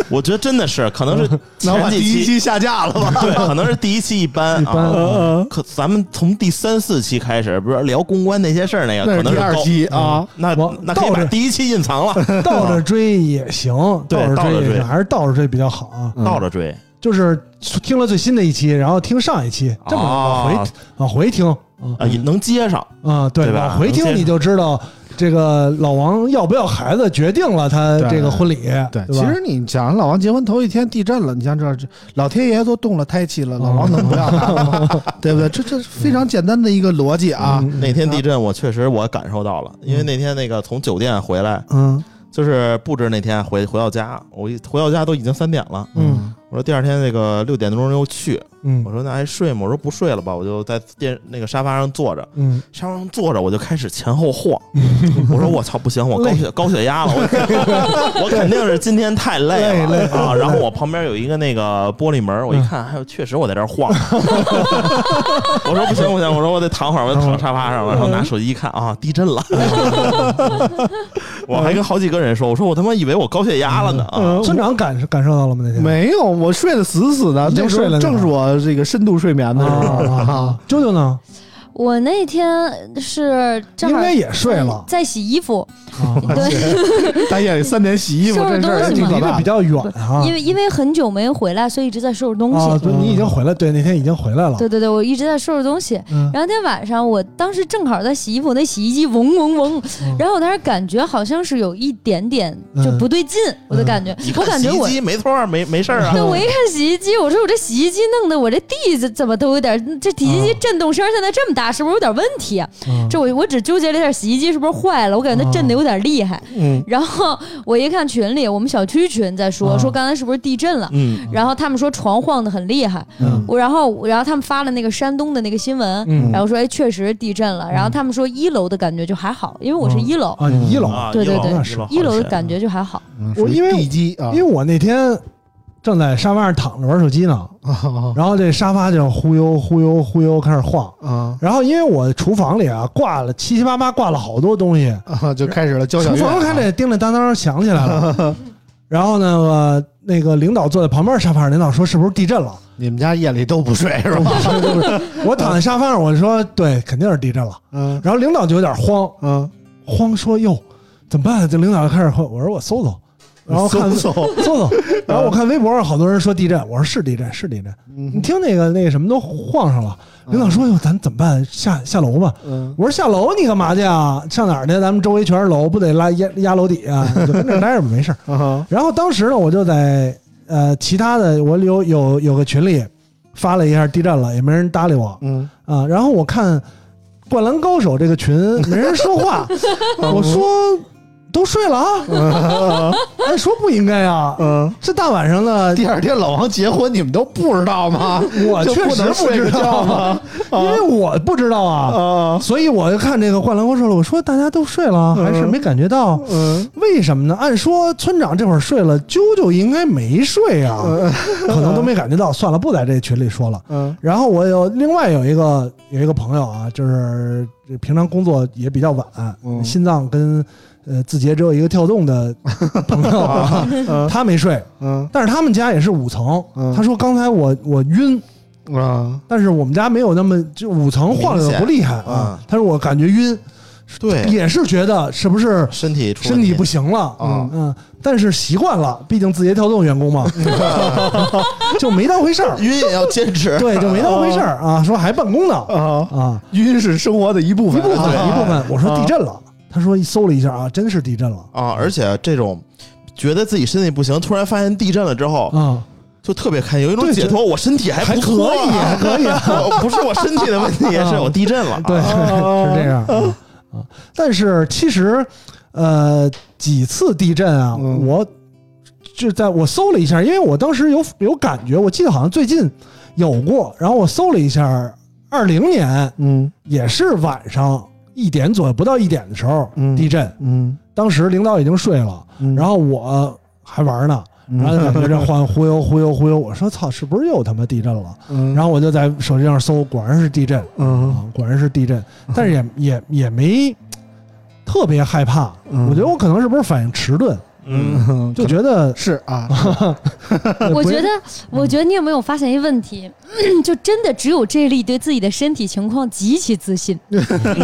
Speaker 4: 我觉得真的是，可能是
Speaker 2: 能把
Speaker 4: 前
Speaker 2: 第
Speaker 4: 几
Speaker 2: 一
Speaker 4: 期
Speaker 2: 期下架了 吧？
Speaker 4: 对，可能是第一期一般
Speaker 6: 一般
Speaker 4: 啊。
Speaker 2: 呃，
Speaker 4: 可咱们从第三四期开始，不是聊公关那些事儿那
Speaker 2: 那
Speaker 4: 个，可
Speaker 2: 是
Speaker 4: 能
Speaker 2: 第二
Speaker 4: 高。
Speaker 2: 期啊。
Speaker 4: 那
Speaker 6: 我
Speaker 4: 那可以
Speaker 6: 倒
Speaker 4: 把
Speaker 6: 是
Speaker 4: 第一期隐藏了，
Speaker 6: 倒着追也行，
Speaker 4: 对
Speaker 6: 倒
Speaker 4: 倒着
Speaker 6: 追也
Speaker 4: 追
Speaker 6: 行，还是倒着追比较好啊。
Speaker 4: 倒着追。
Speaker 6: 就是听了最新的一期，然后听上一期，这么往回
Speaker 4: 啊
Speaker 6: 往回听啊
Speaker 4: 啊，也能接上，
Speaker 6: 啊，对，
Speaker 4: 对吧
Speaker 6: 往回
Speaker 4: 能
Speaker 6: 听
Speaker 4: 接
Speaker 6: 你就知道这个老王要不要孩子决定了他
Speaker 2: 对
Speaker 6: 这个婚礼，
Speaker 2: 对，
Speaker 6: 吧
Speaker 2: 其实你想，老王结婚头一天地震了，你像这这老天爷都动了胎气了，老王能不要他吗？ 对不对？这这非常简单的一个逻辑啊。
Speaker 4: 那天地震我确实我感受到了，因为那天那个从酒店回来，
Speaker 6: 嗯
Speaker 4: 就是布置那天回回到家，我一回到家都已经三点了，
Speaker 6: 嗯
Speaker 4: 我说第二天那个六点钟又去，我
Speaker 6: 嗯
Speaker 4: 说那还睡吗？我说不睡了吧，我就在电那个沙发上坐着，
Speaker 6: 嗯，
Speaker 4: 沙发上坐着我就开始前后 晃，我说我操不行，我高血高血压了，我我肯定 是今天太累了啊！然后我旁边有一个那个玻璃门，我一看，还有确实我在这儿晃， 我说不行不行，我说我得躺会儿，我得躺沙发上了，然后拿手机一看啊，地震了， 我还跟好几个人说，我说我他妈以为我高血压了呢啊！
Speaker 6: 村长感感受到了吗？那天
Speaker 2: 没有，我睡得死死的，
Speaker 6: 已经
Speaker 2: 那时候
Speaker 6: 睡了那会儿
Speaker 2: 正是我这个深度睡眠的时候
Speaker 6: 啊
Speaker 2: 啊
Speaker 6: 啊。，舅舅呢？
Speaker 3: 我那天是正
Speaker 6: 应
Speaker 3: 好
Speaker 6: 该也睡了
Speaker 3: 在洗衣服，
Speaker 6: 啊，
Speaker 3: 对，
Speaker 2: 大夜里三点洗衣服
Speaker 3: 收拾
Speaker 2: 这事儿
Speaker 3: 东西
Speaker 2: 挺
Speaker 3: 嘛
Speaker 2: 可
Speaker 6: 离得
Speaker 2: 怕的。
Speaker 6: 比较远啊
Speaker 3: 因为因为很久没回来，所以一直在收拾东
Speaker 6: 啊，
Speaker 3: 西。
Speaker 6: 对，你已经回来，对，那天已经回来了，
Speaker 3: 对对对，我一直在收拾东西。
Speaker 6: 嗯
Speaker 3: 然后那天晚上，我当时正好在洗衣服，那洗衣机嗡嗡嗡，然后我当时感觉好像是有一点点就不对劲，我的感觉
Speaker 4: 你，
Speaker 3: 我
Speaker 4: 看
Speaker 3: 感
Speaker 4: 洗
Speaker 3: 觉
Speaker 4: 衣
Speaker 3: 我。
Speaker 4: 机没错儿，没没事儿啊
Speaker 3: 对，。我一看洗衣机，我说我这洗衣机弄得我这地怎怎么都有点，这洗衣机震动声现在这么大，是不是有点问题啊？
Speaker 6: 嗯
Speaker 3: 这我我只纠结了一下洗衣机是不是坏了，我感觉它震的有点厉害。
Speaker 2: 嗯，
Speaker 3: 然后我一看群里，我们小区群在说、
Speaker 6: 啊
Speaker 3: 说刚才是不是地震了，
Speaker 4: 嗯，
Speaker 3: 然后他们说床晃得很厉害，
Speaker 6: 嗯
Speaker 3: 我然后然后他们发了那个山东的那个新闻，
Speaker 6: 嗯
Speaker 3: 然后说哎确实地震了，然后他们说一楼的感觉就还好，因为我是一楼，
Speaker 6: 啊，你一楼，
Speaker 4: 啊，
Speaker 3: 对对
Speaker 4: 一楼
Speaker 3: 对
Speaker 4: 一楼好
Speaker 3: 一楼的
Speaker 4: 些
Speaker 3: 感觉就还好，
Speaker 2: 嗯
Speaker 6: 我因为
Speaker 2: 属于地基啊
Speaker 6: 因为我那天正在沙发上躺着玩手 机呢，
Speaker 2: 啊
Speaker 6: 然后这沙发就忽悠忽悠忽悠开始晃，
Speaker 2: 啊
Speaker 6: 然后因为我厨房里啊挂了七七八八挂了好多东西，
Speaker 2: 啊！就开始了交响
Speaker 6: 厨
Speaker 2: 乐啊。
Speaker 6: 房开始叮铃当当响起来了。然后呢，我呃那个领导坐在旁边沙发上，领导说是不是地 震了？
Speaker 2: 你们家夜里都不睡是 吧？
Speaker 6: 我躺在沙发上，我说对，肯定是地震了。
Speaker 2: 嗯
Speaker 6: 然后领导就有点慌，
Speaker 2: 嗯，
Speaker 6: 慌说哟怎么办？这领导就开始慌，我说我搜搜，然后看
Speaker 2: 搜搜，
Speaker 6: 搜搜， 然后我看微博上好多人说地震，我说是地震，是地震。你
Speaker 2: 嗯
Speaker 6: 听那个那个什么都晃上了，领导说哟哎咱怎么办？下下楼吧。
Speaker 2: 嗯，
Speaker 6: 我说下楼你干嘛去啊？上哪儿去？咱们周围全是楼，不得拉压压楼底啊？你就跟这儿待着吧，没事儿。
Speaker 2: 啊
Speaker 6: 然后当时呢，我就在呃其他的我有有有个群里发了一下地震了，也没人搭理我
Speaker 2: 嗯，
Speaker 6: 啊。然后我看《灌篮高手》这 个群没人说话，嗯我说都睡了啊， 按说不应该啊，
Speaker 2: 嗯，
Speaker 6: 这大晚上的，
Speaker 2: 第二天老王结婚，你们都不知道吗？
Speaker 6: 我
Speaker 2: 就
Speaker 6: 确
Speaker 2: 不
Speaker 6: 实
Speaker 2: 能
Speaker 6: 不
Speaker 2: 睡
Speaker 6: 知
Speaker 2: 个
Speaker 6: 道啊
Speaker 2: 觉，吗？
Speaker 6: 因为我不知道啊。
Speaker 2: 啊，
Speaker 6: 所以我就看这个《灌篮高手》了，我说大家都睡了，还是没感觉到，
Speaker 2: 嗯
Speaker 6: 为什么呢？按说村长这会儿睡了，啾啾应该没睡啊，可能都没感觉到。算了，不在这群里说了。
Speaker 2: 嗯
Speaker 6: 然后我有另外有一个有一个朋友啊，就是平常工作也比较晚，
Speaker 2: 嗯
Speaker 6: 心脏跟呃字节只有一个跳动的朋友 啊，他没睡，
Speaker 2: 嗯
Speaker 6: 但是他们家也是五层。
Speaker 2: 嗯
Speaker 6: 他说刚才我我晕，
Speaker 2: 啊，
Speaker 6: 但是我们家没有那么就五层晃
Speaker 4: 明
Speaker 6: 悠
Speaker 4: 显
Speaker 6: 不厉害啊
Speaker 4: 啊。
Speaker 6: 他说我感觉晕，
Speaker 4: 对，
Speaker 6: 也是觉得是不是
Speaker 4: 身体出
Speaker 6: 身 体不行了，
Speaker 4: 啊
Speaker 6: 嗯嗯，但是习惯了，毕竟字节跳动员 工嘛，就没当回事儿，
Speaker 4: 晕也要坚持。
Speaker 6: 对，就没当回事儿啊，说还办公呢
Speaker 4: 嗯
Speaker 2: 啊，
Speaker 6: 啊，
Speaker 2: 晕是生活的一部
Speaker 6: 一
Speaker 2: 分，
Speaker 6: 部分
Speaker 2: 啊
Speaker 6: 一部分，我说地震了，他说一搜了一下啊，真是地震了
Speaker 4: 啊，而且这种觉得自己身体不行，突然发现地震了之后，
Speaker 6: 啊，
Speaker 4: 就特别开心，有一种
Speaker 6: 对
Speaker 4: 解脱。我身体还
Speaker 6: 还
Speaker 4: 不错啊
Speaker 6: 还可 以，
Speaker 4: 我不是我身体的问 题，
Speaker 6: 啊
Speaker 4: 是我地震了。
Speaker 6: 对，
Speaker 2: 哦
Speaker 6: 是 这样啊啊，但是其实呃几次地震啊，
Speaker 2: 嗯
Speaker 6: 我就在我搜了一下，因为我当时有有感觉，我记得好像最近有过，然后我搜了一下，二零年。
Speaker 2: 嗯
Speaker 6: 也是晚上一点左右，不到一点的时候、
Speaker 2: 嗯
Speaker 6: 地震，
Speaker 2: 嗯，
Speaker 6: 当时领导已经睡了，
Speaker 2: 嗯
Speaker 6: 然后我还玩呢，然后就感觉这 晃忽悠忽悠忽悠，我说操，是不是又他妈地震了？
Speaker 2: 嗯
Speaker 6: 然后我就在手机上搜，果然是地震
Speaker 2: 嗯
Speaker 6: 啊，果然是地震，但是也也也没特别害怕，
Speaker 2: 嗯
Speaker 6: 我觉得我可能是不是反应迟钝，
Speaker 4: 嗯，
Speaker 6: 就觉得
Speaker 2: 是啊，
Speaker 3: 我
Speaker 6: 呃不嗯
Speaker 3: 觉得，我觉得你有没有发现一个问题？ 就真的只有这例对自己的身体情况极其自 信，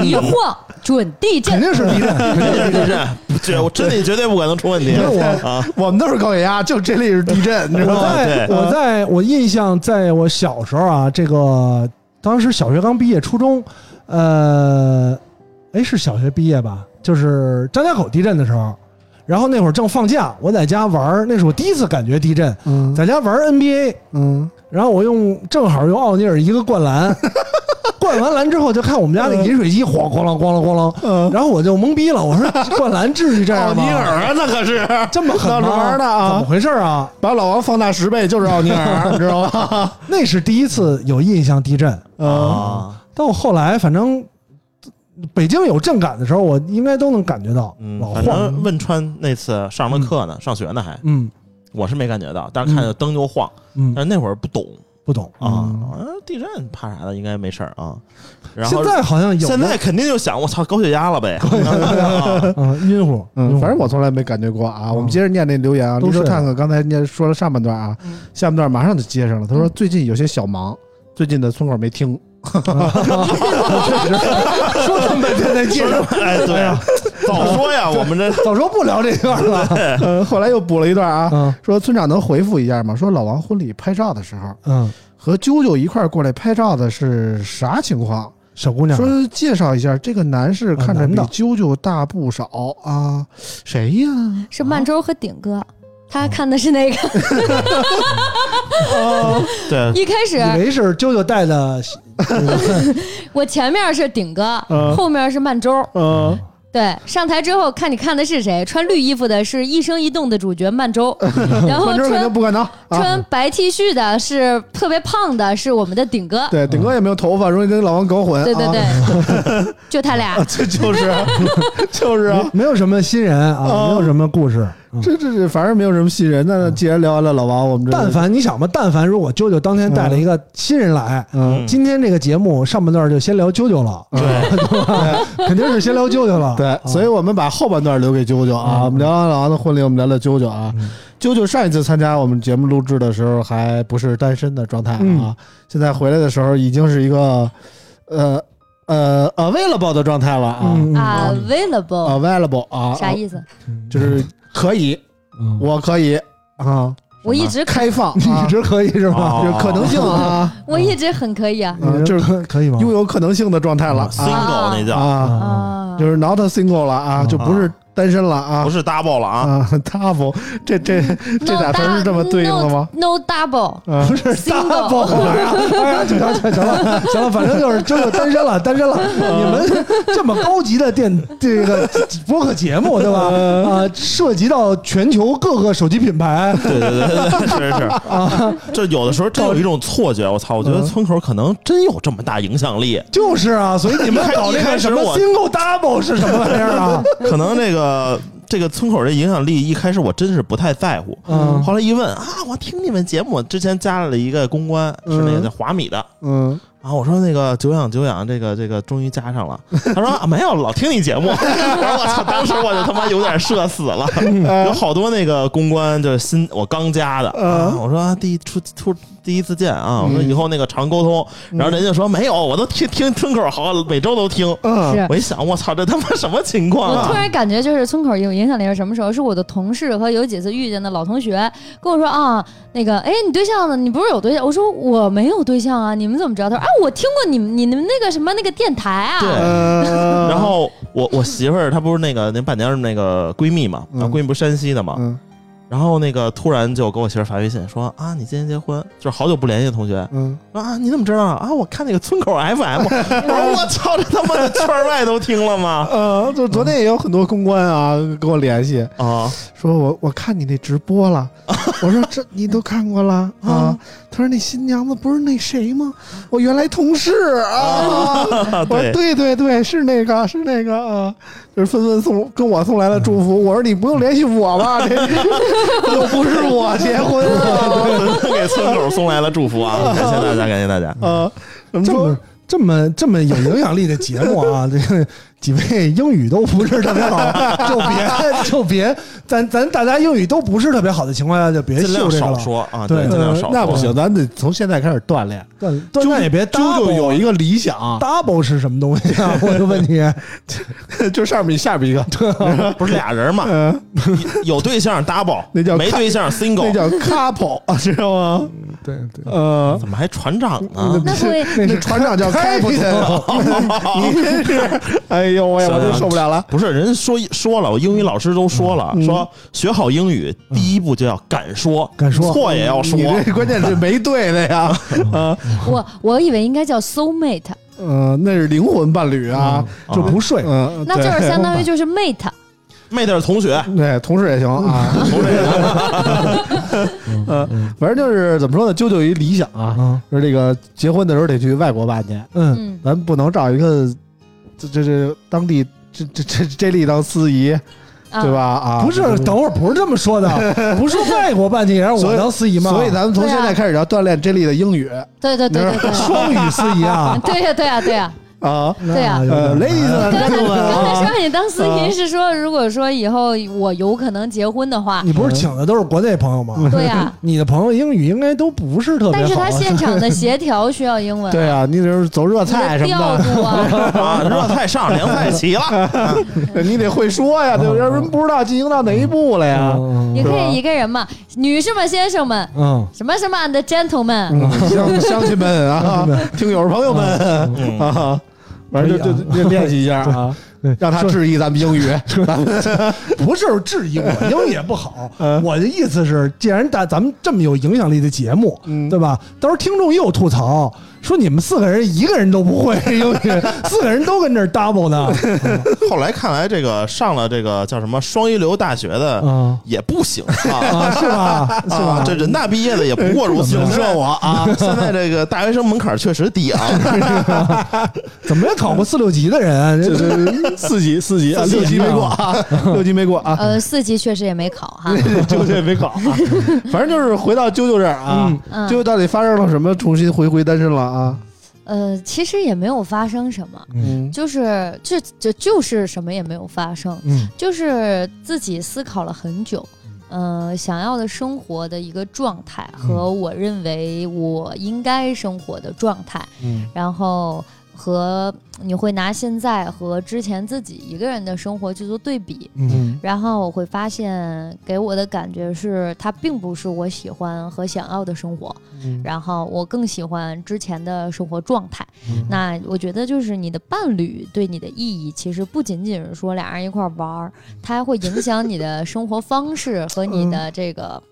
Speaker 3: 一晃准地 震。
Speaker 6: 肯定是地震，肯定是地
Speaker 4: 地
Speaker 6: 震。
Speaker 4: 震，不绝，我身体绝对不可能出 问题
Speaker 6: 因为我
Speaker 4: 啊！
Speaker 2: 我们都是高血压，就这类是地震，你知道
Speaker 6: 我
Speaker 2: 吗？
Speaker 6: 在
Speaker 4: 对
Speaker 6: 我在我印象，在我小时候啊，这个当时小学刚毕业，初中，呃，哎是小学毕业吧？就是张家口地震的时候，然后那会儿正放假，我在家玩儿，那是我第一次感觉地震，
Speaker 2: 嗯
Speaker 6: 在家玩儿 NBA，
Speaker 2: 嗯
Speaker 6: 然后我用正好用奥尼尔一个灌 篮，灌完篮之后就看我们家那饮水机咣咣啷咣啷咣啷，
Speaker 2: 嗯，
Speaker 6: 然后我就懵逼了，我说这灌篮至于这样吗？
Speaker 2: 啊，那可 是
Speaker 6: 这么狠吗？
Speaker 2: 闹着玩儿的啊
Speaker 6: 怎么回事儿啊？
Speaker 2: 把老王放大十倍就是奥尼 尔，你知道吗？
Speaker 6: 那是第一次有印象地震，
Speaker 2: 嗯
Speaker 4: 啊，
Speaker 6: 但我后来反正北京有震感的时候，我应该都能感觉到，
Speaker 4: 嗯
Speaker 6: 老，
Speaker 4: 反正
Speaker 6: 晃，
Speaker 4: 汶川那次上了课呢，上学呢还，
Speaker 6: 嗯
Speaker 4: 我是没感觉到，但是看着灯就晃，
Speaker 6: 嗯，
Speaker 4: 但是那会儿不懂
Speaker 6: 不懂嗯
Speaker 4: 啊，啊地震怕啥的，应该没事儿啊。然后
Speaker 6: 现在好像有
Speaker 4: 现在肯定就想，我操，高血压了呗。 啊
Speaker 6: 嗯晕乎，晕
Speaker 2: 嗯，
Speaker 6: 乎
Speaker 2: 反正我从来没感觉过啊。我们接着念那留言啊，
Speaker 6: 都
Speaker 2: 绿
Speaker 6: 是
Speaker 2: 豆探哥刚才人家说了上半段啊，下半段马上就接上了。他说
Speaker 6: 嗯
Speaker 2: 最近有些小忙，最近的村口没听，
Speaker 6: 说这么半天才接着，
Speaker 4: 哎，对呀，早说呀，我们这
Speaker 6: 早说不聊这段 了，
Speaker 2: 呃，后来又补了一段啊，
Speaker 6: 嗯
Speaker 2: 说村长能回复一下吗？说老王婚礼拍照的时候
Speaker 6: 嗯，
Speaker 2: 和啾啾一块儿过来拍照的是啥情况？
Speaker 6: 小姑娘
Speaker 2: 说介绍一下，这个男士看着比
Speaker 6: 啊男的
Speaker 2: 啾啾大不少啊，谁呀？
Speaker 3: 是
Speaker 6: 啊
Speaker 3: 曼周和顶哥，他看的是那个。
Speaker 4: 对
Speaker 3: 一开始
Speaker 6: 呃以为是舅舅带的，
Speaker 3: 我前面是顶哥，
Speaker 2: 嗯
Speaker 3: 后面是曼周。
Speaker 2: 嗯
Speaker 3: 对，上台之后看你看的是谁，穿绿衣服的是一生一动的主角 曼周，然后
Speaker 2: 反正肯定
Speaker 3: 穿
Speaker 2: 不可能啊。
Speaker 3: 穿白 T 恤的是特别胖的是我们的顶哥。
Speaker 2: 对，顶哥也没有头发，容易跟老王搞混。
Speaker 3: 对对
Speaker 2: 啊
Speaker 3: 对，就他俩。
Speaker 2: 这就是就是啊，
Speaker 6: 没有什么新人啊，
Speaker 2: 哦
Speaker 6: 没有什么故事， 嗯
Speaker 2: 这这这，反正没有什么新人。那既然聊完了老王，我们这
Speaker 6: 但凡你想吧，但凡如果啾啾当天带了一个新人来，
Speaker 2: 嗯，
Speaker 6: 今天这个节目上半段就先聊啾啾了，
Speaker 4: 对，
Speaker 6: 肯定是先聊啾啾了。
Speaker 2: 对，所以我们把后半段留给啾啾
Speaker 6: 嗯
Speaker 2: 啊。我们聊完老王的婚礼，我们聊聊啾啾啊。啾啾上一次参加我们节目录制的时候还不是单身的状态啊
Speaker 6: 嗯，
Speaker 2: 现在回来的时候已经是一个呃呃 available 的状态了啊
Speaker 6: 嗯
Speaker 3: 啊，available
Speaker 2: ，available 啊，
Speaker 3: 啥意思？
Speaker 2: 就是可以，
Speaker 6: 嗯
Speaker 2: 我可以啊，
Speaker 3: 我一直
Speaker 2: 开放
Speaker 6: 你
Speaker 2: 啊
Speaker 6: 一，直可以是吧？
Speaker 2: 就是可能性 啊，
Speaker 3: 我一直很可以啊
Speaker 2: 嗯
Speaker 6: 你一直
Speaker 2: 就是
Speaker 6: 可可以吗？
Speaker 4: 哦
Speaker 2: 拥有可能性的状态了啊
Speaker 4: single 那叫
Speaker 2: 啊，
Speaker 6: 啊，
Speaker 3: 啊，
Speaker 2: 就是 not single 了啊，
Speaker 4: 哦
Speaker 6: 嗯
Speaker 2: 就不是单身了啊，
Speaker 4: 不是 double 了啊，
Speaker 2: 啊，double 这这这俩词儿是这么对应的吗？
Speaker 3: ？No double，
Speaker 2: 啊
Speaker 6: 不，是
Speaker 3: Single
Speaker 6: 哎呀，哎呀，行了行了行了行了，反正就是这就单身了，单身了。
Speaker 2: 嗯
Speaker 6: 你们这么高级的电这 个播客节目对吧？
Speaker 2: 嗯
Speaker 6: 啊，涉及到全球各个手机品牌，
Speaker 4: 对对对对，是是啊，这有的时候真有一种错觉，我操，我觉得村口可能真有这么大影响力，
Speaker 6: 就是啊，所以你们搞那个什么
Speaker 4: 一开始
Speaker 6: single double 是什么玩意儿啊？
Speaker 4: 可能这个这个村口这影响力一开始我真是不太在乎，
Speaker 6: 嗯
Speaker 4: 后来一问啊，我听你们节目之前加了一个公关是那个叫华米的。
Speaker 2: 嗯，
Speaker 4: 啊，我说那个久仰久仰，这个这个终于加上了。他说、啊、没有，老听你节目。 然后我操，当时我就他妈有点社死了。有好多那个公关就是新我刚加的，啊、我说、啊、第一出出第一次见啊，我说以后那个常沟通。然后人家说没有，我都听听村口好，每周都听。
Speaker 2: 嗯
Speaker 3: 是
Speaker 4: 我一想，我操，这他妈什么情况
Speaker 3: 我突
Speaker 4: 啊？
Speaker 3: 然感觉，就是村口有影响力是什么时候？是我的同事和有几次遇见的老同学跟我说啊，那个，哎，你对象呢？你不是有对象？我说我没有对象啊，你们怎么知道？他说啊，我听过你们你们那个什么那个电台啊，
Speaker 4: 对。
Speaker 2: 呃，
Speaker 4: 然后我我媳妇儿她不是那个您伴娘那个闺蜜嘛，
Speaker 2: 嗯
Speaker 4: 啊，闺蜜不是山西的嘛，
Speaker 2: 嗯
Speaker 4: 然后那个突然就给我媳妇儿发微信说啊，你今天结婚，就是好久不联系的同学
Speaker 2: 嗯，
Speaker 4: 说啊，你怎么知道啊？啊我看那个村 口 FM，我说我操，这他妈的圈儿外都听 了吗？
Speaker 2: 呃，就昨天也有很多公关啊跟我联系，
Speaker 4: 啊，
Speaker 2: 说我我看你那直播 了，我说这你都看过了啊
Speaker 4: 啊？
Speaker 2: 他说那新娘子不是那谁吗？我原来同事啊， 我说
Speaker 4: 对
Speaker 2: 对对对，是那个是那个啊，就是纷纷送跟我送来了祝福。我说你不用联系我吧， 这又不是我结婚 啊
Speaker 4: 给村口送来了祝福 啊，感谢大家，感谢大家。
Speaker 2: 啊，怎么
Speaker 6: 这
Speaker 2: 说
Speaker 6: 么？这么这么有影响力的节目 啊，这个几位英语都不是特别好，就别就别，咱咱大家英语都不是特别好的情况下，就别
Speaker 4: 尽
Speaker 6: 秀
Speaker 4: 量
Speaker 6: 这个
Speaker 4: 少
Speaker 6: 了。
Speaker 4: 说啊，
Speaker 6: 对
Speaker 4: 尽量少说。
Speaker 2: 那不行，咱得从现在开始锻炼。
Speaker 6: 但但那也别
Speaker 2: 啾啾
Speaker 6: double
Speaker 2: 有一个理想啊，
Speaker 6: double 是什么东西 啊？我就问你，
Speaker 2: 就上面下边一个，
Speaker 4: 不是俩人嘛，
Speaker 2: 嗯，
Speaker 4: 有对象 double，
Speaker 2: 那叫
Speaker 4: 没对象 single，
Speaker 2: 那叫 couple，知 道吗？
Speaker 6: 对对，
Speaker 2: 呃，
Speaker 4: 怎么还船长呢？
Speaker 3: 那会
Speaker 2: 那是船长叫 captain，你真是，哎呦喂，我真受不了了。
Speaker 4: 不是，人家说说了，我英语老师都说了，
Speaker 2: 嗯
Speaker 4: 说学好英语第一步就要敢说，
Speaker 6: 敢说
Speaker 4: 错也要说
Speaker 2: 你。这关键是没对 的呀，啊，
Speaker 3: 我我以为应该叫 soul mate，
Speaker 2: 呃，那是灵魂伴侣啊，
Speaker 6: 就不睡。
Speaker 2: 嗯，
Speaker 3: 那就是
Speaker 2: 对
Speaker 3: 相当于就是 mate，
Speaker 4: 妹子同学，
Speaker 2: 对，同事也行啊， 同事也行，嗯，反正就是怎么说呢，啾啾一理想啊，
Speaker 6: 啊，
Speaker 2: 说这个结婚的时候得去外国办去，
Speaker 6: 嗯，
Speaker 3: 嗯，
Speaker 2: 咱不能找一个这这这当地这这这这里当司仪，
Speaker 3: 啊
Speaker 2: 对吧？？啊，
Speaker 6: 不是，等会儿不是这么 说的，不是说外国办去也让
Speaker 2: 所
Speaker 6: 我
Speaker 2: 以
Speaker 6: 当司仪吗？
Speaker 2: 所以咱们从现在开始要锻炼这里的英语
Speaker 3: 啊对啊对对 对对，，
Speaker 6: 双语司仪啊
Speaker 3: 对呀对呀对呀。
Speaker 2: 啊。
Speaker 3: 对啊
Speaker 6: 那有点
Speaker 2: 呃
Speaker 6: 难
Speaker 2: ，ladies and
Speaker 3: 刚才
Speaker 2: gentlemen
Speaker 3: 刚才
Speaker 2: 啊，
Speaker 3: 说你当司仪是说，如果说以后我有可能结婚的话，
Speaker 6: 你不是请的都是国内朋友吗？
Speaker 2: 嗯
Speaker 3: 对呀、
Speaker 6: 你的朋友英语应该都不是特别好啊。
Speaker 3: 但是他现场的协调需要英 文，
Speaker 2: 对啊，你得是走热
Speaker 3: 你的
Speaker 2: 菜什
Speaker 3: 调
Speaker 2: 么
Speaker 3: 度啊，
Speaker 4: 啊，热菜上，凉菜齐 了。
Speaker 2: 的， 你得会说呀，对不对？要不然不知道进行到哪一步了呀。
Speaker 6: 嗯
Speaker 3: 你
Speaker 2: 是
Speaker 3: 可
Speaker 2: 吧
Speaker 3: 以一个人嘛，女士们、先生们，
Speaker 6: 嗯，
Speaker 3: 什么什么 and gentlemen，、
Speaker 2: 嗯 乡乡亲们啊， 听友朋友
Speaker 6: 嗯
Speaker 2: 们啊， 反正就就就练习一下啊，
Speaker 6: 对
Speaker 2: 让他质疑咱们英语。啊
Speaker 6: 不是质疑 我，英语也不好。
Speaker 2: 嗯
Speaker 6: 我的意思是，既然大咱们这么有影响力的节目，
Speaker 2: 嗯
Speaker 6: 对吧？到时候听众又吐槽说你们四个人一个人都不会 英语，四个人都跟这儿 double 呢。
Speaker 4: 后来看来，这个上了这个叫什么双一流大学的
Speaker 6: 嗯
Speaker 4: 也不行 啊。
Speaker 6: 啊，是吧？是
Speaker 4: 啊
Speaker 6: 吧？，
Speaker 4: 这人大毕业的也不过如 此。你说我啊， 现在这个大学生门槛确实低啊。
Speaker 6: 怎么也考过四六级的人，
Speaker 2: 这
Speaker 6: 这
Speaker 2: 这四级四级啊，
Speaker 6: 四级
Speaker 2: 六级没过啊，六级没过啊，
Speaker 3: 呃，四级确实也没考哈。
Speaker 2: 啾啾也没搞啊。 反正就是回到啾啾这儿啊，
Speaker 3: 嗯
Speaker 2: 啾，啾到底发生了什么？重新回归单身了啊？
Speaker 3: 呃，其实也没有发生什么，
Speaker 2: 嗯
Speaker 3: 就是就就就是什么也没有发生，
Speaker 6: 嗯
Speaker 3: 就是自己思考了很久，
Speaker 2: 嗯
Speaker 3: 呃，想要的生活的一个状态和我认为我应该生活的状态，
Speaker 6: 嗯
Speaker 3: 然后和你会拿现在和之前自己一个人的生活去做对比，
Speaker 6: 嗯
Speaker 3: 然后我会发现，给我的感觉是，它并不是我喜欢和想要的生活，
Speaker 2: 嗯
Speaker 3: 然后我更喜欢之前的生活状态。
Speaker 6: 嗯
Speaker 3: 那我觉得，就是你的伴侣对你的意义，其实不仅仅是说俩人一块儿玩儿，
Speaker 6: 嗯
Speaker 3: 它还会影响你的生活方式和你的这个。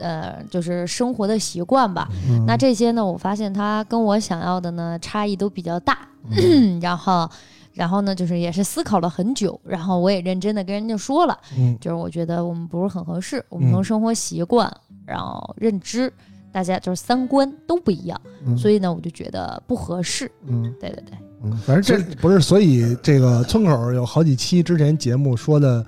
Speaker 3: 呃，就是生活的习惯吧。
Speaker 6: 嗯
Speaker 3: 那这些呢，我发现它跟我想要的呢差异都比较大。
Speaker 6: 嗯
Speaker 3: 然后，然后呢，就是也是思考了很久，然后我也认真的跟人家说了，
Speaker 6: 嗯
Speaker 3: 就是我觉得我们不是很合适，我们
Speaker 6: 嗯
Speaker 3: 从生活习惯，然后认知，大家就是三观都不一样，
Speaker 6: 嗯
Speaker 3: 所以呢，我就觉得不合适。
Speaker 6: 嗯
Speaker 3: 对对对，
Speaker 6: 嗯，反正这不是，所以这个村口有好几期之前节目说的。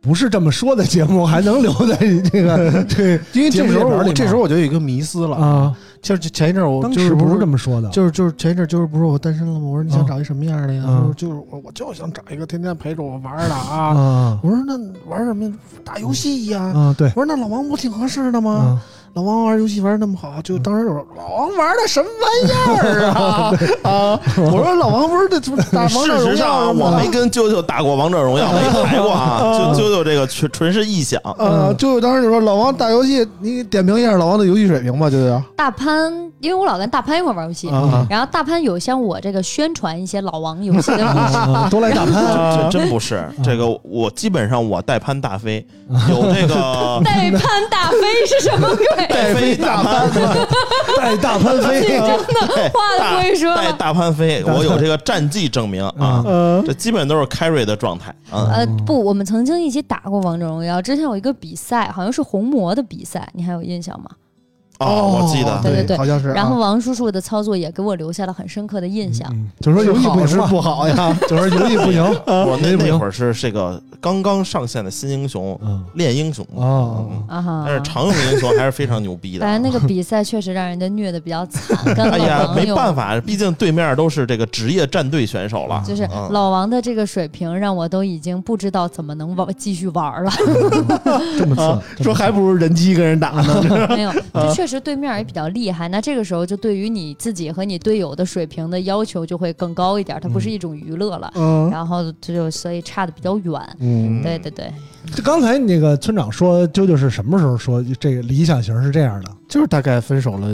Speaker 6: 不是这么说的节目，还能留在 这个这
Speaker 2: 因为这时
Speaker 6: 节目列表里
Speaker 2: 候
Speaker 6: 嘛
Speaker 2: 这时候我就有一个迷思了，
Speaker 6: 啊？
Speaker 2: 就是前一阵儿我
Speaker 6: 当
Speaker 2: 就
Speaker 6: 时
Speaker 2: 是
Speaker 6: 不
Speaker 2: 是
Speaker 6: 是这么说的，
Speaker 2: 就是就是前一阵儿就是不是我单身了吗？我说你想
Speaker 6: 嗯
Speaker 2: 找一什么样的呀？
Speaker 6: 嗯
Speaker 2: 他说就是我我就想找一个天天陪着我玩儿的啊。
Speaker 6: 啊
Speaker 2: 我说那玩什么呀？打游戏呀、
Speaker 6: 啊，对
Speaker 2: 我说那老王不挺合适的吗？
Speaker 6: 啊，
Speaker 2: 老王玩游戏玩得那么好，就当时就说老王玩的什么玩意儿 啊 啊！我说老王不是这这打王者
Speaker 4: 事
Speaker 2: 荣
Speaker 4: 实上啊，
Speaker 2: 耀
Speaker 4: 我
Speaker 2: 吗
Speaker 4: 没跟啾啾打过王者荣耀，没排 过啊。就啾啾这个纯纯是臆想，
Speaker 2: 呃，就当时就说老王打游戏，你点评一下老王的游戏水平吧，就是啊
Speaker 3: 大潘，因为我老跟大潘一块儿玩游戏。
Speaker 2: 啊
Speaker 3: 然后大潘有像我这个宣传一些老王游戏的故事，
Speaker 6: 啊都来打潘啊，
Speaker 4: 这真不是这个。我基本上我代攀大飞，有这个
Speaker 3: 带潘大飞是什么鬼？
Speaker 4: 带飞大潘，
Speaker 6: 带大潘飞，
Speaker 2: 啊
Speaker 4: 对
Speaker 3: 话都不会说
Speaker 4: 带
Speaker 3: 了。
Speaker 4: 大潘飞，我有这个战绩证明
Speaker 6: 嗯
Speaker 4: 啊。
Speaker 2: 嗯
Speaker 4: 这基本都是 carry 的状态啊。
Speaker 3: 呃，不，我们曾经一起打过王者荣耀，之前有一个比赛，好像是红魔的比赛，你还有印象吗？
Speaker 4: 哦，我记得
Speaker 3: 对对对
Speaker 2: 好像是啊。
Speaker 3: 然后王叔叔的操作也给我留下了很深刻的印象。
Speaker 6: 嗯就是说游戏不
Speaker 2: 好是
Speaker 6: 行吧
Speaker 2: 不好 呀，
Speaker 6: 就是游戏不行，
Speaker 4: 我那
Speaker 6: 游戏不
Speaker 4: 那
Speaker 6: 行
Speaker 4: 会儿是这个刚刚上线的新英雄
Speaker 6: 嗯
Speaker 4: 练英雄，嗯
Speaker 6: 哦，
Speaker 3: 啊哈！
Speaker 4: 但是常用英雄还是非常牛逼的啊。
Speaker 3: 反正那个比赛确实让人家虐的比较惨，跟
Speaker 4: 哎
Speaker 3: 老
Speaker 4: 呀，
Speaker 3: 王
Speaker 4: 没
Speaker 3: 有
Speaker 4: 办法，毕竟对面都是这个职业战队选手了。
Speaker 3: 就是
Speaker 4: 嗯
Speaker 3: 老王的这个水平，让我都已经不知道怎么能玩继续玩了。
Speaker 6: 这么
Speaker 2: 啊
Speaker 6: 次，
Speaker 2: 说还不如人机跟人打呢。
Speaker 3: 没有，
Speaker 4: 啊
Speaker 3: 就确实对面也比较厉害。那这个时候，就对于你自己和你队友的水平的要求就会更高一点，它不是一种娱乐了。
Speaker 2: 嗯
Speaker 3: 然后就所以差的比较远。
Speaker 2: 嗯
Speaker 3: 对对对，
Speaker 6: 就刚才那个村长说，究究是什么时候说这个理想型是这样的？
Speaker 2: 就是大概分手了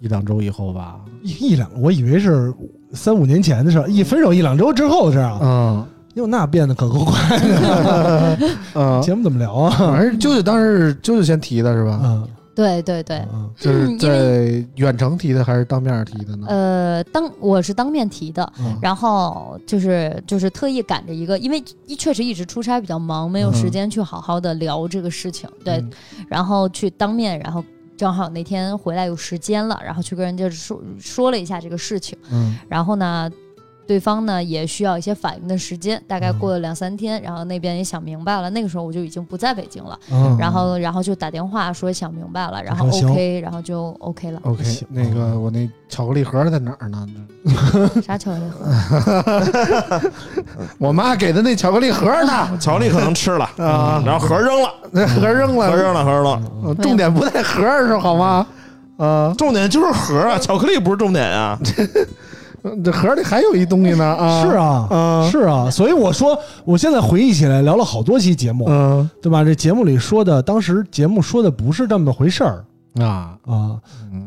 Speaker 2: 一两周以后吧。
Speaker 6: 一一两，我以为是三五年前的事儿，一分手一两周之后这样，
Speaker 2: 嗯
Speaker 6: 啊哟，那变得可够快的。
Speaker 2: 嗯，
Speaker 6: 节目怎么聊啊？
Speaker 2: 反正舅舅当时舅舅先提的是吧？
Speaker 6: 嗯
Speaker 3: 对对对。
Speaker 6: 嗯
Speaker 2: 就是
Speaker 3: 因
Speaker 2: 在远程提的还是当面提的呢？
Speaker 3: 呃，当我是当面提的，
Speaker 6: 嗯
Speaker 3: 然后就是就是特意赶着一个，因为一确实一直出差比较忙，没有时间去好好的聊这个事情，对，然后去当面，然后正好那天回来有时间了，然后去跟人家说说了一下这个事情，
Speaker 6: 嗯
Speaker 3: 然后呢。对方呢也需要一些反应的时间，大概过了两三天，然后那边也想明白了。那个时候我就已经不在北京了，
Speaker 6: 嗯，
Speaker 3: 然后然后就打电话说想明白了，然后
Speaker 6: 我说行
Speaker 3: OK，然后就 OK 了。
Speaker 2: OK，
Speaker 6: 行
Speaker 2: 那个我那巧克力盒在哪儿呢？
Speaker 3: 啥巧克力盒？
Speaker 2: 我妈给的那巧克力盒呢？
Speaker 4: 乔力可能吃了
Speaker 2: 啊
Speaker 4: 然后盒扔了，
Speaker 2: 那盒扔
Speaker 4: 盒
Speaker 2: 了，
Speaker 4: 扔嗯了，盒扔了。
Speaker 2: 嗯重点不在盒儿上好吗？啊，
Speaker 4: 重点就是盒啊，巧克力不是重点啊。
Speaker 2: 这盒里还有一东西呢啊！
Speaker 6: 是，啊，
Speaker 2: 啊，
Speaker 6: 是啊，所以我说，我现在回忆起来，聊了好多期节目，
Speaker 2: 嗯
Speaker 6: 对吧？这节目里说的，当时节目说的不是这么回事儿
Speaker 2: 啊，
Speaker 6: 啊。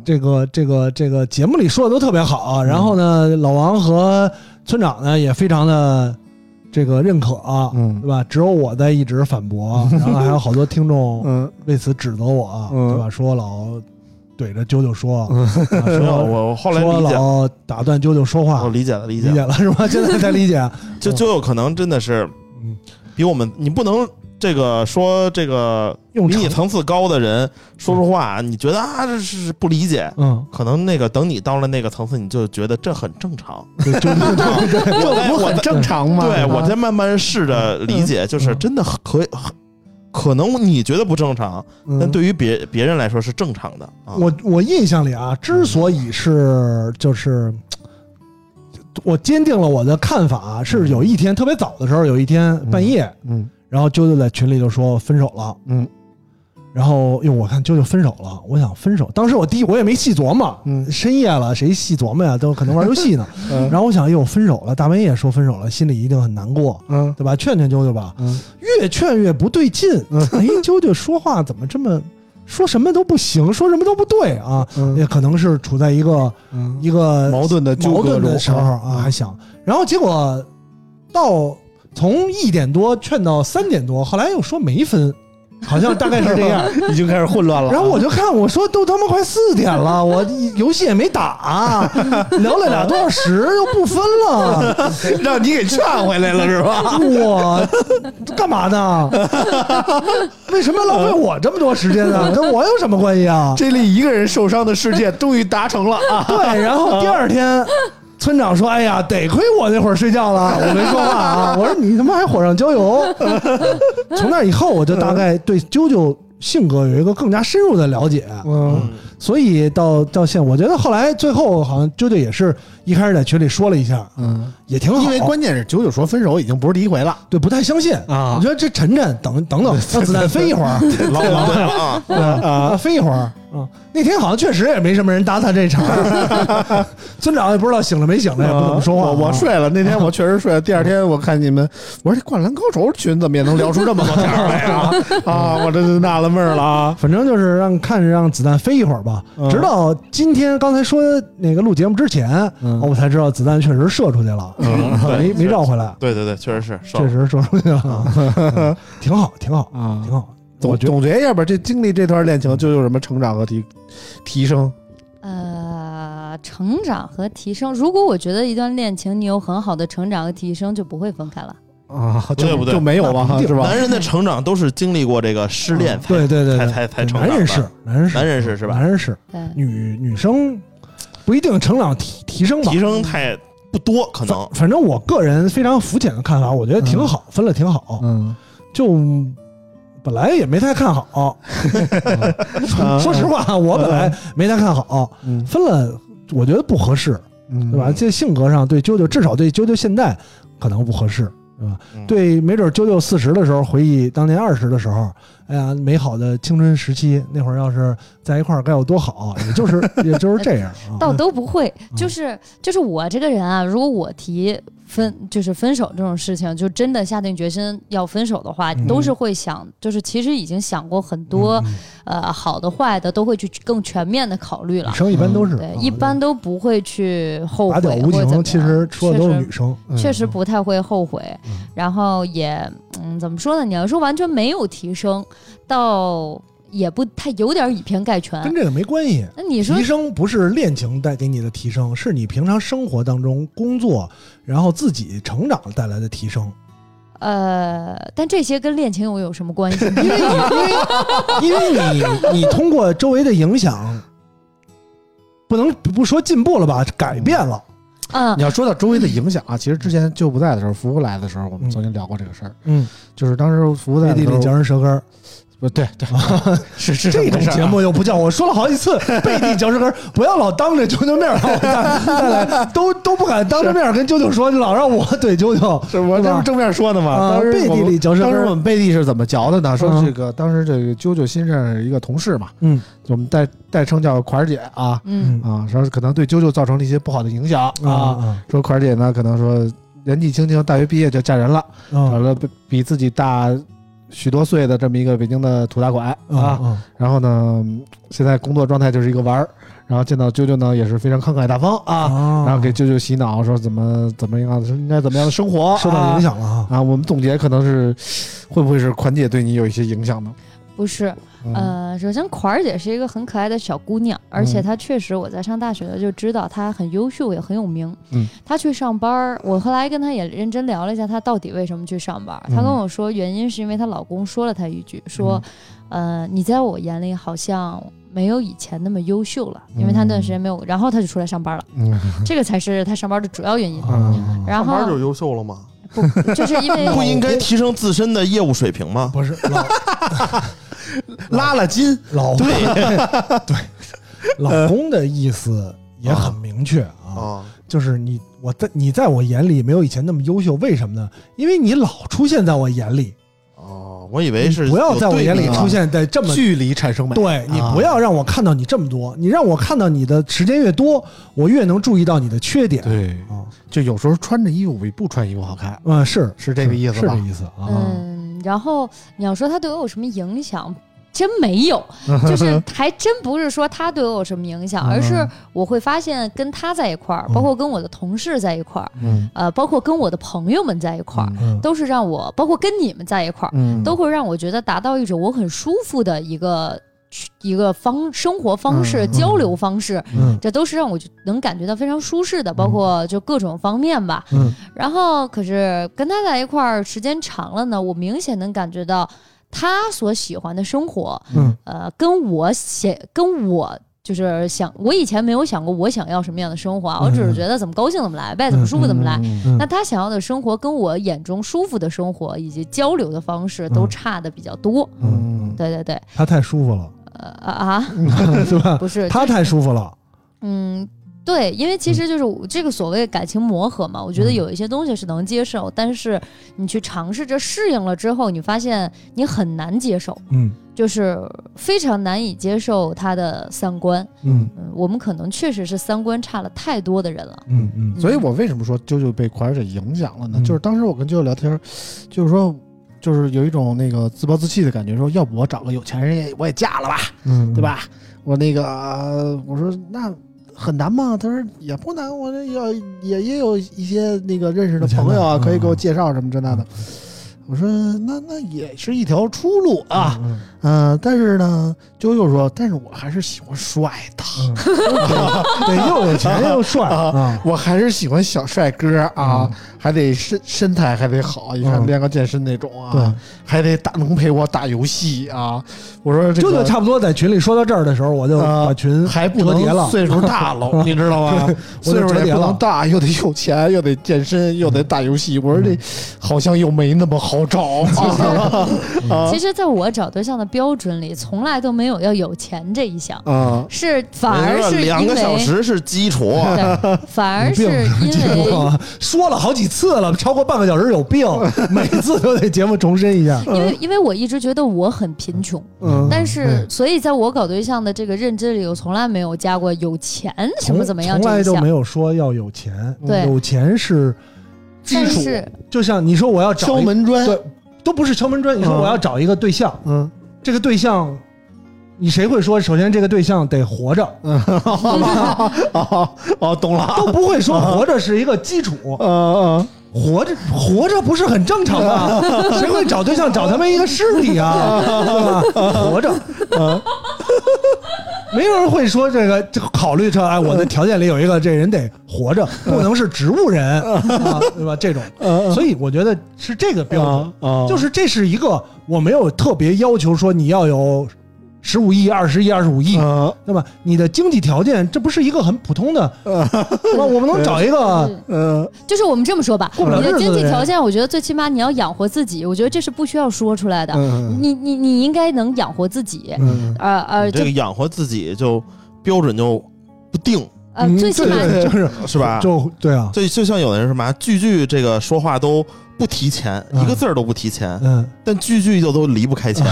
Speaker 6: 这个这个这个节目里说的都特别好
Speaker 4: 嗯
Speaker 6: 啊、然后呢，老王和村长呢也非常的这个认可啊、
Speaker 2: 嗯
Speaker 6: 对吧？只有我在一直反 驳，啊然后还有好多听众
Speaker 2: 嗯
Speaker 6: 为此指责我啊，
Speaker 2: 嗯
Speaker 6: 对吧？说老怼着啾啾说，啊
Speaker 4: 没有，
Speaker 6: 说
Speaker 4: 我我嗯后来
Speaker 6: 说
Speaker 4: 理解，
Speaker 6: 老打断啾啾说
Speaker 4: 我
Speaker 6: 话，
Speaker 4: 理解了，理
Speaker 6: 理
Speaker 4: 解了。
Speaker 6: 了是吧？现在才理解，
Speaker 4: 就就有可能真的是
Speaker 6: 嗯
Speaker 4: 比我们，你不能这个说这个
Speaker 6: 用
Speaker 4: 比
Speaker 6: 常
Speaker 4: 你层次高的人说出话，你觉得啊这是不理解，
Speaker 6: 嗯，
Speaker 4: 可能那个等你到了那个层次，你就觉得这很正 常。
Speaker 6: 就就
Speaker 4: 我在
Speaker 2: 这不
Speaker 4: 我
Speaker 2: 很
Speaker 4: 在嗯
Speaker 2: 正常吗？
Speaker 4: 对
Speaker 2: 吧
Speaker 4: 我在慢慢试着理解，就是真的可以可能你觉得不正常，但
Speaker 6: 嗯
Speaker 4: 对于别别人来说是正常的啊。
Speaker 6: 我我印象里啊，
Speaker 2: 嗯
Speaker 6: 之所以是就是。我坚定了我的看法，啊是有一天特别早的时候，有一天半夜，
Speaker 2: 嗯
Speaker 6: 然后啾啾在群里就说分手了，
Speaker 2: 嗯
Speaker 6: 然后哟，我看啾啾分手了，我想分手。当时我第一我也没细琢磨，
Speaker 2: 嗯
Speaker 6: 深夜了谁细琢磨呀？都可能玩游戏呢。
Speaker 2: 嗯
Speaker 6: 然后我想，哟，分手了，大半夜说分手了，心里一定很难过，
Speaker 2: 嗯
Speaker 6: 对吧？劝劝啾啾吧，
Speaker 2: 嗯
Speaker 6: 越劝越不对劲。哎，啾啾说话怎么这么说什么都不行，说什么都不对啊？也
Speaker 2: 嗯
Speaker 6: 可能是处在一个
Speaker 2: 嗯，
Speaker 6: 一个
Speaker 2: 矛盾的纠
Speaker 6: 矛
Speaker 2: 葛
Speaker 6: 盾
Speaker 2: 中嗯
Speaker 6: 的时候啊，还想，然后结果到从一点多劝到三点多，后来又说没分，好像大概是 这样。
Speaker 2: 已经开始混乱了啊。
Speaker 6: 然后我就看，我说都他妈快四点了，我游戏也没 打，聊了俩多小时又不分了，
Speaker 2: 让你给劝回来了是吧？啊
Speaker 6: 我干嘛呢？为什么要浪费我这么多时 间呢？跟我有什么关系啊？
Speaker 2: 这里一个人受伤的世界终于达成了啊！
Speaker 6: 对，然后第二天。村长说：“哎呀，得亏我那会儿睡 觉了，我没说话啊。”我说：“你他妈还火上浇油。”从那以后，我就大概对啾啾性格有一个更加深入的了解。
Speaker 2: 嗯
Speaker 4: 嗯
Speaker 6: 所以到到现在，我觉得后来最后好像啾啾也是一开始在群里说了一下，
Speaker 2: 嗯，
Speaker 6: 也挺好，啊
Speaker 2: 因为 关键是九九说分手已经不是第一回了。
Speaker 6: 对不太相信
Speaker 2: 啊
Speaker 6: 我觉得这晨晨等 等等，让子弹飞一会儿，
Speaker 4: 老老对了啊，
Speaker 6: 啊，飞一会儿啊。那天好像确实也没什么人搭他这茬儿， 村长也不知道醒了没醒了，也不怎么说
Speaker 4: 嗯
Speaker 6: 话。
Speaker 2: 我我
Speaker 6: 啊
Speaker 2: 睡了，那天我确实睡了。第二天我看你们，我说这《灌篮高手》群怎么也能聊出这么多条来啊？ 啊，我这就纳了闷儿了啊！
Speaker 6: 反正就是让看着让子弹飞一会儿吧，
Speaker 2: 嗯
Speaker 6: 直到今天刚才说那个录节目之前，
Speaker 2: 嗯
Speaker 6: 我才知道子弹确实射出去了，
Speaker 4: 嗯对
Speaker 6: 没没绕回来，
Speaker 4: 对对对，确实是，是
Speaker 6: 确实射出去了，嗯挺好，挺好，
Speaker 2: 啊
Speaker 6: 挺好。
Speaker 2: 总
Speaker 6: 我觉得
Speaker 2: 总结一下吧，这经历这段恋情就有什么成长和提提升？
Speaker 3: 呃，成长和提升。如果我觉得一段恋情你有很好的成长和提升，就不会分开了。
Speaker 2: 啊，就
Speaker 4: 对不对
Speaker 2: 就没有了，
Speaker 6: 那一定
Speaker 2: 是吧？
Speaker 4: 男人的成长都是经历过这个失恋才
Speaker 6: 嗯对对对
Speaker 4: 才
Speaker 6: 对，
Speaker 4: 才才成长
Speaker 6: 男
Speaker 4: 的，
Speaker 6: 人是男人是
Speaker 4: 男人是是吧？
Speaker 6: 男人是
Speaker 3: 对，
Speaker 6: 女女生不一定成长提提升吧，
Speaker 4: 提升太不多，可能
Speaker 6: 反正我个人非常肤浅的看法，我觉得挺好，分了挺好，
Speaker 2: 嗯，
Speaker 6: 就本来也没太看好。说说实话，我本来没太看好，
Speaker 2: 嗯
Speaker 6: 分了我觉得不合适，
Speaker 2: 嗯
Speaker 6: 对吧？这性格上对啾啾，至少对啾啾现在可能不合适，对吧？
Speaker 4: 嗯
Speaker 6: 对，没准啾啾四十的时候回忆当年二十的时候，哎呀，美好的青春时期，那会儿要是在一块儿该有多好，也就是也就是这样 啊。
Speaker 3: 倒都不会，
Speaker 6: 嗯
Speaker 3: 就是就是我这个人啊，如果我提分就是分手这种事情，就真的下定决心要分手的话，
Speaker 6: 嗯
Speaker 3: 都是会想，就是其实已经想过很多
Speaker 6: 嗯
Speaker 3: 呃好的坏的，都会去更全面的考虑了
Speaker 6: 女。生一般都是
Speaker 3: 对
Speaker 6: 啊，
Speaker 3: 一般都不会去后
Speaker 6: 打
Speaker 3: 悔
Speaker 6: 屌
Speaker 3: 或
Speaker 6: 无
Speaker 3: 者怎么样。
Speaker 6: 情，其实说的都是女生，
Speaker 2: 嗯
Speaker 3: 确实不太会后悔，
Speaker 6: 嗯
Speaker 3: 然后也嗯，怎么说呢？你要说完全没有提升，倒也不太有点以偏概全
Speaker 6: 跟。这个没关系。
Speaker 3: 那你说
Speaker 6: 提升不是恋情带给你的提升，是你平常生活当中工作，然后自己成长带来的 提升。
Speaker 3: 呃，但这些跟恋情又有什么关系？
Speaker 6: 因为你，因为因为你，你通过周围的影响，不能不说进步了吧，改变了。
Speaker 3: 嗯
Speaker 2: 你要说到周围的影响啊，其实之前就不在的时候，福福来的时候，我们
Speaker 6: 嗯
Speaker 2: 曾经聊过这个事儿。
Speaker 6: 嗯，
Speaker 2: 就是当时福福在
Speaker 6: 背
Speaker 2: 的
Speaker 6: 地
Speaker 2: 时
Speaker 6: 里嚼
Speaker 2: 候，
Speaker 6: 人舌 根儿，
Speaker 2: 不对 对，是是
Speaker 6: 这
Speaker 2: 么
Speaker 6: 种
Speaker 2: 回事儿啊
Speaker 6: 节目又不叫我说了好几次， 背地嚼舌根儿，不要老当着啾啾面儿， 让我再再来，都都不敢当着面儿跟啾啾说，你老让我怼啾啾。
Speaker 2: 是我
Speaker 6: 对
Speaker 2: 这
Speaker 6: 吧
Speaker 2: 不正面说的吗？
Speaker 6: 啊
Speaker 2: 当时
Speaker 6: 背
Speaker 2: 我
Speaker 6: 地
Speaker 2: 们
Speaker 6: 里嚼舌
Speaker 2: 当
Speaker 6: 根
Speaker 2: 时
Speaker 6: 儿
Speaker 2: 我们背地是怎么嚼的呢？说
Speaker 6: 嗯
Speaker 2: 这个当时这个啾啾新认识一个同事嘛，
Speaker 6: 嗯，
Speaker 2: 我们代代称叫款儿姐啊
Speaker 3: 嗯
Speaker 2: 啊，说可能对啾啾造成了一些不好的影响啊。
Speaker 6: 啊
Speaker 2: 说款儿姐呢，可能说年纪轻轻，大学毕业就嫁人了，
Speaker 6: 啊
Speaker 2: 找了比比自己大许多岁的这么一个北京的土大款啊。
Speaker 6: 啊！
Speaker 2: 然后呢，现在工作状态就是一个玩儿，然后见到啾啾呢也是非常慷慨大方啊，
Speaker 6: 啊
Speaker 2: 然后给啾啾洗脑说怎么怎么样，应该怎么样的生活，
Speaker 6: 受到影
Speaker 2: 响
Speaker 6: 响了啊。
Speaker 2: 啊。我们总结可能是会不会是款姐对你有一些影响呢？
Speaker 3: 不是，
Speaker 4: 嗯
Speaker 3: 呃，首先款儿姐是一个很可爱的小姑娘，而且她确实，我在上大学的就知道她很优秀，也很有名。
Speaker 6: 嗯，
Speaker 3: 她去上班儿，我后来跟她也认真聊了一下，她到底为什么去上班儿。她跟
Speaker 4: 嗯
Speaker 3: 我说，原因是因为她老公说了她一句，说，呃，你在我眼里好像没有以前那么优秀了，
Speaker 4: 嗯
Speaker 3: 因为她那段时间没有，然后她就出来上班了，
Speaker 6: 嗯
Speaker 3: 这个才是她上班的主要原因。
Speaker 4: 哦
Speaker 6: 啊，
Speaker 3: 然
Speaker 7: 上班
Speaker 3: 后
Speaker 7: 就优秀了吗？
Speaker 3: 不就是因为
Speaker 4: 不应该提升自身的业务水平吗？
Speaker 6: 不是老
Speaker 7: 哦
Speaker 2: 拉拉筋，
Speaker 6: 老对对，老公的意思也很明确啊，
Speaker 7: 啊，
Speaker 6: 就是你我在你在我眼里没有以前那么优秀，为什么呢？因为你老出现在我眼里，
Speaker 4: 哦，我以为是
Speaker 6: 不要在我眼里
Speaker 4: 有对比
Speaker 6: 出现在这么。
Speaker 2: 距离产生美。
Speaker 6: 对你
Speaker 2: 啊
Speaker 6: 不要让我看到你这么多，你让我看到你的时间越多，我越能注意到你的缺点。
Speaker 2: 对，
Speaker 6: 啊，
Speaker 2: 就有时候穿着衣服比不穿衣服好看，
Speaker 6: 嗯，是
Speaker 2: 是这个意思
Speaker 6: 是这
Speaker 2: 吧？
Speaker 6: 意思啊。
Speaker 3: 嗯，然后你要说他对我有什么影响，真没有， 就是还真不是说他对我有什么影响，而
Speaker 6: 嗯
Speaker 3: 是我会发现跟他在一块儿，包括跟我的同事在一块儿，
Speaker 2: 嗯
Speaker 3: 呃，包括跟我的朋友们在一块儿，
Speaker 6: 嗯
Speaker 3: 都是让我，包括跟你们在一块儿，
Speaker 2: 嗯，
Speaker 3: 都会让我觉得达到一种我很舒服的一个。一个方生活方式、
Speaker 2: 嗯
Speaker 3: 交流方式，
Speaker 6: 嗯
Speaker 3: 这都是让我就能感觉到非常舒适的，包括就各种方面吧。
Speaker 6: 嗯
Speaker 3: 然后可是跟他在一块儿时间长了呢，我明显能感觉到他所喜欢的生活，
Speaker 6: 嗯，
Speaker 3: 呃，跟我想跟我。就是想，我以前没有想过我想要什么样的生活啊，我只是觉得怎么高兴怎么来呗，怎么舒服怎么来。
Speaker 6: 嗯
Speaker 3: 那他想要的生活跟我眼中舒服的生活以及交流的方式
Speaker 6: 嗯
Speaker 3: 都差的比较多。
Speaker 2: 嗯，
Speaker 3: 对对对，
Speaker 6: 他太舒服了，
Speaker 3: 呃 啊
Speaker 6: 对吧
Speaker 3: 啊，？不是
Speaker 6: 他太舒服了，
Speaker 3: 嗯，对，因为其实就是我这个所谓感情磨合嘛，我觉得
Speaker 6: 嗯
Speaker 3: 有一些东西是能接受，但是你去尝试着适应了之后，你发现你很难接受，
Speaker 6: 嗯
Speaker 3: 就是非常难以接受他的三观。
Speaker 6: 嗯
Speaker 3: 嗯，我们可能确实是三观差了太多的人了。
Speaker 6: 嗯嗯
Speaker 2: 所以我为什么说啾啾被款儿姐影响了呢？
Speaker 6: 嗯
Speaker 2: 就是当时我跟啾啾聊天儿，就是说，就是有一种那个自暴自弃的感觉，说要不我找个有钱人也我也嫁了吧，
Speaker 6: 嗯，
Speaker 2: 对？吧？我那个、呃我说那很难吗？他说也不难，我这要也也有一些那个认识的朋友啊，
Speaker 6: 有钱的
Speaker 2: 可以给我
Speaker 6: 嗯
Speaker 2: 介绍什么这那的。我说那那也是一条出路啊，
Speaker 6: 嗯，
Speaker 2: 嗯、但是呢，啾啾说，但是我还是喜欢帅的，
Speaker 6: 嗯对，又有钱又帅啊，
Speaker 2: 我还是喜欢小帅哥啊，还得身身材还得好，一看
Speaker 6: 嗯
Speaker 2: 练个健身那种啊，
Speaker 6: 对，
Speaker 2: 还得打能陪我打游戏啊。我说这
Speaker 6: 舅舅
Speaker 2: 个
Speaker 6: 差不多在群里说到这儿的时候，我就
Speaker 2: 啊
Speaker 6: 把群
Speaker 2: 还不
Speaker 6: 折叠
Speaker 2: 能
Speaker 6: 了
Speaker 2: 岁数大 了，你知道吗？
Speaker 6: 我
Speaker 2: 岁
Speaker 6: 就
Speaker 2: 数
Speaker 6: 折
Speaker 2: 也
Speaker 6: 叠
Speaker 2: 不
Speaker 6: 了
Speaker 2: 能。大，又得有钱，又得健身，又得打游戏。我说这好像又没那么好找 啊
Speaker 4: 哦
Speaker 3: 其实，在我找对象的标准里，从来都没有要有钱这一项，
Speaker 2: 啊！
Speaker 3: 是反而是因为
Speaker 4: 两个小时是基础，
Speaker 3: 对，反而是
Speaker 6: 有
Speaker 3: 因
Speaker 6: 病是这啊
Speaker 3: 为
Speaker 6: 个 说了好几次了，超过半个小时有病，每次都得节目重申一下。
Speaker 3: 因为因为我一直觉得我很贫穷，
Speaker 2: 嗯
Speaker 3: 但是所以在我搞对象的这个认知里，我从来没有加过有钱什么
Speaker 6: 从
Speaker 3: 怎么样
Speaker 6: 从
Speaker 3: 这
Speaker 6: 来
Speaker 3: 一
Speaker 6: 都
Speaker 3: 项
Speaker 6: 没，有说要有钱，
Speaker 3: 对
Speaker 6: 有钱是基
Speaker 3: 但
Speaker 6: 础。
Speaker 3: 是
Speaker 6: 就像你说我要找
Speaker 2: 敲
Speaker 6: 一个，
Speaker 2: 门砖，
Speaker 6: 对，都不是敲门砖。你说
Speaker 2: 嗯
Speaker 6: 我要找一个对象，
Speaker 2: 嗯，
Speaker 6: 这个对象，你谁会说？首先这个对象得活着，
Speaker 2: 哦哦，懂了，
Speaker 6: 都不会说活着是一个基础，
Speaker 2: 嗯嗯
Speaker 6: 活着活着不是很正常吗？谁会找对象找他们一个尸体啊？对吧？活着，啊没有人会说这个，这个考虑这哎，我的条件里有一个这人得活着，不能是植物人，啊对吧？这种，所以我觉得是这个标准
Speaker 2: 啊，嗯啊，
Speaker 6: 就是这是一个我没有特别要求说你要有十五亿、二十亿、二十五亿，
Speaker 2: 嗯
Speaker 6: 那么你的经济条件，这不是一个很普通的，对吧？我们能找一个
Speaker 3: 是
Speaker 2: 嗯
Speaker 3: 就是我们这么说吧，
Speaker 6: 啊过不了
Speaker 3: 你
Speaker 6: 日
Speaker 3: 的
Speaker 6: 子
Speaker 3: 经
Speaker 6: 的
Speaker 3: 济
Speaker 6: 人
Speaker 3: 条件，我觉得最起码你要养活自己，我觉得这是不需要说出来的。
Speaker 2: 嗯
Speaker 3: 你你你应该能养活自己，
Speaker 2: 嗯
Speaker 3: 呃呃，
Speaker 4: 你这
Speaker 3: 就
Speaker 4: 个养活自己就标准就不定，
Speaker 3: 呃
Speaker 6: 嗯
Speaker 3: 最起码
Speaker 6: 对对对就是
Speaker 4: 是吧？
Speaker 6: 就对啊，
Speaker 4: 就就像有的人什么句句这个说话都不提钱，
Speaker 6: 嗯
Speaker 4: 一个字儿都不提钱，
Speaker 6: 嗯，
Speaker 4: 但句句就都离不 开钱，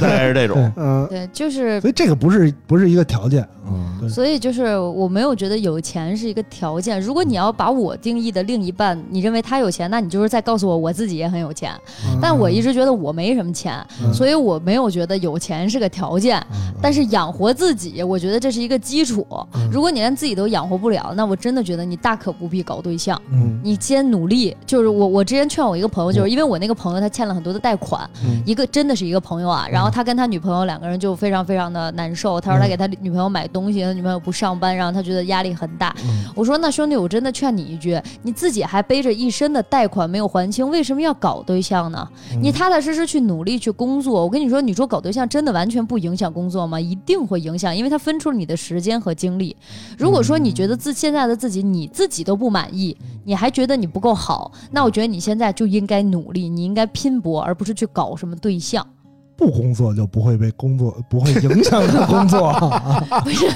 Speaker 4: 大概是这种。
Speaker 2: 嗯
Speaker 3: 对，就是
Speaker 6: 所以这个不是不是一个条件，
Speaker 2: 嗯，
Speaker 3: 所以就是我没有觉得有钱是一个条件。如果你要把我定义的另一半，你认为他有钱，那你就是在告诉我我自己也很有钱。嗯
Speaker 6: 嗯
Speaker 3: 但我一直觉得我没什么钱，所以我没有觉得有钱是个条件。但是养活自己，我觉得这是一个基础。如果你连自己都养活不了，那我真的觉得你大可不必搞对象。
Speaker 6: 嗯
Speaker 3: 你先努力，就是我我之前劝我我一个朋友，就是因为我那个朋友他欠了很多的贷款，
Speaker 2: 嗯
Speaker 3: 一个真的是一个朋友啊，然后他跟他女朋友两个人就非常非常的难受。他说他给他女朋友买东西，他女朋友不上班，然后他觉得压力很大。我说那兄弟，我真的劝你一句，你自己还背着一身的贷款没有还清，为什么要搞对象呢？你踏踏实实去努力去工作。我跟你说，你说搞对象真的完全不影响工作吗？一定会影响，因为它分出了你的时间和精力。如果说你觉得自现在的自己你自己都不满意，你还觉得你不够好，那我觉得你现在就应该努力，你应该拼搏，而不是去搞什么对象。
Speaker 6: 不工作就不会被工作不会影响你的 工作，啊
Speaker 3: 不是，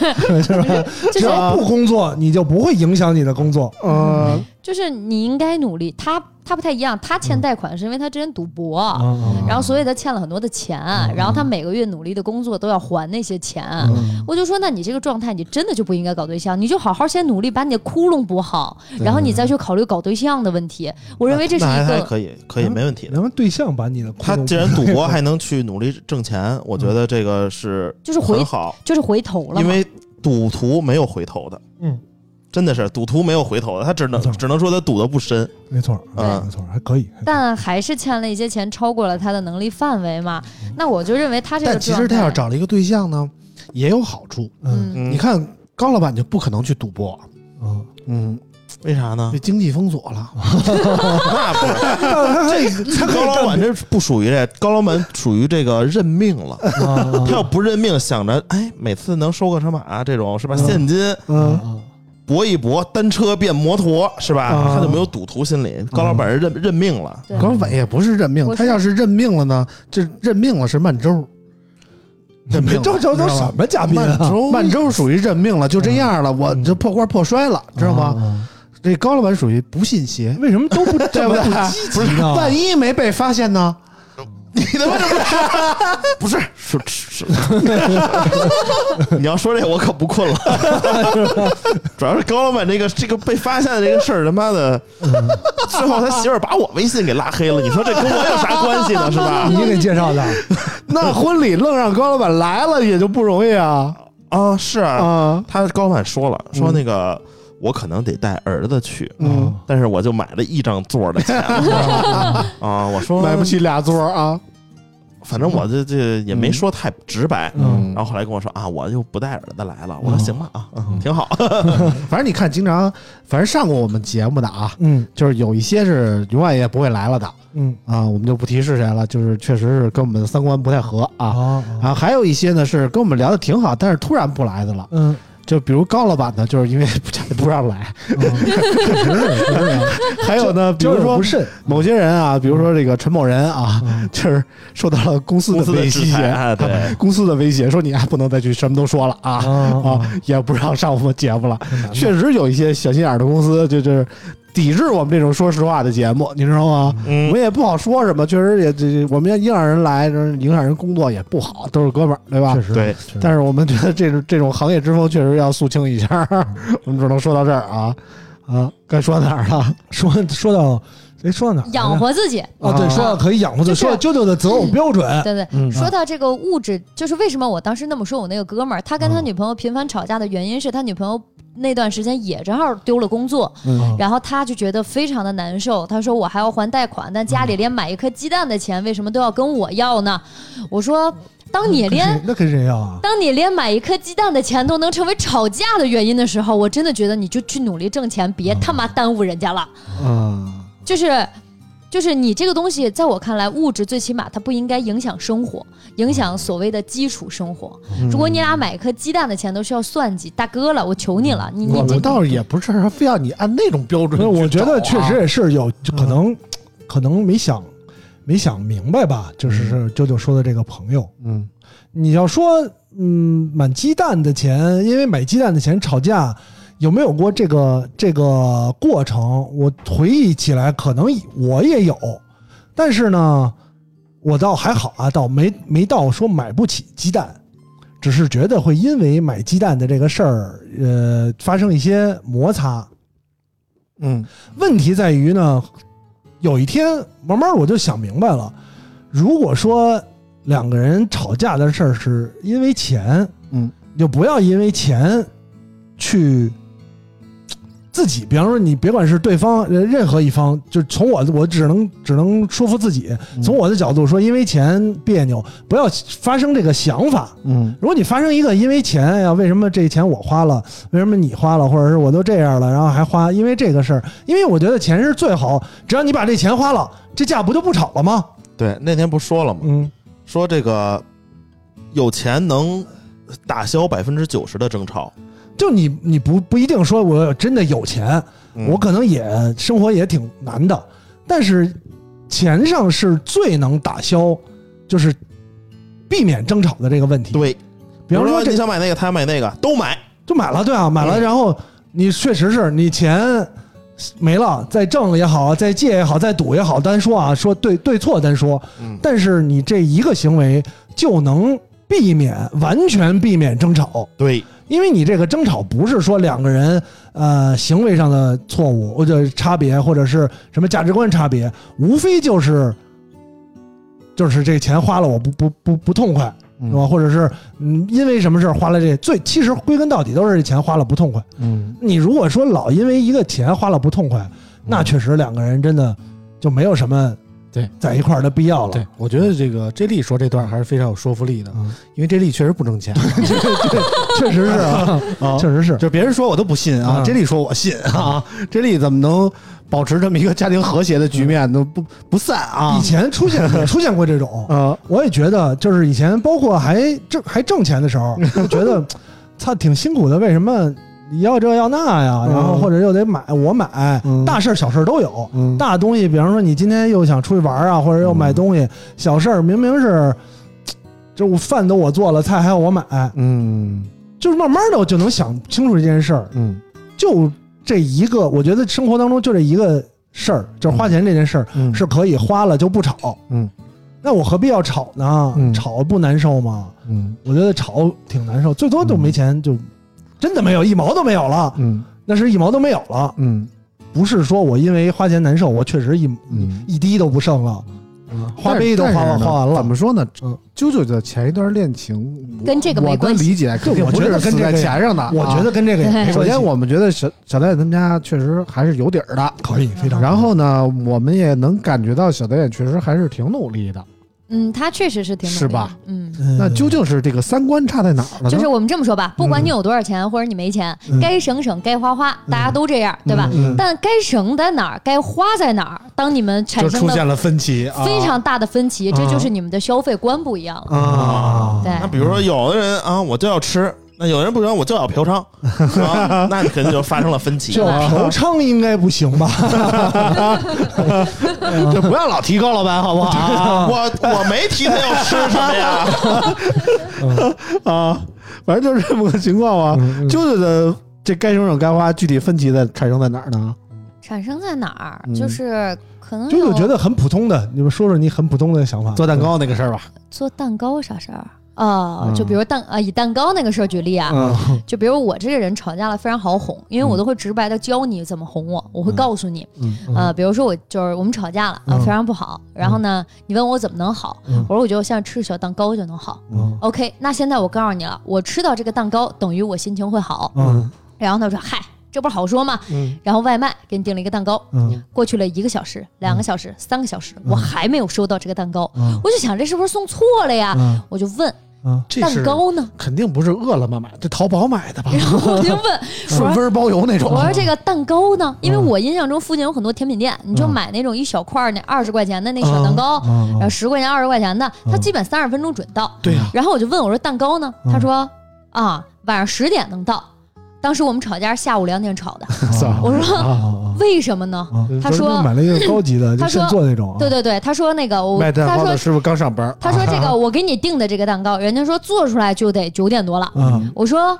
Speaker 6: 是吧？
Speaker 3: 就
Speaker 6: 只
Speaker 3: 是哦
Speaker 6: 要不工作，你就不会影响你的工作。
Speaker 4: 嗯
Speaker 2: 呃，
Speaker 3: 就是你应该努力。他他不太一样，他欠贷款是因为他之前赌博。
Speaker 6: 嗯
Speaker 3: 然后，所以他欠了很多的钱，
Speaker 4: 嗯
Speaker 3: 然后他每个月努力的工作都要还那些钱。
Speaker 6: 嗯
Speaker 3: 我就说，那你这个状态，你真的就不应该搞对象，你就好好先努力把你的窟窿补好，然后你再去考虑搞对象的问题。我认为这是
Speaker 4: 那
Speaker 3: 一
Speaker 4: 还还
Speaker 3: 个
Speaker 4: 可以，可
Speaker 6: 嗯
Speaker 4: 以没问题的。
Speaker 6: 然后对象把你的
Speaker 4: 他既然赌博还能去努力挣钱，我觉得这个是
Speaker 3: 嗯就是回
Speaker 4: 很好，
Speaker 3: 就是回头了
Speaker 4: 因
Speaker 3: 嘛。
Speaker 4: 为赌徒没有回头的，
Speaker 6: 嗯，
Speaker 4: 真的是赌徒没有回头的，他只能
Speaker 6: 没错
Speaker 4: 只能说他赌的不深，
Speaker 6: 没错，啊
Speaker 4: 嗯
Speaker 6: 没错，还可以。
Speaker 3: 但还是欠了一些钱，超过了他的能力范围嘛？那我就认为他这
Speaker 2: 嗯
Speaker 3: 个
Speaker 2: 但
Speaker 3: 状
Speaker 2: 其
Speaker 3: 态，
Speaker 2: 实他要找了一个对象呢，也有好处。
Speaker 6: 嗯
Speaker 3: 嗯，
Speaker 4: 嗯
Speaker 2: 你看高老板就不可能去赌博，
Speaker 6: 嗯，
Speaker 2: 嗯，
Speaker 4: 为啥呢
Speaker 2: 被？经济封锁了，
Speaker 4: 那不是
Speaker 6: 他可以， 他可
Speaker 4: 高
Speaker 6: 以
Speaker 4: 老板这不属于这，高老板属于这个认命了。
Speaker 6: 嗯
Speaker 4: 他
Speaker 6: 啊
Speaker 4: 要不认命，想着哎，每次能收个什么啊？这种是吧？现金
Speaker 6: 嗯
Speaker 4: 搏一搏，单车变摩托是吧？
Speaker 6: 啊
Speaker 4: 他就没有赌徒心理。高老板是认
Speaker 6: 嗯
Speaker 4: 认命了，
Speaker 3: 对
Speaker 2: 高老板也不是认命
Speaker 3: 不，是
Speaker 2: 他要是认命了呢，这认命了是慢周，认命了
Speaker 6: 这这都
Speaker 2: 知道吧
Speaker 6: 什么嘉宾
Speaker 2: 慢
Speaker 6: 啊？
Speaker 2: 周嗯慢周属于认命了，就这样了，我就破罐破摔了，知道吗？
Speaker 6: 吗？
Speaker 2: 这高老板属于不信邪，
Speaker 6: 为什么都不这
Speaker 2: 对不
Speaker 6: 么
Speaker 2: 对？
Speaker 6: 不积极呢？
Speaker 2: 万一没被发现 呢？
Speaker 4: 你他妈这不是不是是是， 你要说这我可不困了。 主要是高老板这个这个被发现的这个事儿，他妈的，最后他媳妇儿把我微信给拉黑了。你说这跟我有啥关系呢？是吧？
Speaker 6: 你给介绍的，
Speaker 2: 那婚礼愣让高老板来了也就不容易啊
Speaker 4: 啊，是啊，
Speaker 2: 啊！
Speaker 4: 他高老板说了，说那个我可能得带儿子去，
Speaker 2: 嗯，
Speaker 4: 但是我就买了一张座儿的钱 啊。我说
Speaker 2: 嗯买不，起嗯俩座儿啊，
Speaker 4: 反正我这这也没说太直白。
Speaker 6: 嗯
Speaker 4: 然后后来跟我说啊，我就不带儿子来了。我
Speaker 2: 哦
Speaker 4: 说
Speaker 6: 嗯
Speaker 4: 行吧啊，嗯挺好。
Speaker 2: 反正你看，经常反正上过我们节目的啊，
Speaker 6: 嗯
Speaker 2: 就是有一些是永远也不会来了的
Speaker 6: 嗯
Speaker 2: 啊，我们就不提是谁了，就是确实是跟我们的三观不太合啊。
Speaker 6: 啊
Speaker 2: 啊，还有一些呢是跟我们聊的挺好，但是突然不来的了，
Speaker 6: 嗯，
Speaker 2: 就比如高老板呢，就是因为 不让来； 还有呢，比
Speaker 6: 交
Speaker 2: 如
Speaker 6: 友
Speaker 2: 说
Speaker 6: 不慎，
Speaker 2: 某些人啊，比如说这个陈某人啊，就是受到了公司
Speaker 4: 嗯公
Speaker 2: 的
Speaker 4: 司的
Speaker 2: 威
Speaker 4: 制裁
Speaker 2: 胁，
Speaker 4: 啊，对，
Speaker 2: 公司的威胁说你啊不能再去什么都说了啊
Speaker 4: 嗯
Speaker 2: 啊，也不让上我们节目了。确实有一些小心眼儿的公司，就就是抵制我们这种说实话的节目，你知道吗？我
Speaker 4: 嗯
Speaker 2: 们也不好说什么，确实也这这我们要影响人来，就是影响人工作也不好，都是哥们儿，对吧？
Speaker 6: 确实
Speaker 4: 对，
Speaker 2: 但是我们觉得这种这种行业之风确实要肃清一下，
Speaker 6: 嗯
Speaker 2: 我们只能说到这儿啊啊，该说哪儿了？
Speaker 6: 说说到哎，说到哪儿来着？
Speaker 3: 养活自己。
Speaker 6: 啊，对，说到可以养活自己，
Speaker 3: 就是
Speaker 6: 说到舅舅的择偶标准，
Speaker 3: 对对，
Speaker 2: 嗯
Speaker 3: 说到这个物质，就是为什么我当时那么说我那个哥们儿，他跟
Speaker 2: 嗯
Speaker 3: 他女朋友频繁吵架的原因是他女朋友那段时间也正好丢了工作，
Speaker 6: 嗯
Speaker 3: 然后他就觉得非常的难受。他说我还要还贷款，但家
Speaker 2: 嗯
Speaker 3: 里连买一颗鸡蛋的钱为什么都要跟我要呢？我说，当你连
Speaker 6: 那跟谁 要啊？
Speaker 3: 当你连买一颗鸡蛋的钱都能成为吵架的原因的时候，我真的觉得你就去努力挣钱，别他妈耽误人家了。
Speaker 2: 嗯
Speaker 3: 就是就是你这个东西，在我看来，物质最起码它不应该影响生活，影响所谓的基础生活。嗯
Speaker 2: 嗯
Speaker 3: 如果你俩买一颗鸡蛋的钱都需要算计，大哥了，我求你了，你你
Speaker 2: 嗯我
Speaker 3: 这
Speaker 2: 我倒是也不是说非要你按那种标准去
Speaker 6: 那
Speaker 2: 找啊、
Speaker 6: 我觉得确实也是有就可能，可能没想没想明白吧，就是舅舅说的这个朋友，
Speaker 2: 嗯，
Speaker 6: 你要说嗯买鸡蛋的钱，因为买鸡蛋的钱吵架。有没有过这个这个过程？我回忆起来，可能我也有，但是呢，我倒还好啊，倒没没到说买不起鸡蛋，只是觉得会因为买鸡蛋的这个事儿，呃，发生一些摩擦。
Speaker 2: 嗯
Speaker 6: 问题在于呢，有一天慢慢我就想明白了，如果说两个人吵架的事儿是因为钱，
Speaker 2: 嗯，
Speaker 6: 你就不要因为钱去嘖自己，比方说你别管是对方呃任何一方，就是从我我只能只能说服自己，从我的角度说，因为钱别扭，不要发生这个想法。
Speaker 2: 嗯
Speaker 6: 如果你发生一个因为钱哎呀，为什么这钱我花了，为什么你花了，或者是我都这样了，然后还花，因为这个事儿，因为我觉得钱是最好，只要你把这钱花了，这架不就不吵了吗？
Speaker 4: 对，那天不说了吗？
Speaker 6: 嗯，
Speaker 4: 说这个有钱能打消百分之九十的争吵。
Speaker 6: 就你你不不一定说我真的有钱，
Speaker 4: 嗯
Speaker 6: 我可能也生活也挺难的，但是钱上是最能打消，就是避免争吵的这个问题。，
Speaker 4: 对，
Speaker 6: 比方说
Speaker 4: 说
Speaker 6: 这
Speaker 4: 你想买那个，他买那个，都买。
Speaker 6: 就买了，对啊，买了，
Speaker 4: 嗯
Speaker 6: 然后你确实是你钱没了，再挣也好，再借也好，再赌也好，单说啊，说对对错单说，
Speaker 4: 嗯，
Speaker 6: 但是你这一个行为就能避免完全避免争吵，
Speaker 4: 对，
Speaker 6: 因为你这个争吵不是说两个人呃行为上的错误或者差别，或者是什么价值观差别，无非就是就是这钱花了我不不不不痛快，是吧？
Speaker 2: 嗯
Speaker 6: 或者是嗯因为什么事儿花了这最，其实归根到底都是这钱花了不痛快。
Speaker 2: 嗯，
Speaker 6: 你如果说老因为一个钱花了不痛快，那确实两个人真的就没有什么
Speaker 2: 嗯对
Speaker 6: 在一块儿的必要了。
Speaker 2: 对，我觉得这个 J 莉说这段还是非常有说服力的，
Speaker 6: 嗯
Speaker 2: 因为 J 莉确实不挣钱
Speaker 6: 确实是 啊，
Speaker 2: 啊
Speaker 6: 确实是。
Speaker 2: 就别人说我都不信啊
Speaker 6: 嗯
Speaker 2: ，J 莉说我信啊，J 莉怎么能保持这么一个家庭和谐的局面都不不散啊
Speaker 6: 以？前出现也出现过这种，
Speaker 2: 啊，
Speaker 6: 我也觉得，就是以前包括还挣还挣钱的时候，就觉得，操，挺辛苦的。为什么要这要那呀？
Speaker 2: 嗯
Speaker 6: 然后或者又得买，我买，
Speaker 2: 嗯
Speaker 6: 大事儿小事儿都有。
Speaker 2: 嗯
Speaker 6: 大东西，比方说你今天又想出去玩儿啊，或者又买东
Speaker 2: 嗯
Speaker 6: 西，小事儿明明是，这我饭都我做了，菜还要我买，
Speaker 2: 嗯
Speaker 6: 就是慢慢的我就能想清楚这件事儿。
Speaker 2: 嗯
Speaker 6: 就这一个，我觉得生活当中就这一个事儿，就是花钱这件事儿
Speaker 2: 嗯
Speaker 6: 是可以花了就不吵。
Speaker 2: 嗯，
Speaker 6: 那我何必要吵呢？
Speaker 2: 嗯
Speaker 6: 吵不难受吗？
Speaker 2: 嗯
Speaker 6: 我觉得吵挺难受，最多就没钱，就真的没有一毛都没有了，
Speaker 2: 嗯
Speaker 6: 那是一毛都没有了。
Speaker 2: 嗯
Speaker 6: 不是说我因为花钱难受，我确实一
Speaker 2: 嗯。
Speaker 6: 一滴都不剩了，嗯花
Speaker 2: 但是
Speaker 6: 呗都
Speaker 2: 嗯但
Speaker 6: 花
Speaker 2: 是
Speaker 6: 完
Speaker 2: 呢
Speaker 6: 花完
Speaker 2: 怎
Speaker 6: 了。
Speaker 2: 么说呢？
Speaker 6: 嗯
Speaker 2: 啾啾的前一段恋情
Speaker 3: 跟这个没关
Speaker 2: 我
Speaker 3: 系
Speaker 2: 的理解肯定
Speaker 6: 我
Speaker 2: 不
Speaker 6: 觉
Speaker 2: 是
Speaker 6: 得跟
Speaker 2: 死
Speaker 6: 这
Speaker 2: 在
Speaker 6: 个也
Speaker 2: 钱上的。
Speaker 6: 我觉得跟这个也没关系
Speaker 2: 啊首先我们觉得小小戴他们家确实还是有底儿的，
Speaker 6: 可以非常。
Speaker 2: 然后呢，我们也能感觉到小导演确实还是挺努力的。
Speaker 3: 嗯，他确实是挺努力的
Speaker 2: 是吧？
Speaker 3: 嗯。
Speaker 6: 嗯
Speaker 2: 那究竟是这个三观差在哪儿了呢？
Speaker 3: 就是我们这么说吧，不管你有多少钱或者你没钱，
Speaker 6: 嗯
Speaker 3: 该省省，该花花，大家都这样，对吧？
Speaker 6: 嗯
Speaker 3: 但该省在哪儿，该花在哪儿，当你们产生了
Speaker 2: 了分歧啊
Speaker 3: 非常大的分歧，这就是你们的消费观不一样了。
Speaker 6: 啊，
Speaker 3: 对
Speaker 4: 那比如说有的人啊，我就要吃；那有人不喜欢，我就要嫖娼，啊那肯定就发生了分歧。
Speaker 6: 就嫖娼应该不行吧？
Speaker 2: 就不要老提高老板好不好？
Speaker 4: 啊，我我没提他要吃什么呀，
Speaker 2: 啊，反正就是这么个情况啊。
Speaker 6: 嗯嗯
Speaker 2: 啾啾的这该省省该花，具体分歧在产生在哪儿呢？
Speaker 3: 产生在哪儿
Speaker 2: 嗯？
Speaker 3: 就是可能
Speaker 6: 就
Speaker 3: 有
Speaker 6: 我觉得很普通的，你们说说你很普通的想法。
Speaker 2: 做蛋糕那个事儿吧。
Speaker 3: 做蛋糕啥事儿啊
Speaker 2: 嗯？
Speaker 3: 就比如蛋啊，以蛋糕那个事儿举例啊，
Speaker 2: 嗯
Speaker 3: 就比如我这个人吵架了非常好哄，因为我
Speaker 2: 嗯
Speaker 3: 都会直白的教你怎么哄我，我会告诉你，
Speaker 2: 嗯
Speaker 3: 呃，比如说我就是我们吵架了啊，
Speaker 6: 嗯
Speaker 3: 非常不好，然后呢，你问我怎么能好，
Speaker 6: 嗯
Speaker 3: 我说我觉得我现在吃小蛋糕就能好。
Speaker 6: 嗯
Speaker 3: OK，那现在我告诉你了，我吃到这个蛋糕等于我心情会好。
Speaker 6: 嗯
Speaker 3: 然后他说嗨，这不是好说吗？
Speaker 2: 嗯
Speaker 3: 然后外卖给你订了一个蛋糕，
Speaker 6: 嗯
Speaker 3: 过去了一个小时、两个小时、三个小时，我还没有收到这个蛋糕，
Speaker 6: 嗯
Speaker 3: 我就想这是不是送错了呀？
Speaker 6: 嗯
Speaker 3: 我就问
Speaker 6: 嗯，
Speaker 2: 这是
Speaker 3: 蛋糕呢，
Speaker 2: 肯定不是饿了么买，这淘宝买的吧？
Speaker 3: 然后我就问我
Speaker 2: 顺
Speaker 3: 说。
Speaker 2: 风包邮那种。
Speaker 3: 我说这个蛋糕呢，因为
Speaker 6: 嗯
Speaker 3: 我印象中附近有很多甜品店，你就
Speaker 6: 嗯
Speaker 3: 买那种一小块儿那二十块钱的那小蛋糕，然后十块钱、二十块钱的，它
Speaker 6: 嗯
Speaker 3: 基本三十分钟准到。
Speaker 2: 对啊呀，
Speaker 3: 然后我就问我说蛋糕呢？
Speaker 6: 嗯
Speaker 3: 他说啊，晚上十点能到。当时我们吵架是下午两点吵的，我 说
Speaker 6: 啊
Speaker 3: 为什么呢？
Speaker 6: 啊
Speaker 3: 他说
Speaker 6: 买了一个高级的，就
Speaker 3: 他说
Speaker 6: 现做那种啊，
Speaker 3: 对对对，他说那个我，
Speaker 2: 卖蛋
Speaker 3: 他
Speaker 2: 糕
Speaker 3: 说
Speaker 2: 的师傅刚上班儿，
Speaker 3: 他说
Speaker 6: 啊
Speaker 3: 这个我给你订的这个蛋糕，人家说做出来就得九点多了。
Speaker 6: 嗯
Speaker 3: 我说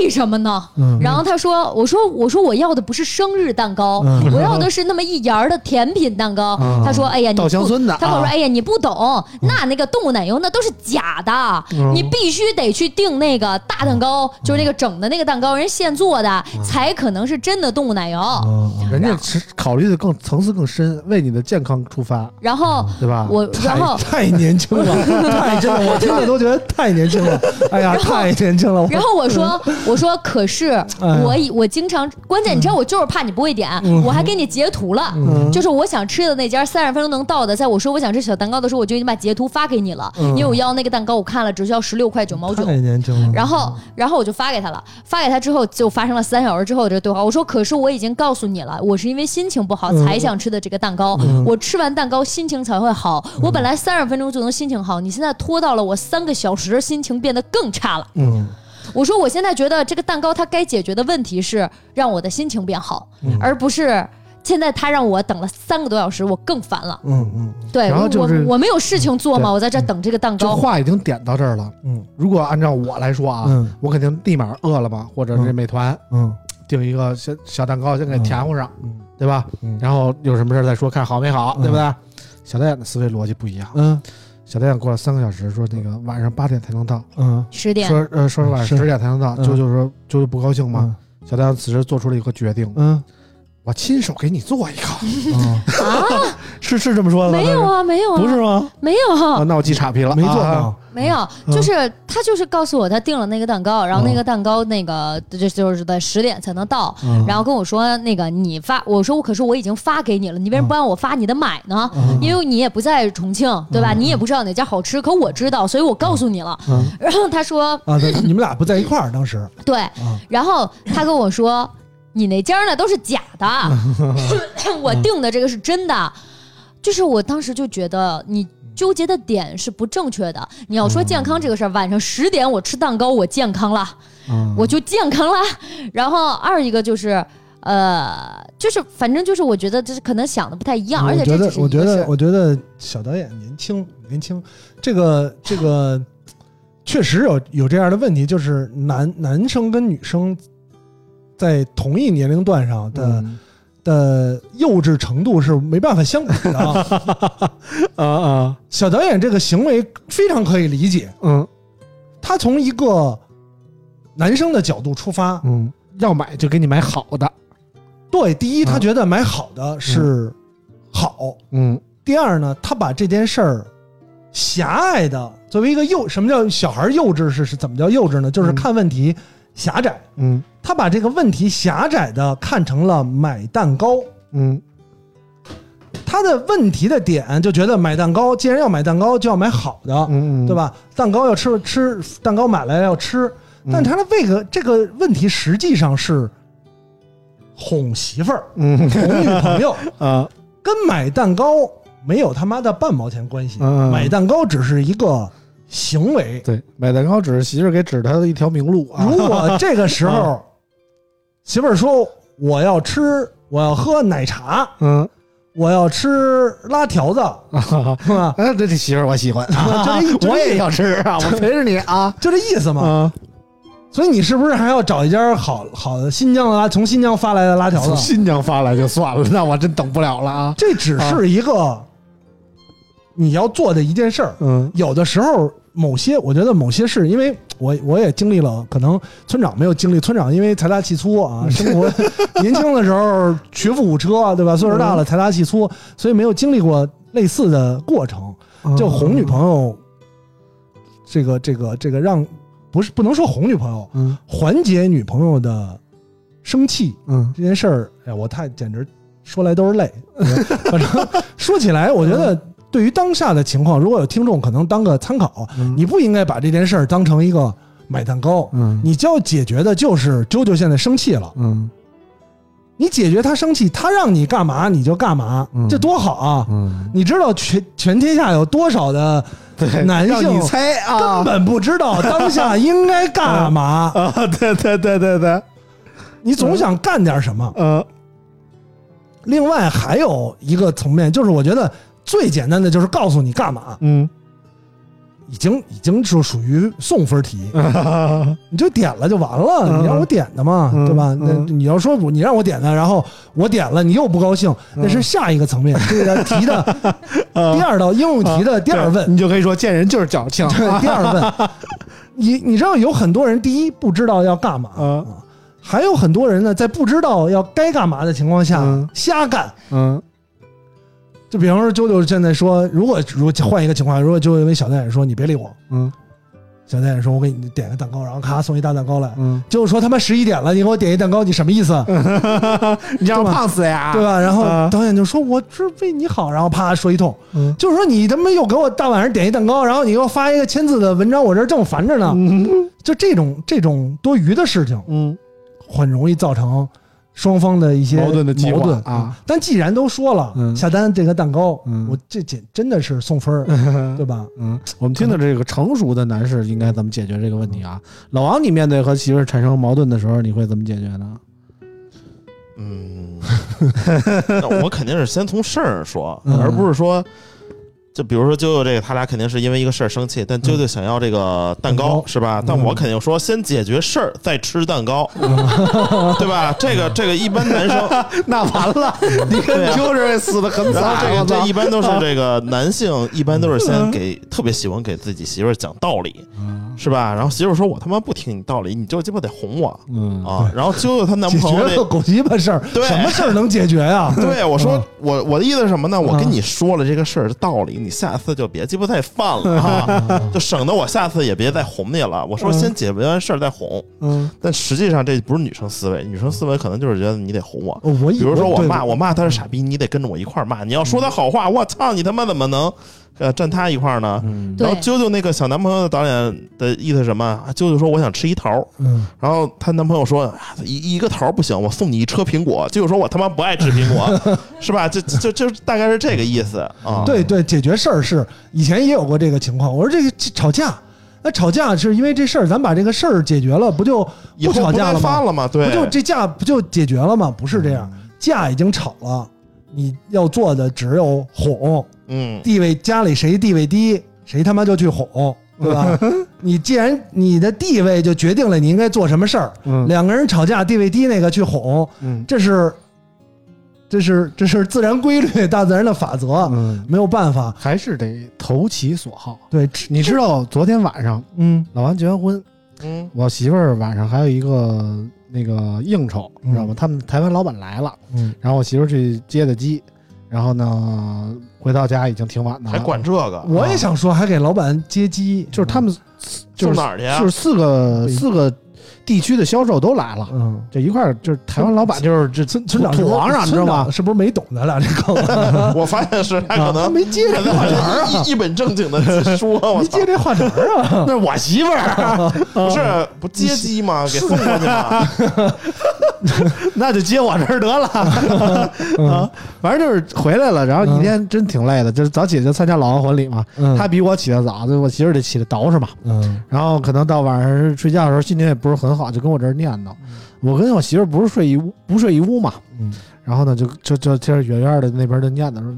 Speaker 3: 为什么呢？
Speaker 6: 嗯，
Speaker 3: 然后他说：“我说我说我要的不是生日蛋糕，
Speaker 6: 嗯
Speaker 3: 我要的是那么一沿儿的甜品蛋糕。
Speaker 2: 嗯
Speaker 3: 他说：“哎呀，你
Speaker 2: 稻香
Speaker 3: 不
Speaker 2: 村的
Speaker 3: 他跟我说：“
Speaker 2: 啊
Speaker 3: 哎呀，你不懂，那那个动物奶油那都是假的，你必须得去订那个大蛋糕，就是那个整的那个蛋糕，人现做的，才可能是真的动物奶油。
Speaker 6: 嗯
Speaker 2: 人家是考虑的更层次更深，为你的健康出发，
Speaker 3: 然后
Speaker 2: 对吧？
Speaker 3: 我，然
Speaker 6: 太
Speaker 3: 后
Speaker 6: 太 年轻了，太真的，我听着都觉得太年轻了。哎呀，太年轻了。
Speaker 3: 然后我说，我说可是
Speaker 6: 哎
Speaker 3: 我以我经常，关键你
Speaker 6: 嗯
Speaker 3: 知道我就是怕你不会点，我还给你截图了，就是我想吃的那家三十分钟能到的，在我说我想吃小蛋糕的时候，我就已经把截图发给你了，因为我要那个蛋糕，我看了只需要十六块九毛九。
Speaker 6: 嗯太年轻了。
Speaker 3: 然后，然后我就发给他了。发给他之后，就发生了三小时之后的这个对话。我说：“可是我已经告诉你了，我是因为心情不好
Speaker 6: 嗯
Speaker 3: 才想吃的这个蛋糕。我吃完蛋糕心情才会好。
Speaker 6: 嗯
Speaker 3: 我本来三十分钟就能心情好，你现在拖到了我三个小时，心情变得更差了。”
Speaker 6: 嗯，
Speaker 3: 我说我现在觉得这个蛋糕它该解决的问题是让我的心情变好，
Speaker 2: 嗯
Speaker 3: 而不是现在它让我等了三个多小时，我更烦了。
Speaker 6: 嗯嗯，
Speaker 3: 对，
Speaker 2: 然后就是
Speaker 3: 我我没有事情做嘛，
Speaker 2: 对
Speaker 3: 我在这等这个蛋
Speaker 2: 这
Speaker 3: 糕。
Speaker 2: 话已经点到这儿了。
Speaker 6: 嗯，
Speaker 2: 如果按照我来说啊，
Speaker 6: 嗯
Speaker 2: 我肯定立马饿了么或者是美团
Speaker 6: 嗯
Speaker 2: 订一个小小蛋糕，先给填糊上，
Speaker 6: 嗯
Speaker 2: 对吧？
Speaker 6: 嗯
Speaker 2: 然后有什么事儿再说，看好没好，
Speaker 6: 嗯
Speaker 2: 对不对？小导演的思维逻辑不一样。
Speaker 6: 嗯
Speaker 2: 小导演过了三个小时，说那个晚上八点才能到，
Speaker 6: 嗯
Speaker 3: 十点，
Speaker 2: 说呃说晚上
Speaker 6: 是
Speaker 2: 十点才能到，
Speaker 6: 嗯
Speaker 2: 舅舅说舅舅不高兴吗？
Speaker 6: 嗯
Speaker 2: 小导演此时做出了一个决定，
Speaker 6: 嗯
Speaker 2: 我亲手给你做一个，
Speaker 3: 啊？
Speaker 2: 是是这么说的吗？
Speaker 3: 没有啊，没有啊，
Speaker 2: 不是吗？
Speaker 3: 没有
Speaker 2: 啊，
Speaker 3: 啊，
Speaker 2: 那我记岔劈了，
Speaker 6: 没做
Speaker 2: 啊
Speaker 6: 到，
Speaker 3: 没有，就是他就是告诉我他订了那个蛋糕，然后那个蛋糕那个就就是在十点才能到，
Speaker 2: 嗯
Speaker 3: 然后跟我说那个你发，我说我可是我已经发给你了，你为什么
Speaker 2: 嗯
Speaker 3: 不让我发你的买呢？
Speaker 6: 嗯
Speaker 3: 因为你也不在重庆，对吧？你也不知道哪家好吃，可我知道，所以我告诉你了。
Speaker 6: 嗯
Speaker 3: 然后他说
Speaker 6: 啊，对你们俩不在一块儿，当时
Speaker 3: 对，
Speaker 6: 嗯
Speaker 3: 然后他跟我说你那家呢都是假的， 我订的这个是真的。就是我当时就觉得你纠结的点是不正确的。你要说健
Speaker 6: 嗯
Speaker 3: 康这个事儿，晚上十点我吃蛋糕，我健康了，
Speaker 6: 嗯
Speaker 3: 我就健康了。然后二一个就是。呃，就是反正就是，我觉得就是可能想的不太一样，而且
Speaker 6: 嗯我
Speaker 3: 这
Speaker 6: 觉
Speaker 3: 只
Speaker 6: 得
Speaker 3: 是一
Speaker 6: 我觉
Speaker 3: 个事
Speaker 6: 得
Speaker 3: 儿。
Speaker 6: 我觉得小导演年轻年轻，这个这个确实有有这样的问题，就是男男生跟女生在同一年龄段上的、
Speaker 2: 嗯
Speaker 6: 的幼稚程度是没办法相比的啊。
Speaker 2: 啊啊，
Speaker 6: 小导演这个行为非常可以理解，
Speaker 2: 嗯
Speaker 6: 他从一个男生的角度出发，
Speaker 2: 嗯，要买就给你买好的，
Speaker 6: 对，第一，他
Speaker 2: 嗯
Speaker 6: 觉得买好的是好；
Speaker 2: 嗯
Speaker 6: 第二呢，他把这件事儿狭隘的作为一个幼，什么叫小孩幼稚是是怎么叫幼稚呢？就是
Speaker 2: 嗯
Speaker 6: 看问题狭窄，
Speaker 2: 嗯
Speaker 6: 他把这个问题狭窄的看成了买蛋糕。
Speaker 2: 嗯
Speaker 6: 他的问题的点就觉得买蛋糕，既然要买蛋糕，就要买好的，
Speaker 2: 嗯，
Speaker 6: 对？吧？蛋糕要吃吃，蛋糕买来要吃，
Speaker 2: 嗯
Speaker 6: 但他的这个这个问题实际上是哄媳妇儿、
Speaker 2: 嗯
Speaker 6: 哄女朋友。
Speaker 2: 啊
Speaker 6: 跟买蛋糕没有他妈的半毛钱关系。
Speaker 2: 嗯
Speaker 6: 买蛋糕只是一个行为。
Speaker 2: 对，买蛋糕只是媳妇儿给指他的一条明路啊
Speaker 6: 如。果这个时 候媳妇儿说我要吃，我要喝奶茶，
Speaker 2: 嗯，
Speaker 6: 我要吃拉条子，是吧？
Speaker 2: 哎，这这媳妇儿我喜欢，
Speaker 6: 就这意
Speaker 2: 我也要吃啊，我陪着你啊。
Speaker 6: 就这意思嘛。
Speaker 2: 啊，
Speaker 6: 所以你是不是还要找一家好好的新疆的拉，从新疆发来的拉条
Speaker 2: 从
Speaker 6: 子？
Speaker 2: 新疆发来就算了，那我真等不了了啊。
Speaker 6: 这只是一个你要做的一件事儿。
Speaker 2: 嗯
Speaker 6: 有的时候某些，我觉得某些事，因为我我也经历了，可能村长没有经历，村长因为财大气粗啊，生活年轻的时候学富五车，对吧？岁数大了财大气粗，所以没有经历过类似的过程，嗯
Speaker 2: 嗯
Speaker 6: 就哄女朋友，这个这个这个让不是不能说哄女朋友，
Speaker 2: 嗯
Speaker 6: 缓解女朋友的生气，
Speaker 2: 嗯
Speaker 6: 这件事儿，哎，我太简直说来都是泪。 反正说起来，我觉得对于当下的情况，如果有听众可能当个参考，你不应该把这件事儿当成一个买蛋糕。
Speaker 2: 嗯
Speaker 6: 你就要解决的就是啾啾现在生气了，
Speaker 2: 嗯
Speaker 6: 你解决他生气，他让你干嘛你就干嘛
Speaker 2: 嗯，
Speaker 6: 这多好啊！
Speaker 2: 嗯，
Speaker 6: 你知道全全天下有多少的
Speaker 2: 对，
Speaker 6: 男性
Speaker 2: 让你猜啊
Speaker 6: 根本不知道当下应该干嘛，
Speaker 2: 啊，对对对对对，
Speaker 6: 你总想干点什么。
Speaker 2: 呃
Speaker 6: 另外还有一个层面，就是我觉得最简单的就是告诉你干嘛，
Speaker 2: 嗯
Speaker 6: 已经已经是属于送分题，你就点了就完了，
Speaker 2: 嗯
Speaker 6: 你让我点的嘛，
Speaker 2: 嗯
Speaker 6: 对吧？那
Speaker 2: 嗯
Speaker 6: 你要说我你让我点的，然后我点了，你又不高兴，
Speaker 2: 嗯
Speaker 6: 那是下一个层面，这个题的 第二道应用题的第二问
Speaker 2: 你，就可以说见人就是矫 情。
Speaker 6: 对，第二问，你你知道有很多人，第一不知道要干嘛，
Speaker 2: 嗯
Speaker 6: 啊还有很多人呢，在不知道要该干嘛的情况下
Speaker 2: 嗯
Speaker 6: 瞎干，
Speaker 2: 嗯
Speaker 6: 就比方说，啾啾现在说，如果如果换一个情况，如果啾啾跟小戴说你别理我，
Speaker 2: 嗯
Speaker 6: 小店员说：“我给你点个蛋糕，然后咔送一大蛋糕来。
Speaker 5: 嗯，”
Speaker 6: 就是说他妈十一点了，你给我点一蛋糕，你什么意思？
Speaker 2: 你让我胖死呀，
Speaker 6: 对吧？然后
Speaker 2: 嗯啊
Speaker 6: 导演就说：“我这为你好。”然后啪说一通，
Speaker 5: 嗯
Speaker 6: 就是说你他妈又给我大晚上点一蛋糕，然后你给我发一个签字的文章，我这儿正烦着呢。就这种这种多余的事情，
Speaker 2: 嗯，
Speaker 6: 很容易造成双方的一些
Speaker 2: 矛盾的激化
Speaker 6: 矛盾
Speaker 2: 啊。
Speaker 6: 但既然都说了、
Speaker 5: 嗯
Speaker 6: 下单这个蛋糕，
Speaker 5: 嗯
Speaker 6: 我这简真的是送分儿， 对吧？
Speaker 5: 嗯，
Speaker 2: 我们听的这个成熟的男士应该怎么解决这个问题啊？老王，你面对和媳妇儿产生矛盾的时候，你会怎么解决呢？
Speaker 4: 嗯， 那我肯定是先从事儿说，
Speaker 5: 嗯
Speaker 4: 而不是说，就比如说啾啾这个，他俩肯定是因为一个事儿生气，但啾啾想要这个蛋
Speaker 6: 嗯蛋
Speaker 4: 糕
Speaker 6: 糕嗯
Speaker 4: 是吧？但我肯定说先解决事儿，再吃蛋 糕，对吧？这个这个一般男生，
Speaker 2: 那完了，你
Speaker 4: 对
Speaker 2: 跟
Speaker 4: 啊
Speaker 2: 就是死的很
Speaker 4: 然后这
Speaker 2: 惨，
Speaker 4: 个 这一般都 是这个男性，一般都是
Speaker 6: 嗯
Speaker 4: 先给特别喜欢给自己媳妇儿讲道理，是吧？然后媳妇儿说我他妈不听你道理，你就鸡巴得哄我
Speaker 2: 嗯
Speaker 4: 啊！然后啾啾她男
Speaker 6: 解
Speaker 4: 朋
Speaker 6: 决
Speaker 4: 友
Speaker 6: 了
Speaker 4: 那
Speaker 6: 个狗鸡巴事儿，
Speaker 4: 对
Speaker 6: 什么事儿能解决呀、
Speaker 4: 对，我说
Speaker 6: 嗯
Speaker 4: 我我的意思是什么呢？我跟你说了这个事儿的道理，你下次就别鸡巴再犯了啊，就省得我下次也别再哄你了。我说先解决完事儿再哄，
Speaker 5: 嗯，
Speaker 4: 但实际上这不是女生思维，女生思维可能就是觉得你得哄我。
Speaker 6: 哦我以
Speaker 4: 比如说我
Speaker 6: 对嗯
Speaker 4: 骂我骂他是傻逼，你得跟着我一块儿骂。你要说他好话，我操你他妈怎么能呃站他一块儿呢？
Speaker 2: 嗯
Speaker 4: 然后
Speaker 3: 对
Speaker 4: 啾啾那个小男朋友的导演的意思是什么啊？啾啾说我想吃一桃儿，
Speaker 6: 嗯，
Speaker 4: 然后她男朋友说啊一一个桃儿不行，我送你一车苹果。啾啾说我他妈不爱吃苹 果，是吧？就就就大概是这个意思啊。
Speaker 6: 对对，解决事儿是以前也有过这个情况。我说这个这吵架，那吵架是因为这事儿，咱把这个事儿解决了，不就
Speaker 4: 以后
Speaker 6: 吵架
Speaker 4: 不
Speaker 6: 了
Speaker 4: 再发
Speaker 6: 吗？
Speaker 4: 了嘛，对，嗯
Speaker 6: 不就这架不就解决了吗？不是这样，架已经吵了，你要做的只有哄，
Speaker 4: 嗯
Speaker 6: 地位家里谁地位低，谁他妈就去哄，对吧？你既然你的地位就决定了你应该做什么事儿，
Speaker 2: 嗯
Speaker 6: 两个人吵架，地位低那个去哄，
Speaker 2: 嗯
Speaker 6: 这是这是这是自然规律， 大自然的法则。
Speaker 2: 嗯，
Speaker 6: 没有办法。
Speaker 2: 还是得投其所好。
Speaker 6: 对，
Speaker 2: 你知道昨天晚上
Speaker 6: 嗯
Speaker 2: 老王结完婚，
Speaker 4: 嗯
Speaker 2: 我媳妇儿晚上还有一个那个应酬，你知道吗？他们台湾老板来了，
Speaker 6: 嗯，
Speaker 2: 然后我媳妇儿去接的机，然后呢回到家已经挺晚的了，
Speaker 4: 还管这个，
Speaker 6: 我也想说，还给老板接机，嗯
Speaker 2: 就是他们就
Speaker 4: 送
Speaker 2: 是
Speaker 4: 哪儿去啊
Speaker 2: 就是？四个
Speaker 6: 对
Speaker 2: 四个地区的销售都来了。
Speaker 6: 嗯，
Speaker 2: 这一块儿就是台湾老板，就是这
Speaker 6: 村村长
Speaker 2: 土皇上，你知道 吗？
Speaker 6: 是不是没懂咱俩这 梗？
Speaker 4: 我发现是他可
Speaker 6: 他
Speaker 4: 能
Speaker 6: 没接这
Speaker 4: 可能
Speaker 6: 话茬啊
Speaker 4: 好
Speaker 6: 儿啊
Speaker 4: 像，一一本正经的说， 我
Speaker 6: 没
Speaker 4: 操
Speaker 6: 接，这话茬儿啊。
Speaker 2: 那是我媳妇儿，啊
Speaker 4: 不是不接机吗？
Speaker 6: 嗯
Speaker 4: 给送过去吗？
Speaker 2: 那就接我这儿得了 啊。反正就是回来了，然后一天真挺累的，就是早起就参加老王婚礼嘛。
Speaker 6: 嗯
Speaker 2: 他比我起得早，就我媳妇儿得起得捯饬嘛。
Speaker 6: 嗯
Speaker 2: 然后可能到晚上睡觉的时候心情也不是很好，就跟我这儿念叨。我跟我媳妇儿不是睡一屋，不睡一屋嘛。
Speaker 6: 嗯
Speaker 2: 然后呢，就就就接着远远的那边就念叨说：“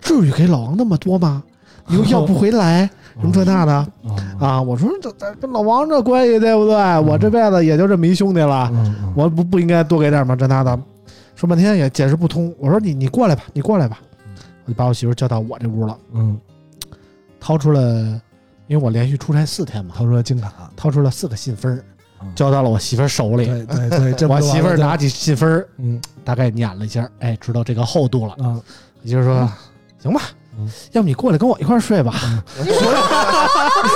Speaker 2: 至于给老王那么多吗？以后要不回 来什么这那的
Speaker 6: 嗯
Speaker 2: 啊？”我说：“这这跟老王这关系对不对？我这辈子也就这么一兄弟了，
Speaker 6: 嗯
Speaker 2: 我不不应该多给点吗？这那的。”说半天也解释不通。我说你：“你过来吧，你过来吧。”我就把我媳妇儿叫到我这屋了，
Speaker 6: 嗯，
Speaker 2: 掏出了，因为我连续出差四天嘛，
Speaker 6: 他说金卡，
Speaker 2: 掏出了四个信封儿
Speaker 6: 嗯，
Speaker 2: 交到了我媳妇儿手里。
Speaker 6: 啊对对对，这啊
Speaker 2: 我
Speaker 6: 不就
Speaker 2: 媳妇儿
Speaker 6: 完了
Speaker 2: 拿起信封儿，
Speaker 6: 嗯
Speaker 2: 大概捻了一下，哎，知道这个厚度了。
Speaker 6: 啊，
Speaker 2: 也就是说，行吧，要不你过来跟我一块儿睡吧。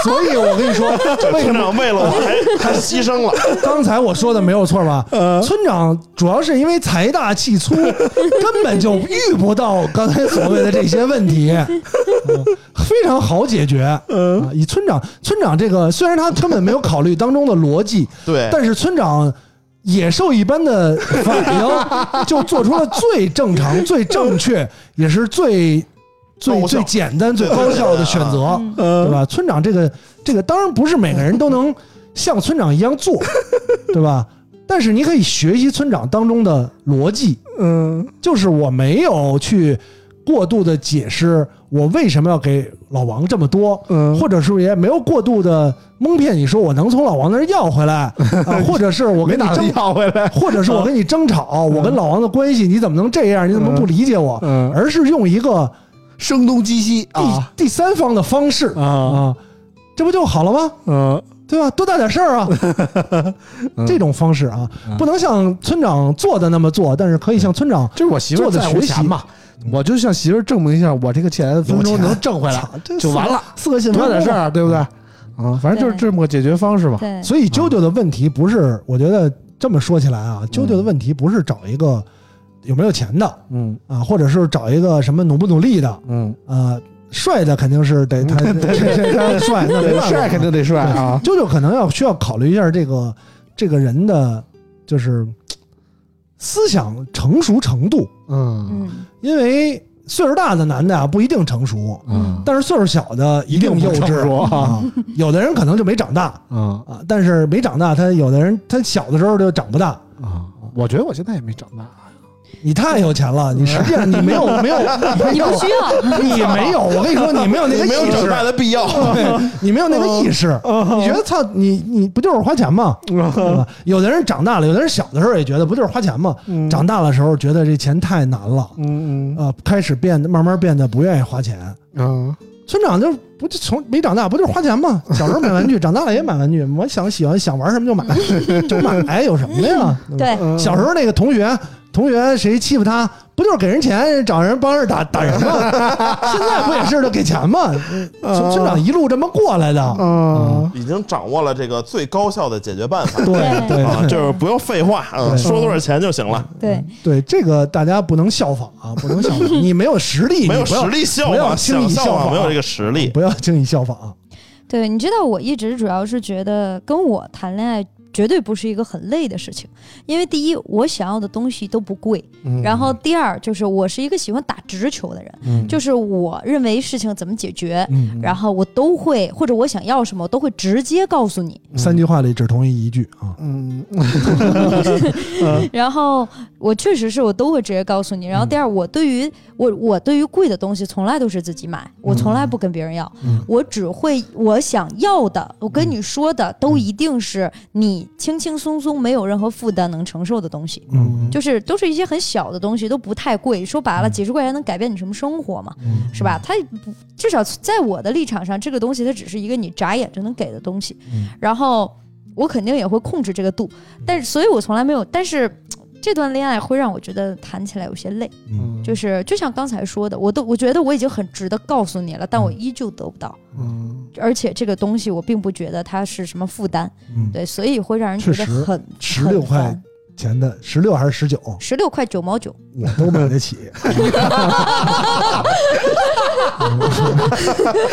Speaker 6: 所以我跟你说， 为什
Speaker 4: 村
Speaker 6: 么
Speaker 4: 长为了我还还牺牲了，
Speaker 6: 刚才我说的没有错吧？村长主要是因为财大气粗， 根本就遇不到刚才所谓的这些问题，嗯非常好解决。啊以村长村长这个，虽然他根本没有考虑当中的逻辑，
Speaker 4: 对，
Speaker 6: 但是村长。野兽一般的反应，就做出了最正常、最正确，也是最最
Speaker 4: 高效
Speaker 6: 最简单、最高效的选择。
Speaker 3: 嗯
Speaker 6: 对吧？村长这个这个当然不是每个人都能像村长一样做，对吧？但是你可以学习村长当中的逻辑，
Speaker 5: 嗯
Speaker 6: 就是我没有去过度的解释我为什么要给老王这么多，
Speaker 5: 嗯
Speaker 6: 或者是也没有过度的蒙骗你说我能从老王那儿要回来，啊、或者是我跟你争，
Speaker 2: 要回来。
Speaker 6: 或者是我跟你争吵，我跟老王的关系你怎么能这样？你怎么不理解我？
Speaker 5: 嗯
Speaker 6: 而是用一个
Speaker 2: 声东击西
Speaker 6: 第、第三方的方式
Speaker 5: 啊
Speaker 6: 啊，这不就好了吗？
Speaker 5: 嗯
Speaker 6: 对吧？多大点事儿啊！这种方式啊，不能像村长做的那么做，但是可以像村长
Speaker 2: 这是我媳妇儿
Speaker 6: 做的
Speaker 2: 在乎
Speaker 6: 学习
Speaker 2: 钱嘛，我就向媳妇儿证明一下，我这个钱分
Speaker 6: 有
Speaker 2: 钟
Speaker 6: 钱
Speaker 2: 能挣回来
Speaker 6: 操这
Speaker 2: 就完了，
Speaker 6: 四个四个信
Speaker 2: 多
Speaker 6: 封
Speaker 2: 点事儿，对不对？啊，反正就是
Speaker 8: 对
Speaker 2: 这么个解决方式吧。
Speaker 8: 对，
Speaker 6: 所以啾啾的问题不是，我觉得这么说起来啊，啾啾的问题不是找一个有没有钱的
Speaker 2: 嗯
Speaker 6: 啊，或者是找一个什么努不努力的
Speaker 2: 嗯，
Speaker 6: 啊，帅的肯定是得他他帅，那没办法
Speaker 2: 帅肯定得帅啊，
Speaker 6: 啾啾可能要需要考虑一下这个这个人的就是思想成熟程度，
Speaker 2: 嗯
Speaker 8: 嗯
Speaker 6: 因为岁数大的男的啊不一定成熟，
Speaker 2: 嗯
Speaker 6: 但是岁数小的一定
Speaker 2: 一定
Speaker 6: 幼
Speaker 2: 不成熟
Speaker 6: 稚
Speaker 2: 啊
Speaker 6: 啊。有的人可能就没长大
Speaker 2: 嗯
Speaker 6: 啊，但是没长大，他有的人他小的时候就长不大。
Speaker 2: 啊，我觉得我现在也没长大，啊
Speaker 6: 你太有钱了，你实际上你没有没有，没
Speaker 8: 你
Speaker 6: 有
Speaker 8: 不需要，
Speaker 6: 你没有，我跟你说，你没
Speaker 2: 哎
Speaker 6: 有那个
Speaker 4: 没有
Speaker 6: 意
Speaker 4: 长
Speaker 6: 识，
Speaker 4: 大的 必要。
Speaker 6: 对你没有那个意识，
Speaker 2: 哦
Speaker 6: 你觉得操你你不就是花 钱吗？对吧有的人长大了，有的人小的时候也觉得不就是花钱吗？长大的时候觉得这钱太难了，
Speaker 2: 嗯
Speaker 6: 呃，开始变得慢慢变得不愿意花钱。
Speaker 2: 嗯
Speaker 6: 村长就不就从没长大不就是花钱吗？小时候买玩具，长大了也买玩具，我想喜欢想玩什么 就买，就买，哎有什么的呀？
Speaker 8: 对，
Speaker 2: 嗯，
Speaker 6: 小时候那个同学，同学谁欺负他，不就是给人钱，找人帮着打打人吗？ 现在不也是就给钱吗？
Speaker 3: 嗯
Speaker 6: 村村长一路这么过来的，
Speaker 2: 啊，
Speaker 4: 已经掌握了这个最高效的解决办法
Speaker 6: 对对
Speaker 4: 啊，就是不用废话，嗯，
Speaker 6: 对
Speaker 4: 说多少钱就行了，
Speaker 8: 对，
Speaker 6: 对，这个大家不能效仿啊，不能效 仿，你没有实力，
Speaker 4: 没有
Speaker 6: 你不要
Speaker 4: 实力效
Speaker 6: 不要
Speaker 4: 仿，
Speaker 6: 轻易
Speaker 4: 想效
Speaker 6: 效啊仿
Speaker 4: 啊没有这个实力。
Speaker 6: 不要轻易效仿啊。
Speaker 3: 对，你知道，我一直主要是觉得跟我谈恋爱绝对不是一个很累的事情，因为第一，我想要的东西都不贵，嗯
Speaker 6: 嗯
Speaker 8: 嗯
Speaker 3: 然后第二就是我是一个喜欢打直球的人，就是我认为事情怎么解决，
Speaker 6: 嗯，
Speaker 3: 然后我都会或者我想要什么，我都会直接告诉你。
Speaker 6: 三句话里只同意一句啊，
Speaker 2: 嗯
Speaker 3: 然后我确实是我都会直接告诉你。然后第二，我对于我我对于贵的东西从来都是自己买，我从来不跟别人要，
Speaker 6: 嗯
Speaker 3: 我只会我想要的，我跟你说的都一定是你轻轻松松没有任何负担能承受的东西。
Speaker 6: 嗯，
Speaker 3: 就是都是一些很小的东西，都不太贵。说白了，几十块钱能改变你什么生活嘛？
Speaker 6: 嗯
Speaker 3: 是吧？它不至少在我的立场上，这个东西它只是一个你眨眼就能给的东西，
Speaker 6: 嗯
Speaker 3: 然后我肯定也会控制这个度，但是所以我从来没有，但是。嘖这段恋爱会让我觉得谈起来有些累，
Speaker 6: 嗯
Speaker 3: 就是就像刚才说的，我都我觉得我已经很值得告诉你了，但我依旧得不到，
Speaker 2: 嗯，
Speaker 3: 而且这个东西我并不觉得它是什么负担，
Speaker 6: 嗯，
Speaker 3: 对，所以会让人觉
Speaker 6: 确
Speaker 3: 得
Speaker 6: 实
Speaker 3: 很
Speaker 6: 16块钱的十六还是十九，
Speaker 3: 十六块九毛九，
Speaker 6: 我都买得起。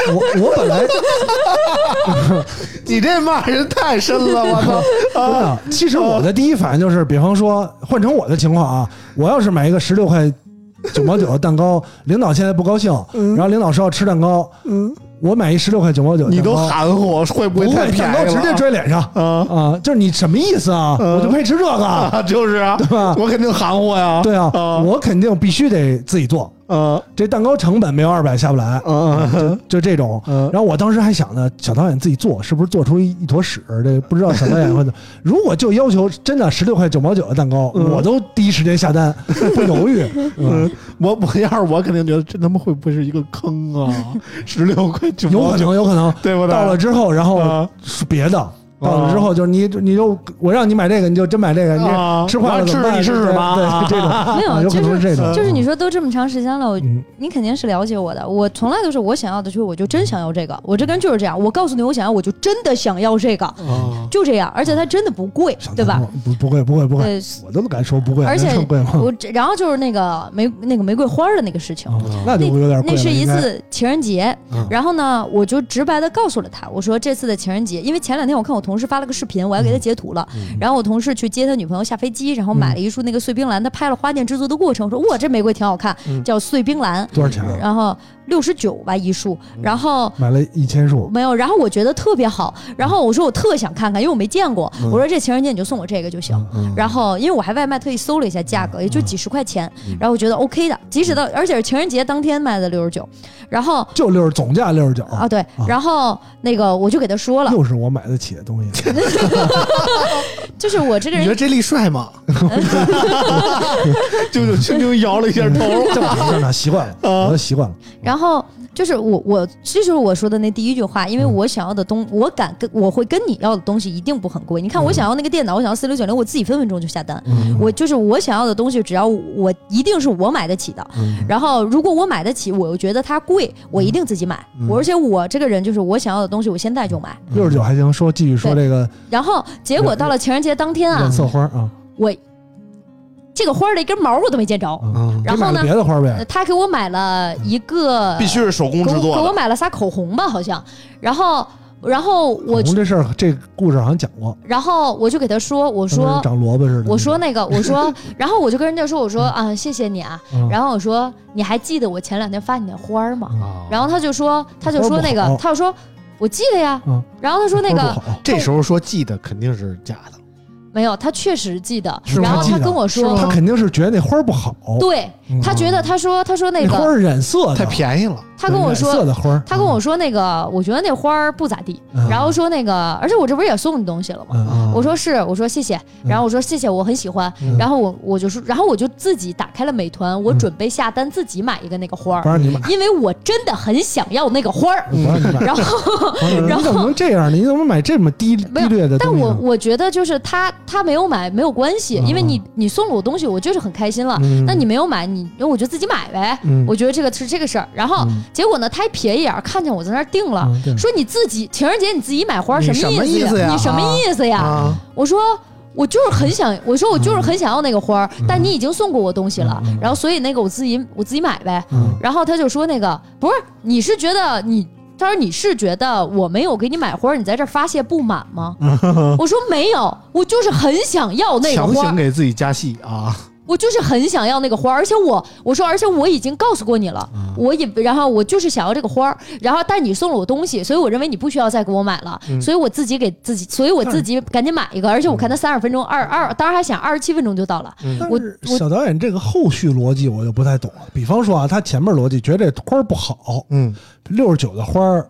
Speaker 6: 我我本来
Speaker 2: 你这骂人太深了，我操！
Speaker 6: 真的，其实我的第一反应就是，比方说换成我的情况啊，我要是买一个十六块九毛九的蛋糕，领导现在不高兴，然后领导说要吃蛋糕，
Speaker 2: 嗯，
Speaker 6: 我买一十六块九毛九，
Speaker 2: 你都含糊，会不
Speaker 6: 不
Speaker 2: 会
Speaker 6: 会
Speaker 2: 太便
Speaker 6: 蛋
Speaker 2: 宜
Speaker 6: 糕
Speaker 2: 了？
Speaker 6: 直接拽脸上
Speaker 2: 啊
Speaker 6: 啊，就是你什么意思啊？
Speaker 2: 嗯
Speaker 6: 我就配吃这个，
Speaker 2: 啊， 就是啊，
Speaker 6: 对吧？
Speaker 2: 我肯定含糊呀。
Speaker 6: 对啊，
Speaker 2: 啊
Speaker 6: 我肯定必须得自己做，
Speaker 2: 嗯
Speaker 6: 这蛋糕成本没有二百下不来，
Speaker 2: 嗯嗯
Speaker 6: 就这种。
Speaker 2: 嗯
Speaker 6: 然后我当时还想呢，小导演自己做是不是做出一一坨屎？这不知道小导演会 怎么。如果就要求真的十六块九毛九的蛋糕，
Speaker 2: 嗯
Speaker 6: 我都第一时间下单，不犹 豫。嗯
Speaker 2: 嗯，我我要是我肯定觉得这他妈会不会是一个坑啊？十六块九
Speaker 6: 有
Speaker 2: 毛
Speaker 6: 可
Speaker 2: 九，
Speaker 6: 能，有可能
Speaker 2: 对不对？
Speaker 6: 到了之后，然后
Speaker 2: 啊
Speaker 6: 是别的。到了之后就是你，你就我让你买这个，你就真买这个，你
Speaker 2: 啊，
Speaker 6: 吃
Speaker 2: 我
Speaker 6: 坏了怎
Speaker 2: 试
Speaker 6: 么办？
Speaker 2: 你试试吧。
Speaker 6: 对，对这种
Speaker 3: 没
Speaker 6: 啊
Speaker 3: 有，就
Speaker 6: 有可
Speaker 3: 是
Speaker 6: 能是这种，
Speaker 3: 就是你说都这么长时间了，我
Speaker 6: 嗯
Speaker 3: 你肯定是了解我的。我从来都是我想要的，就是我就真想要这个。我这个人就是这样，我告诉你我想要，我就真的想要这个，
Speaker 6: 嗯
Speaker 2: 啊，
Speaker 3: 就这样。而且它真的不贵，对吧？？
Speaker 6: 不不会不会不会，
Speaker 3: 对，
Speaker 6: 我都不敢说不贵，
Speaker 3: 而且
Speaker 6: 能说贵吗？
Speaker 3: 我这然后就是那个玫那个玫瑰花的那个事情。
Speaker 6: 哦那就有点
Speaker 3: 那
Speaker 6: 贵了。
Speaker 3: 是一
Speaker 6: 应该嗯
Speaker 3: 次情人节，然后呢，我就直白的告诉了他，我说这次的情人节，因为前两天我看我同事发了个视频，我还
Speaker 6: 嗯
Speaker 3: 给他截图了。然后我同事去接他女朋友下飞机，然后买
Speaker 6: 嗯
Speaker 3: 了一束那个碎冰兰，他拍了花店制作的过程，我说哇，这玫瑰挺好看，
Speaker 6: 嗯
Speaker 3: 叫碎冰兰，
Speaker 6: 多少钱啊？
Speaker 3: 然后六十九吧一束，然后
Speaker 6: 买了一千束，
Speaker 3: 没有，然后我觉得特别好，然后我说我特想看看，因为我没见过，我说这情人节你就送我这个就行。
Speaker 6: 嗯
Speaker 3: 然后因为我还外卖特意搜了一下价格，也就几十块钱，然后我觉得 OK 的，即使到而且是情人节当天卖的六十九，然后
Speaker 6: 就六十总价六十九
Speaker 3: 啊对，然后那个我就给他说了，
Speaker 6: 又是我买得起的 东西，
Speaker 3: 就是我这个
Speaker 2: 你觉得
Speaker 3: 人
Speaker 2: 这力帅吗？舅舅轻轻摇了一下头，
Speaker 3: 啊
Speaker 6: 这么平常的习惯了，我都习惯了。
Speaker 3: 然后就是我我这就是我说的那第一句话，因为我想要的东，我敢跟我会跟你要的东西一定不很贵。你看我想要那个电脑，我想要四六九零，我自己分分钟就下单。
Speaker 6: 嗯
Speaker 3: 我就是我想要的东西，只要我一定是我买得起的。
Speaker 6: 嗯
Speaker 3: 然后如果我买得起，我又觉得它贵，我一定自己买。
Speaker 6: 嗯
Speaker 3: 我而且我这个人就是我想要的东西，我现在就买。
Speaker 6: 六十九还行，说继续说
Speaker 3: 对
Speaker 6: 这个
Speaker 3: 然后结果到了情人节当天啊
Speaker 6: 染，色花啊，
Speaker 3: 我这个花儿的一根毛我都没见
Speaker 4: 啊
Speaker 3: 着。
Speaker 2: 啊
Speaker 6: 嗯，
Speaker 3: 然后呢
Speaker 6: 给买个别的花
Speaker 3: 呃
Speaker 6: 呗，
Speaker 3: 他给我买了一个，
Speaker 4: 必须是手工
Speaker 3: 给
Speaker 4: 制
Speaker 3: 我给
Speaker 4: 作
Speaker 3: 我
Speaker 4: 的。
Speaker 3: 买了仨口红吧，好像。然后，然后我
Speaker 6: 红
Speaker 3: 去，
Speaker 6: 这事儿这故事好像讲过，
Speaker 3: 然后我就给他说，我
Speaker 6: 当
Speaker 3: 说
Speaker 6: 时，长萝卜似的，
Speaker 3: 我说那个，我 说，然后我就跟人家说，我说啊，谢谢你啊。
Speaker 6: 嗯，
Speaker 3: 然后我说，你还记得我前两天发你那花儿吗？
Speaker 2: 啊，
Speaker 3: 然后他就说，他就说那
Speaker 6: 花儿不
Speaker 3: 个
Speaker 6: 好，
Speaker 3: 他就说，我记得呀
Speaker 6: 嗯。
Speaker 3: 然后他说那
Speaker 6: 花
Speaker 3: 个
Speaker 6: 不好，
Speaker 2: 这时候说记得肯定是假的，
Speaker 3: 没有，他确实记得
Speaker 6: 是。吗
Speaker 3: 然后
Speaker 6: 记
Speaker 3: 他
Speaker 6: 得
Speaker 3: 跟我说，
Speaker 6: 他肯定是觉得那花不好，
Speaker 3: 嗯对
Speaker 6: 嗯
Speaker 3: 他觉得他说他说那
Speaker 6: 那花
Speaker 3: 个，
Speaker 6: 儿染色的，
Speaker 2: 太便宜了。
Speaker 3: 他跟我
Speaker 6: 染色
Speaker 3: 说。
Speaker 6: 的花儿，
Speaker 3: 他跟我说那个，我觉得那花儿不咋地，
Speaker 6: 嗯，
Speaker 3: 然后说那个，而且我这不是也送你东西了吗？
Speaker 6: 嗯，嗯，
Speaker 3: 我说是，我说谢谢，然后我说谢谢，我很喜欢，
Speaker 6: 嗯
Speaker 3: 然后我我就说，然后我就自己打开了美团，我
Speaker 6: 嗯
Speaker 3: 准备下单自己买一个那个花
Speaker 6: 不
Speaker 3: 儿，
Speaker 6: 让你买，
Speaker 3: 因为我真的很想要那个花儿。
Speaker 6: 不让你买，
Speaker 3: 然后，
Speaker 6: 你
Speaker 3: 然后
Speaker 6: 怎么能这样呢？你怎么买这么低
Speaker 3: 没
Speaker 6: 低
Speaker 3: 有
Speaker 6: 劣的
Speaker 3: 但
Speaker 6: 东西
Speaker 3: 我
Speaker 6: 呢？
Speaker 3: 我觉得就是他他没有买没有关系，因为
Speaker 6: 嗯
Speaker 3: 你你送了我东西，我就是很开心了。
Speaker 6: 嗯
Speaker 3: 啊那你没有买，你那我就自己买呗。
Speaker 6: 嗯
Speaker 3: 我觉得这个是这个事儿。然后
Speaker 6: 嗯
Speaker 3: 结果呢，他还瞥一眼，看见我在那儿定了，
Speaker 6: 嗯对
Speaker 3: 啊说你自己情人节你自己买花
Speaker 2: 你
Speaker 3: 什
Speaker 2: 什
Speaker 3: 么
Speaker 2: 么
Speaker 3: 意
Speaker 2: 意思呀
Speaker 3: 你什么意思呀？
Speaker 6: 嗯
Speaker 2: 啊，
Speaker 3: 我说。我就是很想，我说我
Speaker 2: 嗯
Speaker 3: 就是很想要那个花儿，但你已经送过我东西了，然后所以那个我自己我自己买呗。
Speaker 6: 嗯
Speaker 3: 然后他就说那个不是，你是觉得你，他说你是觉得我没有给你买花儿，你在这儿发泄不满吗？ 我说没有，我就是很想要那个
Speaker 2: 强
Speaker 3: 花
Speaker 2: 行
Speaker 3: 儿，
Speaker 2: 给自己加戏啊，
Speaker 3: 我就是很想要那个花儿，而且我我说而且我已经告诉过你了，
Speaker 6: 嗯
Speaker 3: 我也然后我就是想要这个花儿，然后但你送了我东西，所以我认为你不需要再给我买了，
Speaker 6: 嗯
Speaker 3: 所以我自己给自己，所以我自己赶紧买一个，而且我看他三十分钟二二，当时还想二十七分钟就到了，嗯
Speaker 6: 但
Speaker 3: 我
Speaker 6: 是
Speaker 3: 我
Speaker 6: 小导演这个后续逻辑我就不太懂了。比方说啊，他前面逻辑觉得这花儿不好，
Speaker 2: 嗯
Speaker 6: 六十九的花儿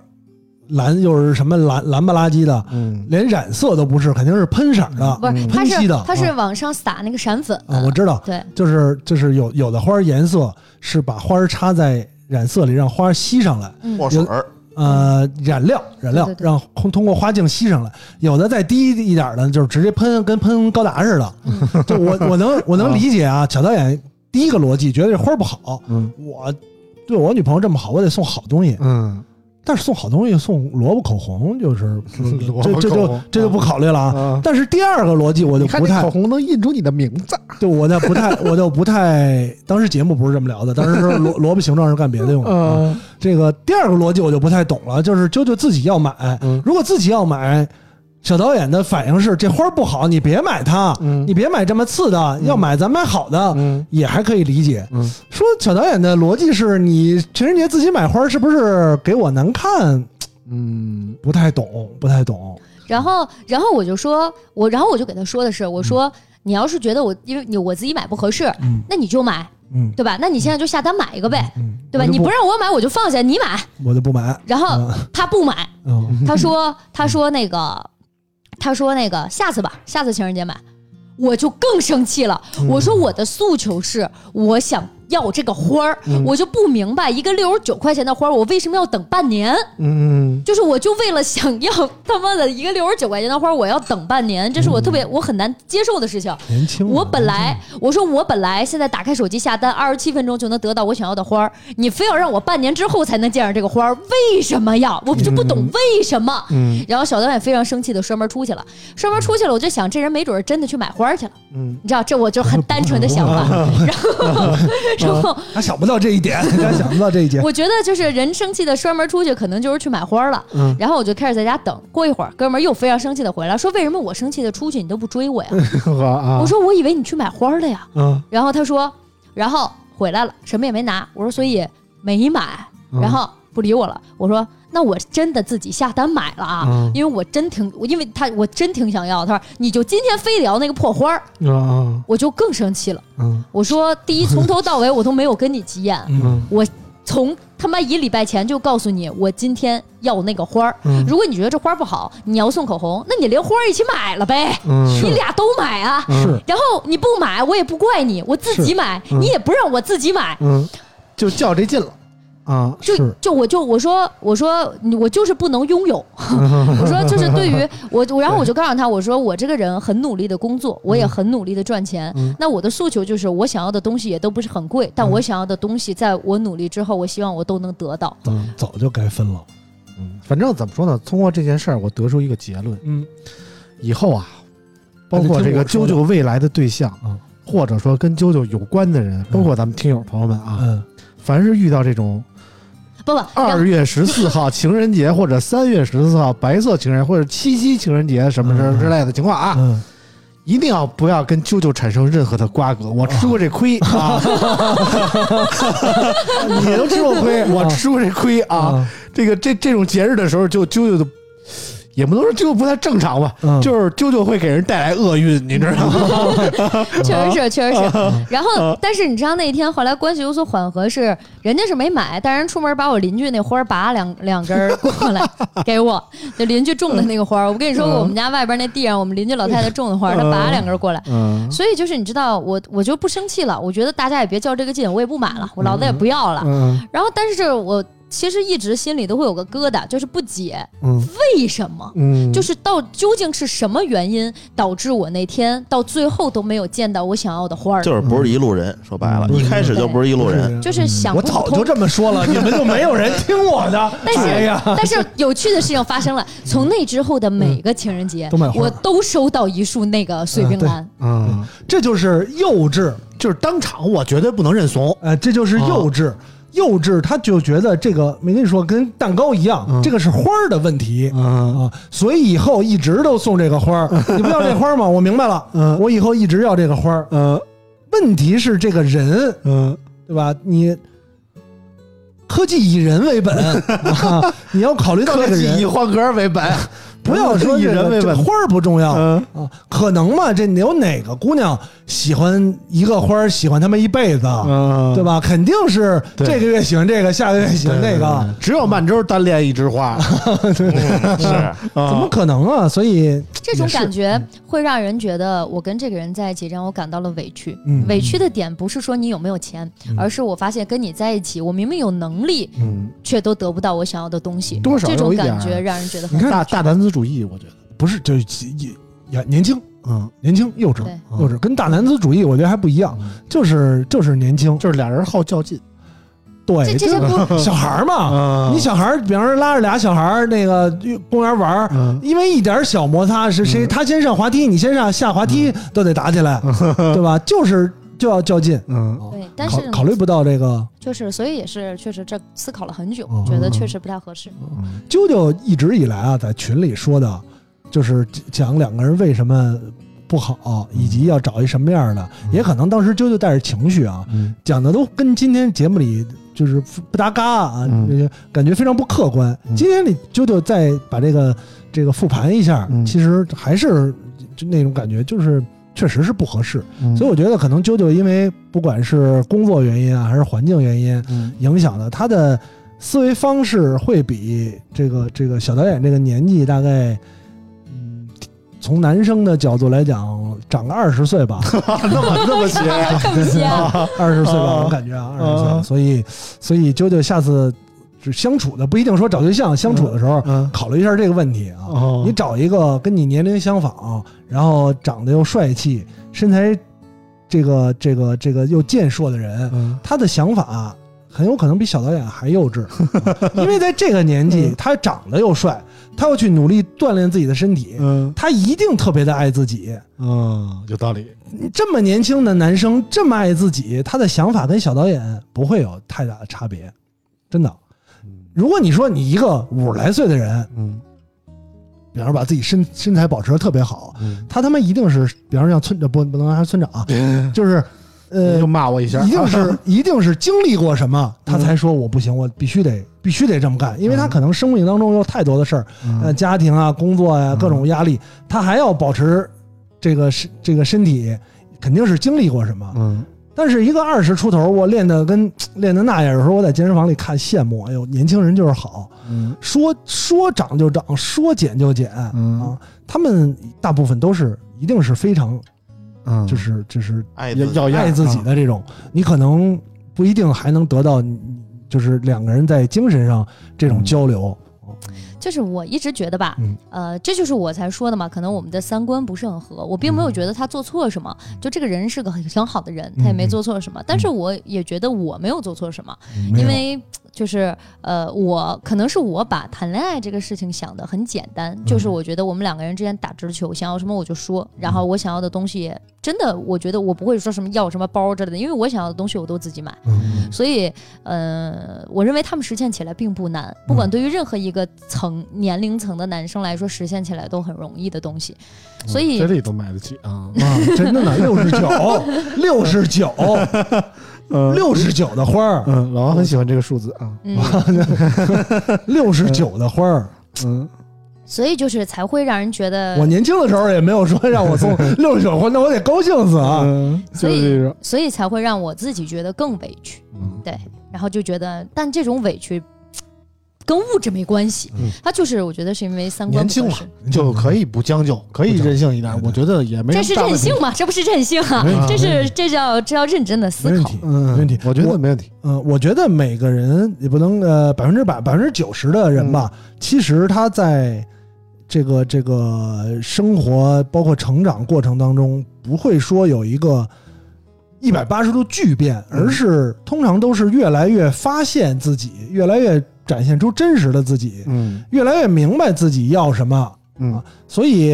Speaker 6: 蓝又是什么蓝蓝不拉几的，
Speaker 2: 嗯，
Speaker 6: 连染色都不是，肯定是喷色的，
Speaker 3: 不是他
Speaker 6: 喷漆
Speaker 3: 是
Speaker 6: 的。
Speaker 3: 他是
Speaker 6: 啊
Speaker 3: 往上撒那个闪粉，
Speaker 6: 啊，我知道，
Speaker 3: 对
Speaker 6: 就是就是有有的花儿颜色是把花儿插在染色里，让花儿吸上来，
Speaker 4: 墨水儿，
Speaker 6: 呃，染料染料
Speaker 3: 对对对
Speaker 6: 让通通过花镜吸上来。有的再低一点的，就是直接喷，跟喷高达似的。
Speaker 2: 嗯
Speaker 6: 就我 我能我能理解啊，小导演第一个逻辑觉得这花儿不好，
Speaker 2: 嗯
Speaker 6: 我对我女朋友这么好，我得送好东西。
Speaker 2: 嗯，
Speaker 6: 但是送好东西，送萝卜口红就是，
Speaker 2: 萝
Speaker 6: 这
Speaker 2: 卜
Speaker 6: 这
Speaker 2: 口
Speaker 6: 就
Speaker 2: 红
Speaker 6: 这就不考虑了啊。
Speaker 2: 啊，
Speaker 6: 但是第二个逻辑我就
Speaker 2: 你看
Speaker 6: 不
Speaker 2: 这口
Speaker 6: 太，
Speaker 2: 红能印出你的名字，啊
Speaker 6: 对我就不太，我就不太。当时节目不是这么聊的，当时说 萝萝卜形状是干别的用的。啊
Speaker 2: 嗯
Speaker 6: 这个第二个逻辑我就不太懂了，就是啾啾自己要买
Speaker 2: 嗯，
Speaker 6: 如果自己要买，小导演的反应是这花儿不好，你别买它，
Speaker 2: 嗯
Speaker 6: 你别买这么次的，要买咱买好的。
Speaker 2: 嗯
Speaker 6: 也还可以理解。
Speaker 2: 嗯
Speaker 6: 说小导演的逻辑是你情人节自己买花是不是给我难看？
Speaker 2: 嗯，
Speaker 6: 不太懂，不太懂。
Speaker 3: 然后，然后我就说，我然后我就给他说的是，我说、你要是觉得我因为你我自己买不合适，
Speaker 6: 嗯
Speaker 3: 那你就买，
Speaker 6: 嗯
Speaker 3: 对吧？那你现在就下单买一个呗，
Speaker 6: 嗯，
Speaker 3: 对吧？
Speaker 6: 我就
Speaker 3: 你不让我买，我就放下，你买。
Speaker 6: 我就不买。
Speaker 3: 然后
Speaker 6: 嗯
Speaker 3: 他不买，
Speaker 6: 嗯，
Speaker 3: 他说他说那个，他说那个下次吧，下次情人节买。我就更生气了，我说我的诉求是我想要这个花儿，我就不明白一个六十九块钱的花儿，我为什么要等半年？
Speaker 2: 嗯，
Speaker 3: 就是我就为了想要他妈的一个六十九块钱的花，我要等半年，这是我特别我很难接受的事情。
Speaker 6: 年轻啊。
Speaker 3: 我本来我说我本来现在打开手机下单，二十七分钟就能得到我想要的花儿，你非要让我半年之后才能见着这个花儿，为什么呀？我就不懂为什么。
Speaker 2: 嗯
Speaker 3: 然后小导演非常生气的摔门出去了，摔门出去了，我就想这人没准儿真的去买花儿去了，
Speaker 2: 嗯，
Speaker 3: 你知道这我就很单纯的想法，然后然后
Speaker 6: 他想不到这一点，他想不到这一点。
Speaker 3: 我觉得就是人生气的摔门出去，可能就是去买花了。
Speaker 6: 嗯
Speaker 3: 然后我就开始在家等。过一会儿，哥们儿又非常生气的回来，说为什么我生气的出去你都不追我呀？
Speaker 2: 呵啊，
Speaker 3: 我说我以为你去买花了呀。
Speaker 6: 嗯
Speaker 3: 然后他说，然后回来了，什么也没拿。我说所以没买，
Speaker 2: 嗯
Speaker 3: 然后不理我了。我说那我真的自己下单买了啊，
Speaker 2: 嗯
Speaker 3: 因为我真挺，我因为他我真挺想要。他说你就今天非得要那个破花儿，
Speaker 6: 嗯
Speaker 2: 啊
Speaker 3: 我就更生气了。
Speaker 2: 嗯
Speaker 3: 我说第一从头到尾我都没有跟你急眼。
Speaker 2: 嗯
Speaker 3: 从他妈一礼拜前就告诉你，我今天要那个花儿。
Speaker 2: 嗯
Speaker 3: 如果你觉得这花儿不好，你要送口红，那你连花儿一起买了呗，
Speaker 2: 嗯
Speaker 3: 你俩都买啊。
Speaker 6: 是
Speaker 3: 然后你不买，我也不怪你，我自己买，你也不让我自己买。
Speaker 2: 嗯，就较这劲了
Speaker 6: 啊，，
Speaker 3: 就是就我就我说我说你我就是不能拥有，我说就是对于我我然后我就告诉他我说我这个人很努力的工作，我也很努力的赚钱，
Speaker 6: 嗯
Speaker 3: 那我的诉求就是我想要的东西也都不是很贵，但我想要的东西在我努力之后，我希望我都能得到。
Speaker 6: 早嗯早就该分了。
Speaker 2: 嗯，反正怎么说呢？通过这件事儿，我得出一个结论：
Speaker 6: 嗯，
Speaker 2: 以后啊，包括这个
Speaker 6: 还得听
Speaker 2: 啾
Speaker 6: 我说的
Speaker 2: 啾未来的对象
Speaker 6: 嗯，
Speaker 2: 或者说跟啾啾有关的人，包括咱们听友朋友们啊，
Speaker 6: 嗯，
Speaker 2: 凡是遇到这种
Speaker 3: 不不，然后
Speaker 2: 二月十四号情人节或者三月十四号白色情人或者七夕情人节什么之之类的情况啊，
Speaker 6: 嗯，
Speaker 2: 一定要不要跟啾啾产生任何的瓜葛。我吃过这亏啊，
Speaker 6: 哦
Speaker 2: 你都吃过亏，我吃过这亏啊。
Speaker 6: 啊，
Speaker 2: 这个这这种节日的时候，就啾啾的，也不能说啾啾不太正常吧，
Speaker 6: 嗯
Speaker 2: 就是啾啾会给人带来厄运，你知道吗？
Speaker 3: 确实 是，确实是。然后，
Speaker 2: 嗯
Speaker 3: 但是你知道那一天后来关系有所缓和是，人家是没买，但人出门把我邻居那花儿拔两两 根儿过来给我，就邻居种的那个花儿。我跟你说过，我
Speaker 2: 嗯
Speaker 3: 们家外边那地上，我们邻居老太太种的花儿，她拔两根儿过来。
Speaker 2: 嗯
Speaker 3: 所以就是你知道，我我就不生气了，我觉得大家也别较这个劲，我也不买了，我老子也不要了。
Speaker 2: 嗯
Speaker 3: 然后，但是我其实一直心里都会有个疙瘩，就是不解
Speaker 6: 嗯，
Speaker 3: 为什么。
Speaker 2: 嗯，
Speaker 3: 就是到究竟是什么原因导致我那天到最后都没有见到我想要的花儿？
Speaker 4: 就是不是一路人，说白了，
Speaker 6: 嗯
Speaker 4: 一开始就不是一路人。
Speaker 3: 就是想
Speaker 6: 我
Speaker 3: 不
Speaker 6: 早
Speaker 3: 通
Speaker 6: 就。这么说了，你们就没有人听我的。
Speaker 3: 但是、
Speaker 6: 哎 呀，
Speaker 3: 但是有趣的事情发生了，从那之后的每个情人节，
Speaker 6: 都买花
Speaker 3: 我都收到一束那个碎冰兰。
Speaker 2: 嗯，
Speaker 6: 这就是幼稚，
Speaker 2: 就是当场我绝对不能认怂。啊
Speaker 6: 呃，这就是幼稚。幼稚，他就觉得这个没跟你说，跟蛋糕一样，
Speaker 2: 嗯
Speaker 6: 这个是花儿的问题啊、
Speaker 2: 嗯
Speaker 6: 所以以后一直都送这个花 儿。你不要这花儿吗？我明白了，
Speaker 2: 嗯
Speaker 6: 我以后一直要这个花儿。
Speaker 2: 嗯
Speaker 6: 问题是这个人，
Speaker 2: 嗯
Speaker 6: 对吧？你科技以人 为本，啊、你要考虑到这
Speaker 2: 科
Speaker 6: 个
Speaker 2: 技以
Speaker 6: 人，
Speaker 2: 欢格为本，
Speaker 6: 不要说
Speaker 2: 以
Speaker 6: 这
Speaker 2: 人
Speaker 6: 个
Speaker 2: 为
Speaker 6: 这个
Speaker 2: 本。
Speaker 6: 花儿不重要、
Speaker 2: 嗯
Speaker 6: 啊，可能嘛？这有哪个姑娘喜欢一个花儿，喜欢他们一辈子？
Speaker 2: 嗯，
Speaker 6: 啊对吧？肯定是
Speaker 2: 对
Speaker 6: 这个月喜欢这个，下个月喜欢那个，
Speaker 2: 只有满洲单恋一枝 花，啊
Speaker 4: 嗯是，
Speaker 6: 怎么可能啊？所以，
Speaker 3: 这种
Speaker 6: 也是
Speaker 3: 感觉会让人觉得我跟这个人在一起让我感到了委屈。
Speaker 6: 嗯
Speaker 3: 委屈的点不是说你有没有钱，而是我发现跟你在一起，我明明有能力，
Speaker 2: 嗯，
Speaker 3: 却都得不到我想要的东西。
Speaker 2: 多少
Speaker 3: 这
Speaker 2: 有
Speaker 3: 种
Speaker 2: 一点
Speaker 3: 感
Speaker 2: 儿
Speaker 3: 觉让人觉得很
Speaker 2: 你看大大男子主义，我觉得，
Speaker 6: 不是就是也也年轻，
Speaker 2: 嗯，
Speaker 6: 年轻幼稚
Speaker 3: 对，
Speaker 6: 幼稚跟大男子主义我觉得还不一样，就是就是年轻，
Speaker 2: 就是俩人好较劲，
Speaker 6: 对，
Speaker 3: 这这些
Speaker 6: 就是小孩儿嘛，
Speaker 2: 啊
Speaker 6: 你小孩儿，比方说拉着俩小孩儿那个公园玩儿。
Speaker 2: 嗯
Speaker 6: 因为一点小摩擦，是谁他先上滑梯，你先上下滑
Speaker 2: 嗯
Speaker 6: 梯都得打 起来，对吧？就是就要较劲，
Speaker 2: 嗯
Speaker 3: 对，但
Speaker 6: 考
Speaker 3: 是
Speaker 6: 考虑不到这个。
Speaker 3: 就是，所以也是确实这思考了很久，
Speaker 6: 嗯
Speaker 3: 觉得确实不太合适。
Speaker 6: 啾啾一直以来啊，在群里说的，就是讲两个人为什么不
Speaker 2: 嗯
Speaker 6: 好，以及要找一什么样的。也可能当时啾啾带着情绪啊，
Speaker 2: 嗯
Speaker 6: 讲的都跟今天节目里就是不搭嘎啊，
Speaker 2: 嗯
Speaker 6: 这些感觉非常不客观。
Speaker 2: 嗯
Speaker 6: 今天你啾啾再把这个这个复盘一下，
Speaker 2: 嗯
Speaker 6: 其实还是就那种感觉，就是确实是不合适。
Speaker 2: 嗯，
Speaker 6: 所以我觉得可能啾啾因为不管是工作原因啊，还是环境原因，
Speaker 2: 嗯
Speaker 6: 影响的，他的思维方式会比这个这个小导演这个年纪大概，嗯，从男生的角度来讲，长个二十岁 吧，
Speaker 2: 那么那么邪啊，
Speaker 3: 更先，
Speaker 6: 二十岁吧，
Speaker 2: 啊
Speaker 6: 我感觉啊，二十
Speaker 2: 啊
Speaker 6: 岁，所以所以啾啾下次只相处的不一定说找对象，相处的时候
Speaker 2: 嗯
Speaker 6: 考虑一下这个问题 啊，
Speaker 2: 哦
Speaker 6: 你找一个跟你年龄相仿，然后长得又帅气，身材这个这个这个又健硕的人，
Speaker 2: 嗯
Speaker 6: 他的想法很有可能比小导演还幼稚，因为在这个年纪，他长得又帅，他要去努力锻炼自己的身体，
Speaker 2: 嗯
Speaker 6: 他一定特别的爱自己。
Speaker 2: 嗯，有道理，
Speaker 6: 这么年轻的男生这么爱自己，他的想法跟小导演不会有太大的差别，真的。如果你说你一个五十来岁的人，
Speaker 2: 嗯
Speaker 6: 比方说把自己身身材保持的特别好，
Speaker 2: 嗯，
Speaker 6: 他他妈一定是，比方说像村不不能让他村长啊，就是呃
Speaker 2: 又骂我一下，嗯
Speaker 6: 一定是一定是经历过什么，他才说我不行，我必须得必须得这么干，因为他可能生命当中有太多的事儿，
Speaker 2: 嗯
Speaker 6: 呃，家庭啊、工作呀、各种压力，他还要保持这个身这个身体，肯定是经历过什么。
Speaker 2: 嗯
Speaker 6: 但是一个二十出头，我练的跟练的那样，有时候我在健身房里看羡慕，哎呦，年轻人就是好，
Speaker 2: 嗯
Speaker 6: 说说长就长，说减就减啊
Speaker 2: 嗯，
Speaker 6: 他们大部分都是一定是非常
Speaker 2: 嗯，
Speaker 6: 就是就是
Speaker 4: 爱
Speaker 2: 要
Speaker 4: 自己
Speaker 2: 要样
Speaker 6: 爱自己，的这种，你可能不一定还能得到你就是两个人在精神上这种交流。
Speaker 3: 就是我一直觉得吧，
Speaker 6: 嗯
Speaker 3: 呃，这就是我才说的嘛，可能我们的三观不是很合。我并没
Speaker 6: 嗯
Speaker 3: 有觉得他做错什么，就这个人是个很挺好的人，他也
Speaker 6: 嗯
Speaker 3: 没做错什么。但是我也觉得我没有做错什么，
Speaker 6: 嗯没有
Speaker 3: 因为就是呃，我可能是我把谈恋爱这个事情想得很简单，
Speaker 6: 嗯
Speaker 3: 就是我觉得我们两个人之间打直球，想要什么我就说，然后我想要的东西也真的，我觉得我不会说什么要什么包之类的，因为我想要的东西我都自己买。
Speaker 6: 嗯
Speaker 3: 所以，呃，我认为他们实现起来并不难，不
Speaker 2: 嗯
Speaker 3: 管对于任何一个层年龄层的男生来说，实现起来都很容易的东西。所以
Speaker 2: 这里都买得起啊。
Speaker 6: 啊，真的呢，六十九，六十九，
Speaker 2: 嗯
Speaker 6: 六十九的花儿，
Speaker 2: 嗯，老王很喜欢这个数字啊。
Speaker 3: 嗯，
Speaker 6: 六十九的花儿。
Speaker 2: 嗯，
Speaker 3: 所以就是才会让人觉得
Speaker 6: 我，年轻的时候也没有说让我送六十九花，那我得高兴死啊！
Speaker 2: 嗯
Speaker 3: 所
Speaker 2: 就是这
Speaker 3: 以
Speaker 2: 种
Speaker 3: 所以才会让我自己觉得更委屈，
Speaker 2: 嗯
Speaker 3: 对，然后就觉得，但这种委屈跟物质没关系，他就是我觉得是因为三观
Speaker 2: 嗯年
Speaker 3: 不
Speaker 2: 轻
Speaker 3: 合
Speaker 2: 嘛
Speaker 3: 适。，
Speaker 2: 就可以嗯不将就，可以任性一点，我觉得也没
Speaker 3: 这
Speaker 2: 什
Speaker 3: 是
Speaker 2: 么大问
Speaker 3: 任
Speaker 2: 题
Speaker 3: 性。吗？这不是任性啊
Speaker 2: 没问，题
Speaker 3: 这是这叫这要认真的思
Speaker 6: 没问
Speaker 3: 考
Speaker 6: 题。
Speaker 2: 嗯，
Speaker 6: 没问题
Speaker 2: 我觉得
Speaker 6: 我
Speaker 2: 没问题。
Speaker 6: 嗯，我觉得每个人也不能呃百分之百百分之九十的人吧，
Speaker 2: 嗯
Speaker 6: 其实他在这个这个生活包括成长过程当中，不会说有一个一百八十度巨变，
Speaker 2: 嗯
Speaker 6: 而是通常都是越来越发现自己，越来越展现出真实的自己，
Speaker 2: 嗯
Speaker 6: 越来越明白自己要什么，
Speaker 2: 嗯
Speaker 6: 所以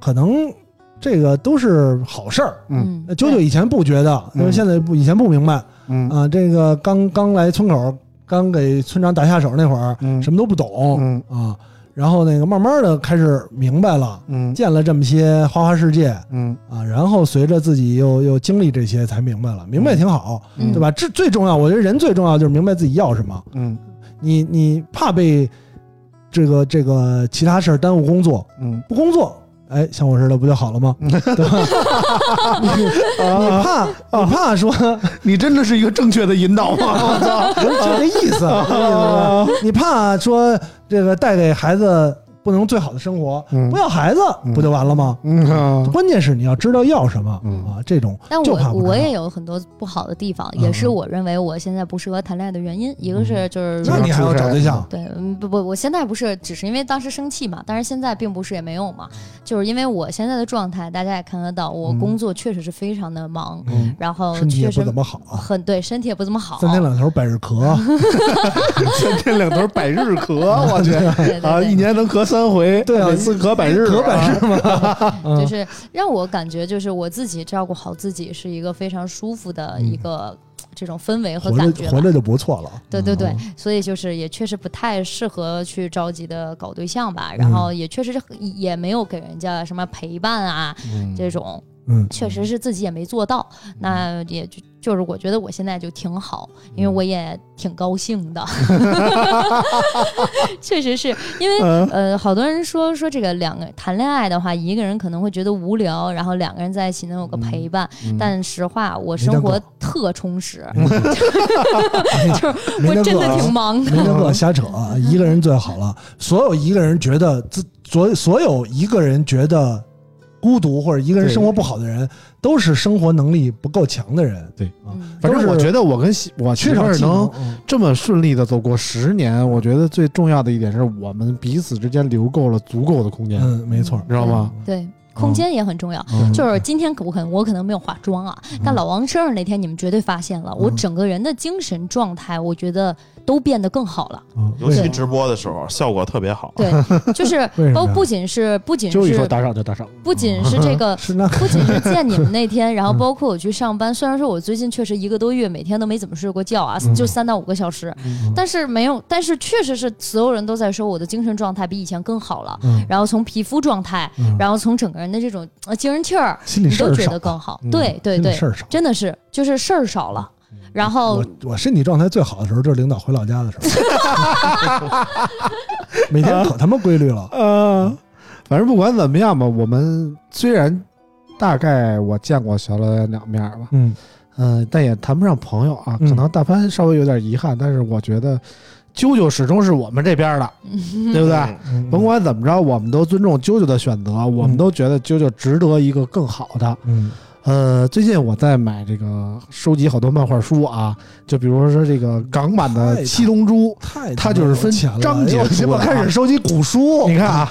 Speaker 6: 可能这个都是好事儿。
Speaker 2: 嗯
Speaker 3: 嗯
Speaker 6: 那，九九以前不觉得，因为
Speaker 2: 嗯
Speaker 6: 现在不以前不明白。
Speaker 2: 嗯
Speaker 6: 啊，这个刚刚来村口，刚给村长打下手那会儿，
Speaker 2: 嗯
Speaker 6: 什么都不懂、
Speaker 2: 嗯
Speaker 6: 啊。然后那个慢慢的开始明白了，
Speaker 2: 嗯
Speaker 6: 见了这么些花花世界
Speaker 2: 嗯
Speaker 6: 啊，然后随着自己又又经历这些，才明白了，明白挺好，
Speaker 3: 嗯
Speaker 6: 对吧？这最重要，我觉得人最重要就是明白自己要什么。
Speaker 2: 嗯
Speaker 6: 你你怕被这个这个其他事儿耽误工作，
Speaker 2: 嗯
Speaker 6: 不工作，哎，像我似的不就好了吗？对吧？ 你
Speaker 2: 啊！
Speaker 6: 怕你怕说
Speaker 2: 你真的是一个正确的引导吗？我操！
Speaker 6: 就这 意思，这意思吧你怕说这个带给孩子不能最好的生活，
Speaker 2: 嗯
Speaker 6: 不要孩子
Speaker 2: 嗯
Speaker 6: 不就完了吗？
Speaker 2: 嗯啊
Speaker 6: 关键是你要知道要什么
Speaker 2: 嗯
Speaker 6: 啊，这种
Speaker 3: 但
Speaker 6: 就怕
Speaker 3: 我
Speaker 6: 不知道嗯
Speaker 3: 我也有很多不好的地方，也是我认为我现在不适合谈恋爱的原因。一个是就是
Speaker 6: 那你还要找对象，
Speaker 3: 对，嗯不不，我现在不是只是因为当时生气嘛，但是现在并不是也没有嘛，就是因为我现在的状态，大家也看得到，我工作确实是非常的忙，
Speaker 2: 嗯
Speaker 3: 然后
Speaker 6: 嗯身体也
Speaker 3: 确
Speaker 6: 不
Speaker 3: 实
Speaker 6: 怎么好啊，
Speaker 3: 很对，身体也不怎么好。
Speaker 6: 三天两头百日咳，
Speaker 2: 三天两头百日咳，我去
Speaker 3: 对对
Speaker 2: 啊！
Speaker 3: 对
Speaker 2: 一年能咳三回，
Speaker 6: 对啊
Speaker 2: 每次咳百日，啊
Speaker 6: 咳百日嘛，
Speaker 3: 就
Speaker 6: 嗯
Speaker 3: 是让我感觉就是我自己照顾好自己是一个非常舒服的一个这种氛围和
Speaker 6: 嗯活
Speaker 3: 感
Speaker 6: 着
Speaker 3: 觉
Speaker 6: 活
Speaker 3: 吧。
Speaker 6: 着就不错了。
Speaker 3: 对对对，所以就是也确实不太适合去着急的搞对象吧，然
Speaker 6: 嗯
Speaker 3: 后也确实是也没有给人家什么陪伴啊、这种，
Speaker 6: 嗯
Speaker 3: 确实是自己也没做到，那也就就是我觉得我现在就挺好，因为
Speaker 6: 嗯
Speaker 3: 我也挺高兴 的， 确实是因为
Speaker 6: 嗯
Speaker 3: 呃，好多人说说这个两个谈恋爱的话，一个人可能会觉得无聊，然后两个人在一起能有个陪伴，但实话，我
Speaker 6: 嗯没
Speaker 3: 生
Speaker 6: 当
Speaker 3: 活
Speaker 6: 狗
Speaker 3: 特充实，
Speaker 6: 没
Speaker 3: 我
Speaker 6: 那
Speaker 3: 真
Speaker 6: 个
Speaker 3: 的
Speaker 6: 啊
Speaker 3: 挺忙的。
Speaker 6: 没那个瞎扯啊，一个人最好了。所有一个人觉得自所所有一个人觉得孤独或者一个人生活不好的人，都是生活能力不够强的人。
Speaker 2: 对
Speaker 6: 啊，
Speaker 3: 嗯
Speaker 2: 反正我觉得我跟媳我媳
Speaker 6: 缺
Speaker 2: 妇
Speaker 6: 少
Speaker 2: 儿
Speaker 6: 技
Speaker 2: 能
Speaker 6: 能。嗯
Speaker 2: 这么顺利的走过十年，我觉得最重要的一点是我们彼此之间留够了足够的空间，
Speaker 6: 嗯，没错
Speaker 2: 你。知道吗？
Speaker 3: 对，空间也很重要。
Speaker 2: 嗯
Speaker 3: 就是今天可我可能我可能没有化妆啊，但老王生日那天你们绝对发现了，我整个人的精神状态，我觉得都变得更好了。
Speaker 6: 嗯
Speaker 4: 尤其直播的时候效果特别好。
Speaker 3: 对，就是
Speaker 6: 为什么
Speaker 3: 包
Speaker 6: 呀。
Speaker 3: 不仅是不仅
Speaker 2: 就一说
Speaker 3: 是
Speaker 2: 打赏就打赏，
Speaker 3: 不仅是这个
Speaker 6: 是那个
Speaker 3: 不仅是见你们那天，然后包括我去上班，虽然说我最近确实一个多月每天都没怎么睡过觉啊，就三到五个小时，但是没有，但是确实是所有人都在说我的精神状态比以前更好了，
Speaker 6: 嗯
Speaker 3: 然后从皮肤状态，然后从整个人的这种呃精神气儿，
Speaker 6: 心里
Speaker 3: 你
Speaker 6: 事
Speaker 3: 都
Speaker 6: 儿
Speaker 3: 觉
Speaker 6: 少
Speaker 3: 得，更好。
Speaker 2: 嗯
Speaker 3: 对对
Speaker 6: 心里
Speaker 3: 对
Speaker 6: 事，儿少。嗯
Speaker 3: 真的是就是事儿少了，然后
Speaker 6: 我我身体状态最好的时候，就是领导回老家的时候，每天可他妈规律了。
Speaker 2: 呃，反正不管怎么样吧，我们虽然大概我见过小老两面儿吧，
Speaker 6: 嗯，
Speaker 2: 嗯，但也谈不上朋友啊。
Speaker 6: 嗯
Speaker 2: 可能大潘稍微有点遗憾，但是我觉得啾啾始终是我们这边的，对不对？
Speaker 4: 嗯
Speaker 6: 嗯
Speaker 2: 甭，管怎么着，我们都尊重啾啾的选择，我们
Speaker 6: 嗯
Speaker 2: 都觉得啾啾值得一个更好的。
Speaker 6: 嗯
Speaker 2: 呃，最近我在买这个收集好多漫画书啊，就比如说这个港版的
Speaker 6: 太
Speaker 2: 《七龙珠》，
Speaker 6: 太
Speaker 2: 它就是分
Speaker 6: 哎钱了，
Speaker 2: 章节
Speaker 6: 哎呦
Speaker 2: 出的
Speaker 6: 我
Speaker 2: 啊
Speaker 6: 开始收集古 书，
Speaker 2: 你看啊，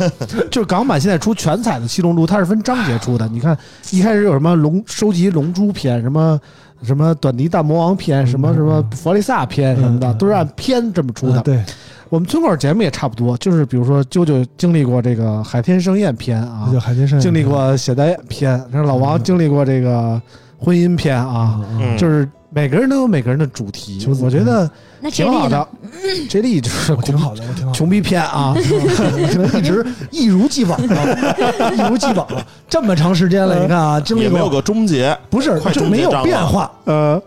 Speaker 2: 就是港版现在出全彩的《七龙珠》，它是分章节出的。你看一开始有什么龙收集龙珠篇，什么什么短笛大魔王篇，什么什么弗利萨篇什么的，
Speaker 6: 嗯嗯嗯
Speaker 2: 都是按篇这么出的
Speaker 6: 啊。对，
Speaker 2: 我们村口节目也差不多，就是比如说啾啾经历过这个海天盛宴篇啊
Speaker 6: 那就，海天盛
Speaker 2: 经历过血袋篇，然后老
Speaker 6: 嗯
Speaker 2: 王经历过这个婚姻篇啊，，
Speaker 4: 嗯
Speaker 2: 就是每个人都有每个人的主题
Speaker 6: 求，子嗯
Speaker 2: 我觉得
Speaker 3: 那
Speaker 2: 挺
Speaker 3: J
Speaker 2: 好
Speaker 3: D 呢
Speaker 2: 的？。J 力就是
Speaker 6: 我挺好的，我挺好 的。
Speaker 2: 穷逼篇啊，
Speaker 6: 一直一如既往了，一如既往了。这么长时间了，你看啊，经历
Speaker 4: 也没有
Speaker 6: 过
Speaker 4: 个终结，
Speaker 6: 不是
Speaker 4: 快
Speaker 6: 就
Speaker 4: 终
Speaker 6: 没
Speaker 4: 结
Speaker 6: 有
Speaker 4: 账了
Speaker 6: 变化，
Speaker 2: 呃，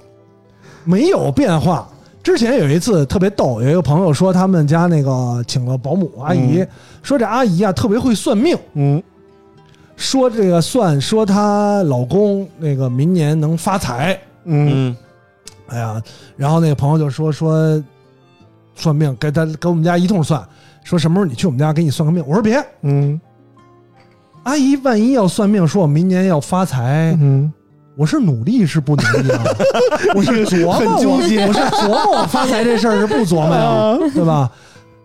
Speaker 6: 没有变化。之前有一次特别逗，有一个朋友说他们家那个请了保姆阿姨，说这阿姨啊特别会算命，
Speaker 2: 嗯。
Speaker 6: 说这个算说她老公那个明年能发财，
Speaker 2: 嗯，
Speaker 4: 嗯，
Speaker 6: 哎呀，然后那个朋友就说说算命给他给我们家一通算，说什么时候你去我们家给你算个命，我说别，
Speaker 2: 嗯
Speaker 6: 阿姨万一要算命说我明年要发财，
Speaker 2: 嗯，
Speaker 6: 我是努力是不努 力啊？我是琢磨
Speaker 2: 很
Speaker 6: 我，
Speaker 2: 纠结嗯
Speaker 6: 我是琢磨我发财这事儿是不琢 磨呀，对吧？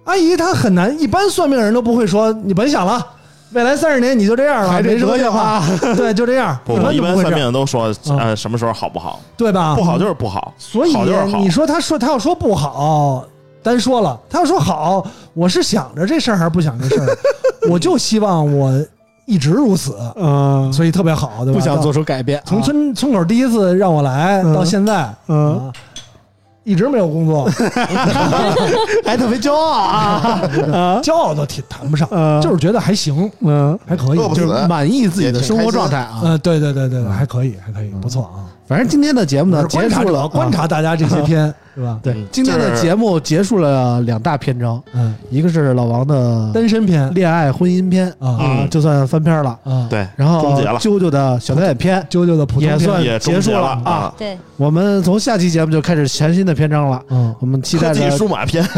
Speaker 6: 阿姨她很难，一般算命人都不会说你甭想了，未来三十年你就这样了，
Speaker 2: 还
Speaker 6: 没
Speaker 2: 这
Speaker 6: 什么
Speaker 2: 德行
Speaker 6: 变化，
Speaker 2: 啊，
Speaker 6: 对，就这样，
Speaker 4: 不不，一
Speaker 6: 都
Speaker 4: 般
Speaker 6: 不会
Speaker 4: 算
Speaker 6: 这样，
Speaker 4: 命都说
Speaker 6: 嗯
Speaker 4: 呃什么时候好不好，
Speaker 6: 对吧？
Speaker 4: 不好就是不好，
Speaker 6: 所以
Speaker 4: 好就是好
Speaker 6: 你说他说他要说不好，单说了，他要说好，我是想着这事儿还是不想这 事儿，我就希望我一直如此，
Speaker 2: 嗯，
Speaker 6: 所以特别好，对吧？
Speaker 2: 不想做出改变啊，
Speaker 6: 嗯从村村口第一次让我来
Speaker 2: 嗯
Speaker 6: 到现在，
Speaker 2: 嗯
Speaker 6: 啊，一直没有工作，
Speaker 2: 还特别骄傲 啊，
Speaker 6: 骄傲倒挺谈不上，
Speaker 2: 嗯
Speaker 6: 就是觉得还行，
Speaker 2: 嗯，
Speaker 6: 还可以
Speaker 4: 饿，不
Speaker 2: 就
Speaker 6: 就是是
Speaker 2: 满意自己的生活状态啊。
Speaker 6: 嗯，对对对对，对还可以，还可以，不错啊。
Speaker 2: 反正今天的节目
Speaker 6: 我
Speaker 2: 呢，
Speaker 6: 是
Speaker 2: 结
Speaker 6: 观察
Speaker 2: 束
Speaker 6: 者
Speaker 2: 了
Speaker 6: 观
Speaker 2: 啊。
Speaker 6: 察大家这些天，对吧？
Speaker 2: 对
Speaker 4: 嗯，
Speaker 2: 今天
Speaker 4: 就
Speaker 2: 的
Speaker 4: 是
Speaker 2: 节目结束了两大篇章，
Speaker 6: 嗯，
Speaker 2: 一个是老王的
Speaker 6: 单身篇
Speaker 2: 恋爱婚姻篇
Speaker 6: 啊
Speaker 2: 啊，
Speaker 4: 嗯
Speaker 2: 就算翻篇了。
Speaker 6: 啊，
Speaker 4: 对，
Speaker 2: 然后
Speaker 4: 终结了
Speaker 2: 啾啾的小导演篇
Speaker 6: 啾啾的普
Speaker 2: 也
Speaker 6: 通篇，
Speaker 2: 算
Speaker 4: 也终
Speaker 2: 结束
Speaker 4: 结了
Speaker 2: 啊
Speaker 4: 啊。
Speaker 3: 对，
Speaker 2: 我们从下期节目就开始全新的篇章了，
Speaker 6: 嗯，
Speaker 2: 我们期待
Speaker 4: 科技
Speaker 2: 着
Speaker 4: 数码篇，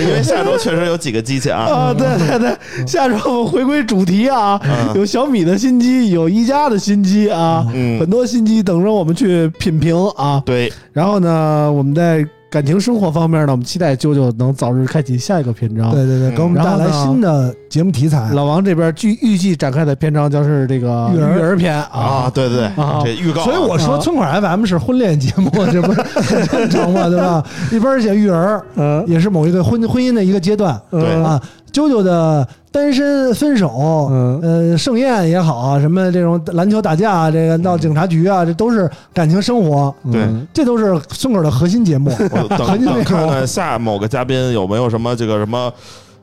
Speaker 4: 因为下周确实有几个机器啊，
Speaker 2: 啊，对对对，下周我们回归主题啊，
Speaker 4: 嗯
Speaker 2: 有小米的新机，有一加的新机啊，很
Speaker 4: 嗯，
Speaker 2: 多新机等着我们去品评啊。
Speaker 4: 对，
Speaker 2: 然后呢，我们在感情生活方面呢，我们期待啾啾能早日开启下一个篇章。
Speaker 6: 对对对，
Speaker 4: 嗯
Speaker 6: 给我们带来
Speaker 2: 然后呢
Speaker 6: 新的节目题材。
Speaker 2: 老王这边据预计展开的篇章将是这个
Speaker 6: 育儿
Speaker 2: 育儿篇啊。
Speaker 4: 啊，对对
Speaker 2: 啊
Speaker 4: 对，这预告啊，
Speaker 6: 所以我说
Speaker 2: 啊
Speaker 6: 村口 FM 是婚恋节目，这不是很正常吗？对吧？一边儿写育儿，
Speaker 2: 嗯
Speaker 6: 也是某一个婚婚姻的一个阶段。
Speaker 4: 对
Speaker 6: 啊，啾啾的单身分手，
Speaker 2: 嗯
Speaker 6: 呃，盛宴也好啊，什么这种篮球打架啊，这个闹警察局啊，这都是感情生活，
Speaker 4: 对
Speaker 2: 嗯
Speaker 6: 这都是村口的核心节目。
Speaker 4: 我
Speaker 6: 核
Speaker 4: 等
Speaker 6: 心内
Speaker 4: 等看
Speaker 6: 容
Speaker 4: 看下某个嘉宾有没有什么这个什么，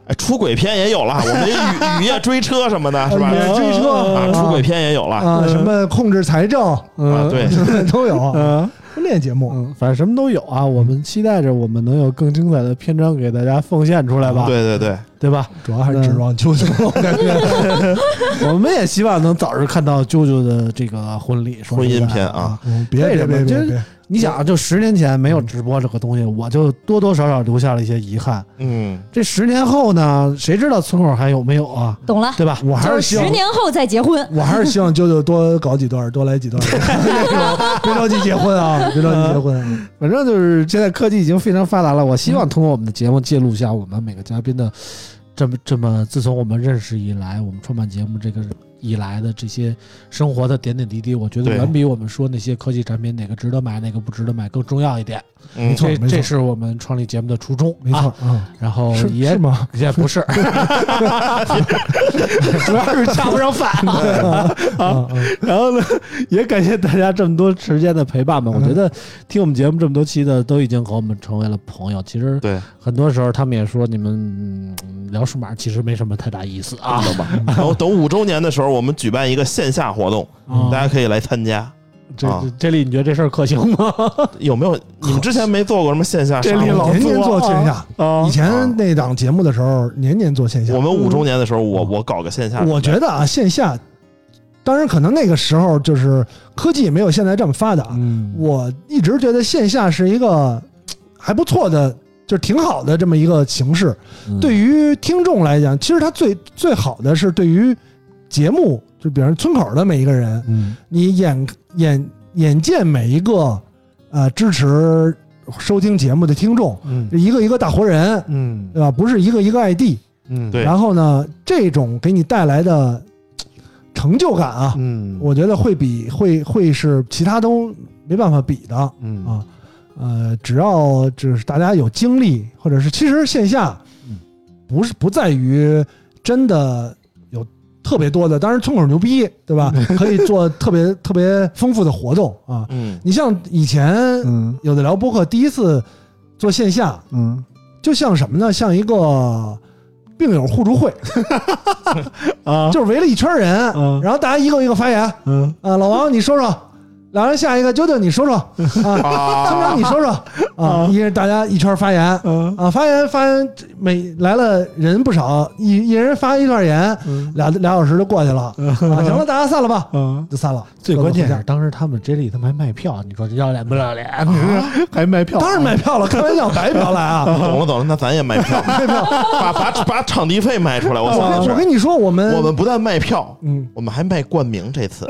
Speaker 4: 哎，出轨片也有了，我们雨雨夜追车什么的，是吧？
Speaker 6: 呃也追车
Speaker 4: 啊，出轨片也有了
Speaker 6: 哎啊，什么控制财政
Speaker 4: 啊，
Speaker 2: 嗯，
Speaker 4: 对，
Speaker 6: 什么都有，
Speaker 2: 嗯
Speaker 6: 婚恋节目。
Speaker 2: 嗯，反正什么都有啊。我们期待着我们能有更精彩的篇章给大家奉献出来吧，
Speaker 4: 对对对，
Speaker 2: 对吧？
Speaker 6: 主要还是指望啾啾，我 感觉
Speaker 2: 我们也希望能早日看到啾啾的这个婚礼说
Speaker 4: 婚
Speaker 2: 实在
Speaker 4: 姻篇啊
Speaker 2: 啊。
Speaker 6: 嗯别
Speaker 2: 为
Speaker 6: 别
Speaker 2: 什么
Speaker 6: 别别
Speaker 2: 真
Speaker 6: 别，
Speaker 2: 你想，啊就十年前没有直播这个东西，我就多多少少留下了一些遗憾。
Speaker 4: 嗯，
Speaker 2: 这十年后呢，谁知道村口还有没有啊？
Speaker 3: 懂了，
Speaker 2: 对吧？
Speaker 6: 我还
Speaker 3: 就是是
Speaker 6: 希望
Speaker 3: 十年后再结婚。
Speaker 6: 我还是希望啾啾多搞几段，多来几段，别着急结婚 啊，别着急结婚啊。
Speaker 2: 反正就是现在科技已经非常发达了，我希望通过我们的节目记录下我们每个嘉宾的这么这么，自从我们认识以来，我们创办节目这个以来的这些生活的点点滴滴，我觉得
Speaker 4: 对
Speaker 2: 远比我们说那些科技产品哪个值得买哪个不值得买更重要一点。
Speaker 4: 没
Speaker 6: 错
Speaker 2: 这
Speaker 6: 没错
Speaker 2: 这是我们创立节目的初衷，
Speaker 6: 没错
Speaker 2: 啊。
Speaker 6: 啊，
Speaker 2: 然后
Speaker 6: 是
Speaker 2: 也
Speaker 6: 是吗？
Speaker 2: 也不是，主要是恰不上饭 啊。
Speaker 6: 啊，
Speaker 2: 然后呢，也感谢大家这么多时间的陪伴吧。我觉得听我们节目这么多期的，都已经和我们成为了朋友。其实
Speaker 4: 对，
Speaker 2: 很多时候他们也说，你们、嗯聊数码其实没什么太大意思 啊。
Speaker 4: 等吧，等等五周年的时候，我们举办一个线下活动，
Speaker 6: 哦
Speaker 2: 嗯
Speaker 4: 大家可以来参加。
Speaker 2: 这
Speaker 4: 啊
Speaker 2: 这这里你觉得这事儿可行吗？
Speaker 4: 有 没有？你们之前没做过什么线下沙
Speaker 2: 这里
Speaker 4: 龙？
Speaker 2: 老
Speaker 6: 年年做线下，
Speaker 2: 啊
Speaker 6: 以前那档节目的时候，年年做线下
Speaker 4: 我。们五周年的时候，我我搞个线下，
Speaker 6: 我觉得啊，线下，当然可能那个时候就是科技没有现在这么发达，
Speaker 2: 嗯，
Speaker 6: 我一直觉得线下是一个还不错的，就是挺好的这
Speaker 2: 嗯
Speaker 6: 么一个形式。对于听众来讲，其实它最最好的是对于节目，就比方说村口的每一个人，
Speaker 5: 嗯
Speaker 6: 你眼眼眼见每一个呃支持收听节目的听众，
Speaker 5: 嗯
Speaker 6: 一个一个大活人，
Speaker 5: 嗯
Speaker 6: 对吧？不是一个一个 ID。
Speaker 5: 嗯，
Speaker 4: 对
Speaker 6: 然后呢，这种给你带来的嘖成就感啊，
Speaker 5: 嗯
Speaker 6: 我觉得会比会会是其他都没办法比的。
Speaker 5: 嗯
Speaker 6: 啊呃，只要就是大家有精力，或者是其实线下
Speaker 5: 嗯，
Speaker 6: 不是不在于真的有特别多的，当然村口牛逼，对吧？可以做特别特别丰富的活动啊。
Speaker 4: 嗯，
Speaker 6: 你像以前
Speaker 5: 嗯
Speaker 6: 有的聊播客，第一次做线下，
Speaker 5: 嗯
Speaker 6: 就像什么呢？像一个病友互助会，
Speaker 5: 啊
Speaker 6: 就是围了一圈人，
Speaker 5: 嗯
Speaker 6: 然后大家一个一个发言啊、
Speaker 5: 嗯
Speaker 6: 老王你说说，老王下一个，啾啾你说说啊，村长你说说啊，一人大家一圈发言。
Speaker 5: 嗯
Speaker 6: 啊，发言发言，每来了人不少，一一人发一段言，
Speaker 5: 嗯
Speaker 6: 俩俩小时就过去了。啊，行了，大家散了吧，
Speaker 5: 嗯，
Speaker 6: 就散了。
Speaker 2: 最关键
Speaker 6: 各
Speaker 2: 是
Speaker 6: 自
Speaker 2: 当时他们 J 里他们还卖票，你说这要脸不要脸？还卖票？
Speaker 6: 回家，当然卖票了，开玩笑，白嫖来啊！
Speaker 4: 懂了懂了，那咱也卖票，把把把场地费卖出来，我
Speaker 6: 我
Speaker 4: 操！
Speaker 6: 跟我跟你说，我们
Speaker 4: 嗯我们不但卖票，
Speaker 6: 嗯，
Speaker 4: 我们还卖冠名，这次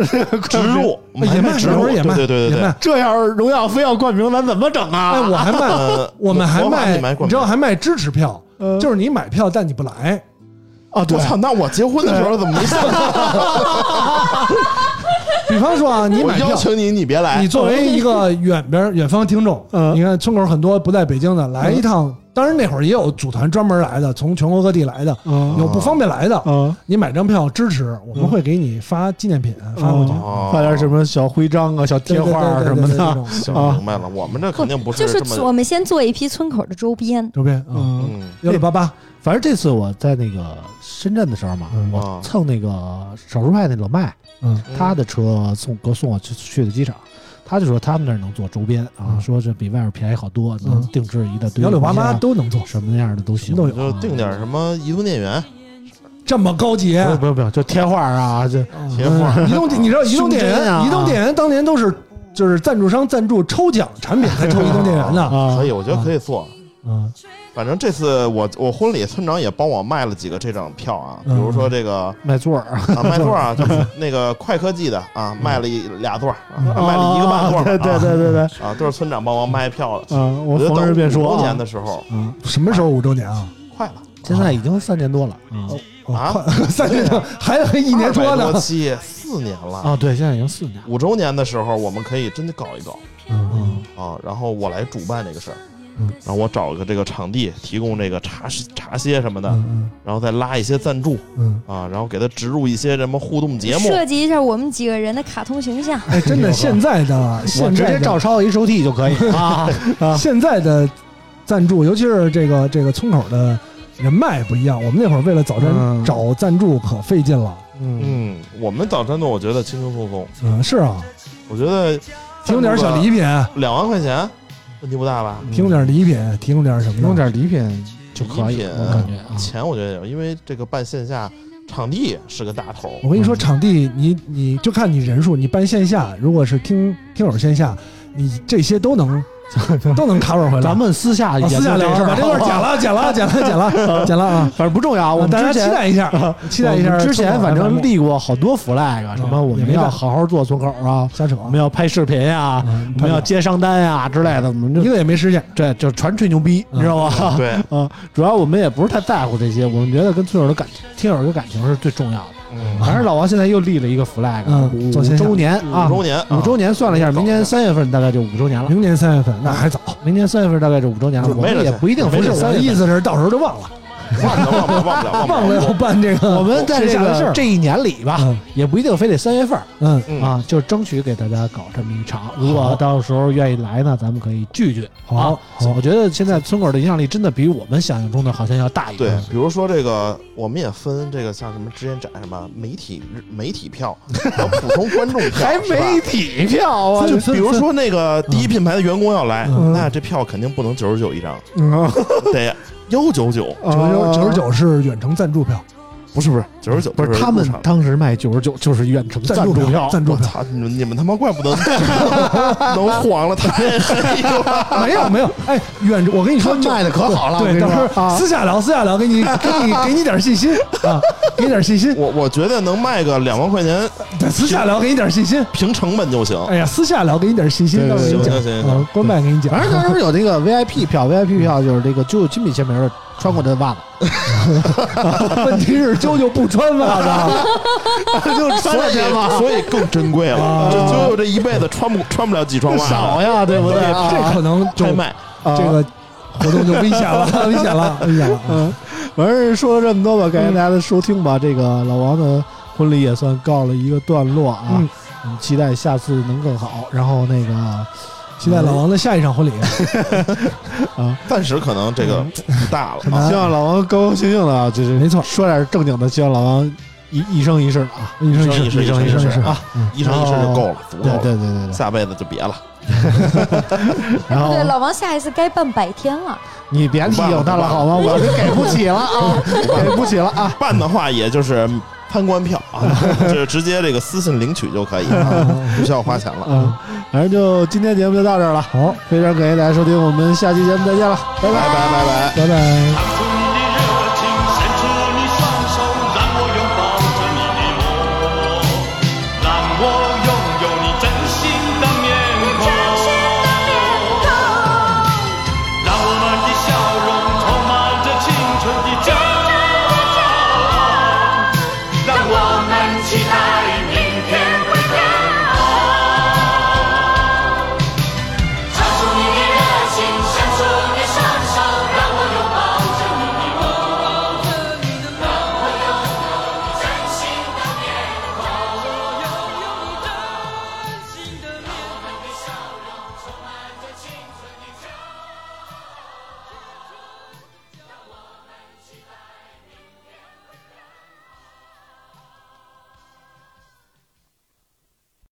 Speaker 4: 植入，我们还
Speaker 6: 哎也卖
Speaker 4: 植
Speaker 6: 那
Speaker 4: 入，
Speaker 6: 会儿也
Speaker 4: 对
Speaker 6: 卖
Speaker 4: 对对呃
Speaker 6: 也
Speaker 4: 对对
Speaker 6: 卖。
Speaker 2: 这要是荣耀非要冠名，咱怎么整啊？
Speaker 6: 哎，我还卖，
Speaker 4: 呃，
Speaker 6: 我们还
Speaker 4: 我把
Speaker 6: 卖
Speaker 4: 你买，
Speaker 6: 你
Speaker 4: 广
Speaker 6: 知道
Speaker 4: 告
Speaker 6: 还卖支持票，就是你买票但你不来，
Speaker 4: 啊？我操！那我结婚的时候怎么没想到？
Speaker 6: 比方说啊，你
Speaker 4: 我
Speaker 6: 买
Speaker 4: 邀
Speaker 6: 票。
Speaker 4: 请你，你别来
Speaker 6: 你。作为一个远边远方听众，
Speaker 5: 嗯
Speaker 6: 你看村口很多不在北京的来一趟，当然那会儿也有组团专门来的，从全国各地来的，
Speaker 5: 嗯
Speaker 6: 有不方便来的，
Speaker 5: 啊
Speaker 6: 你买张票支持，我们会给你发纪念品发过去，
Speaker 4: 哦
Speaker 2: 画点什么小徽章啊、小贴画啊
Speaker 6: 对嗯
Speaker 2: 什么，
Speaker 6: 对对
Speaker 2: 的。
Speaker 6: 对对对这种
Speaker 4: 行
Speaker 2: 啊
Speaker 4: 明白了，我们这肯定不
Speaker 9: 就
Speaker 4: 这
Speaker 9: 是我
Speaker 4: 么。
Speaker 9: 们先做一批村口的周边，
Speaker 6: 周边啊，
Speaker 5: 嗯
Speaker 4: 嗯
Speaker 6: 幺六八八，
Speaker 2: 反正这次我在那个深圳的时候嘛，
Speaker 6: 嗯
Speaker 2: 我蹭那个少数派那老麦，
Speaker 6: 嗯
Speaker 2: 他的车送哥送我去去的机场。他就说他们那儿能做周边啊，
Speaker 6: 嗯
Speaker 2: 说这比外边便宜好多，能定制一大堆
Speaker 6: 幺六八
Speaker 2: 东西
Speaker 6: 八
Speaker 2: 啊
Speaker 6: 都能做，
Speaker 2: 什么样的都行，啊
Speaker 6: 都
Speaker 4: 你就定点什么移动电源、
Speaker 6: 这么高级。
Speaker 2: 不用不用不用，就贴画啊，这
Speaker 4: 贴画
Speaker 6: 嗯移动电，你知道移动电
Speaker 2: 胸针啊
Speaker 6: 源，移动电源当年都是就是赞助商赞助抽奖产品才抽移动电源呢。
Speaker 2: 啊
Speaker 4: 可以，我觉得可以做。
Speaker 6: 嗯
Speaker 4: 反正这次我我婚礼村长也帮我卖了几个这张票啊，
Speaker 2: 嗯
Speaker 4: 比如说 这个
Speaker 2: 卖座儿
Speaker 4: 啊卖座啊，就是那个快科技的啊，卖了一俩座儿啊，卖了一个半
Speaker 2: 嗯啊
Speaker 4: 座儿
Speaker 2: 对对
Speaker 4: 啊
Speaker 2: 对对对，
Speaker 4: 啊，都是村长帮忙卖票的。
Speaker 2: 嗯，我
Speaker 4: 觉得
Speaker 2: 逢
Speaker 4: 等
Speaker 2: 人便
Speaker 4: 五
Speaker 2: 说
Speaker 4: 周年
Speaker 2: 啊
Speaker 4: 的，时候
Speaker 6: 嗯，什么时候五周年啊？
Speaker 4: 快了
Speaker 2: 现在已经三年多了
Speaker 6: 哦
Speaker 4: 啊
Speaker 6: 快 三年多，还有一年多
Speaker 4: 200
Speaker 6: 呢
Speaker 4: 多。期四年了。
Speaker 2: 啊，对，现在已经四年了，
Speaker 4: 五周年的时候，我们可以真的搞一搞
Speaker 6: 嗯
Speaker 4: 啊，然后我来主办这个事儿，
Speaker 9: 嗯
Speaker 2: 嗯
Speaker 4: 然后我找个这个场地，提供这个茶茶歇什么的，
Speaker 6: 嗯
Speaker 4: 然后再拉一些赞助
Speaker 6: 嗯嗯，
Speaker 4: 啊，然后给他植入一些什么互动节目，
Speaker 9: 设计一下我们几个人的卡通形象。
Speaker 6: 哎， 真的，现在的
Speaker 2: 我
Speaker 6: 现
Speaker 2: 直
Speaker 6: 在
Speaker 2: 接
Speaker 6: 的
Speaker 2: 照抄一收 T 就可以啊，
Speaker 6: 现在的赞助，尤其是这个这个村口的人脉不一样。我们那会儿为了早站、
Speaker 5: 嗯
Speaker 6: 找赞助可费劲了，
Speaker 5: 嗯
Speaker 4: 嗯，我们早餐呢，我觉得轻轻松松，
Speaker 6: 嗯，是啊，
Speaker 4: 我觉得
Speaker 6: 提供点小礼品，
Speaker 4: 两万块钱问题不大
Speaker 2: 嗯
Speaker 4: 吧？
Speaker 6: 提供点礼品，提供点什么的？
Speaker 2: 提供点礼品就可以，
Speaker 4: 礼品嗯
Speaker 2: 我感觉啊，
Speaker 4: 钱我觉得有，因为这个办线下场地是个大头，
Speaker 6: 我跟
Speaker 2: 嗯
Speaker 6: 你说，场地你你就看你人数，你办线下，如果是听听友线下，你这些都能 都能 cover 回来。
Speaker 2: 咱们私下
Speaker 6: 啊
Speaker 2: 研
Speaker 6: 私
Speaker 2: 究
Speaker 6: 下聊
Speaker 2: 事
Speaker 6: 把
Speaker 2: 儿，
Speaker 6: 这段剪了，剪了，剪了，剪了，剪了啊！
Speaker 2: 反正不重要，我们
Speaker 6: 大家
Speaker 2: 之
Speaker 6: 期
Speaker 2: 前。啊
Speaker 6: 待一下，期待一
Speaker 2: 我
Speaker 6: 下
Speaker 2: 们
Speaker 6: 啊村口 FM。
Speaker 2: 之前反正立过好多 flag，啊什
Speaker 6: 嗯
Speaker 2: 么我们要好好做村口啊，
Speaker 6: 瞎扯，
Speaker 2: 我们要拍视频啊，
Speaker 6: 嗯
Speaker 2: 我们要接商单啊之类的，我们
Speaker 6: 一
Speaker 2: 就
Speaker 6: 个也没实现。
Speaker 2: 这就纯吹牛逼，
Speaker 6: 嗯
Speaker 2: 你知道吗？
Speaker 4: 对，
Speaker 2: 啊，主要我们也不是太在乎这些，我们觉得跟村友的感听友的感情是最重要的。
Speaker 4: 嗯，
Speaker 2: 反正老王现在又立了一个 flag，
Speaker 6: 嗯
Speaker 2: 五
Speaker 6: 做
Speaker 2: 五
Speaker 6: 线下嗯
Speaker 2: 周年啊
Speaker 4: 五，周年，
Speaker 2: 五周年算了一下，明年三月份大概就五周年了。
Speaker 6: 明年三月份那还早，
Speaker 2: 明年三月份大概就五周年了，
Speaker 4: 准
Speaker 2: 我
Speaker 4: 备
Speaker 2: 们
Speaker 4: 着
Speaker 2: 也
Speaker 4: 去
Speaker 2: 不一定
Speaker 6: 不
Speaker 2: 非
Speaker 6: 是
Speaker 2: 得
Speaker 6: 我
Speaker 2: 三
Speaker 6: 的
Speaker 2: 月
Speaker 6: 意
Speaker 2: 份。
Speaker 6: 思是到时候就忘了，
Speaker 4: 啊忘不了，忘不了，忘不了，
Speaker 6: 忘
Speaker 4: 不
Speaker 6: 了要办这个。
Speaker 2: 嗯我们在这
Speaker 6: 线下的事
Speaker 2: 个
Speaker 6: 儿
Speaker 2: 这一年里吧
Speaker 6: 嗯，
Speaker 2: 也不一定非得三月份
Speaker 6: 嗯，
Speaker 4: 嗯
Speaker 2: 啊，就争取给大家搞这么一场。如果到时候愿意来呢，咱们可以聚聚。
Speaker 6: 好
Speaker 2: 啊我觉得现在村口的影响力真的比我们想象中的好像要大一
Speaker 4: 对
Speaker 2: 点。，
Speaker 4: 比如说这个，我们也分这个像什么之前展什么媒体媒体票和普通观众票，
Speaker 2: 还
Speaker 4: 是吧
Speaker 2: 媒体票啊！
Speaker 4: 就比如说那个第一品牌的员工要来，
Speaker 6: 嗯
Speaker 4: 那这票肯定不能九
Speaker 2: 啊
Speaker 4: 十九一张，
Speaker 5: 嗯，
Speaker 4: 得幺九九。
Speaker 6: 九九九十九是远程赞助票，
Speaker 4: 不是不是九十九，
Speaker 2: 不
Speaker 4: 是
Speaker 2: 是他们
Speaker 4: 入场
Speaker 2: 当时卖九十九就是远程
Speaker 6: 赞助
Speaker 2: 助
Speaker 6: 票，赞助
Speaker 4: 我
Speaker 6: 票，
Speaker 4: 操，你们你们他妈怪不得 能黄了，太黑了。
Speaker 6: 没有没有，哎，远程我跟你
Speaker 2: 他
Speaker 6: 说，就
Speaker 2: 卖的可好了，我跟
Speaker 6: 对，
Speaker 2: 你
Speaker 6: 到
Speaker 2: 说
Speaker 6: 时候
Speaker 2: 啊
Speaker 6: 私下聊，私下聊，给你给你给你点信心啊，给你点信心，
Speaker 4: 我我觉得能卖个两万块钱，
Speaker 6: 对，私下聊给你点信心。
Speaker 4: 平成本就行。
Speaker 6: 哎呀，私下聊给你点信心，
Speaker 2: 对
Speaker 6: 到时候给你
Speaker 4: 行行行行
Speaker 6: 讲，啊，关麦给你讲。
Speaker 2: 反正当时有那个 VIP 票，VIP 票就是这个就有亲笔签名的，穿过的袜子，
Speaker 6: 问题是啾啾不穿袜子，啊
Speaker 2: 就穿
Speaker 4: 所以所以更珍贵了
Speaker 6: 啊，
Speaker 4: 这就有这一辈子穿不穿不了几双袜
Speaker 2: 少
Speaker 4: 子，
Speaker 2: 呀，对不对？啊
Speaker 6: 这可能就
Speaker 4: 啊拍卖。啊
Speaker 6: 这个活动就危险了，危 险了，危险了。
Speaker 2: 嗯，完事儿说了这么多吧，感谢大家的收听吧。这个老王的婚礼也算告了一个段落啊，
Speaker 6: 嗯
Speaker 2: 我们期待下次能更好。然后那个
Speaker 6: 期待老王的下一场婚礼，
Speaker 4: 暂时可能这个
Speaker 2: 嗯
Speaker 4: 不大了啊，
Speaker 2: 希望老王高高兴兴的啊，就是
Speaker 6: 没错
Speaker 2: 说点正经的，希望老王一一生一世啊，
Speaker 6: 一生
Speaker 4: 一生
Speaker 6: 一
Speaker 4: 一
Speaker 6: 生
Speaker 4: 世
Speaker 6: 一生
Speaker 4: 一
Speaker 6: 一
Speaker 4: 世
Speaker 6: 世
Speaker 4: 啊，一生一世就够了，足
Speaker 2: 哦对
Speaker 4: 够了，
Speaker 2: 对对对对。
Speaker 4: 下辈子就别了。
Speaker 2: 然后
Speaker 6: 哦
Speaker 3: 对，老王下一次该办百天了，
Speaker 2: 你别提有他了好吗？我是给不起了啊， 给不起了啊。
Speaker 4: 办的话，也就是参观票 啊，就是直接这个私信领取就可以，啊不需要花钱了。
Speaker 2: 嗯，反正就今天节目就到这儿了。好，非常感谢大家收听，我们下期节目再见了，拜拜
Speaker 4: 拜拜拜拜。
Speaker 6: 拜拜。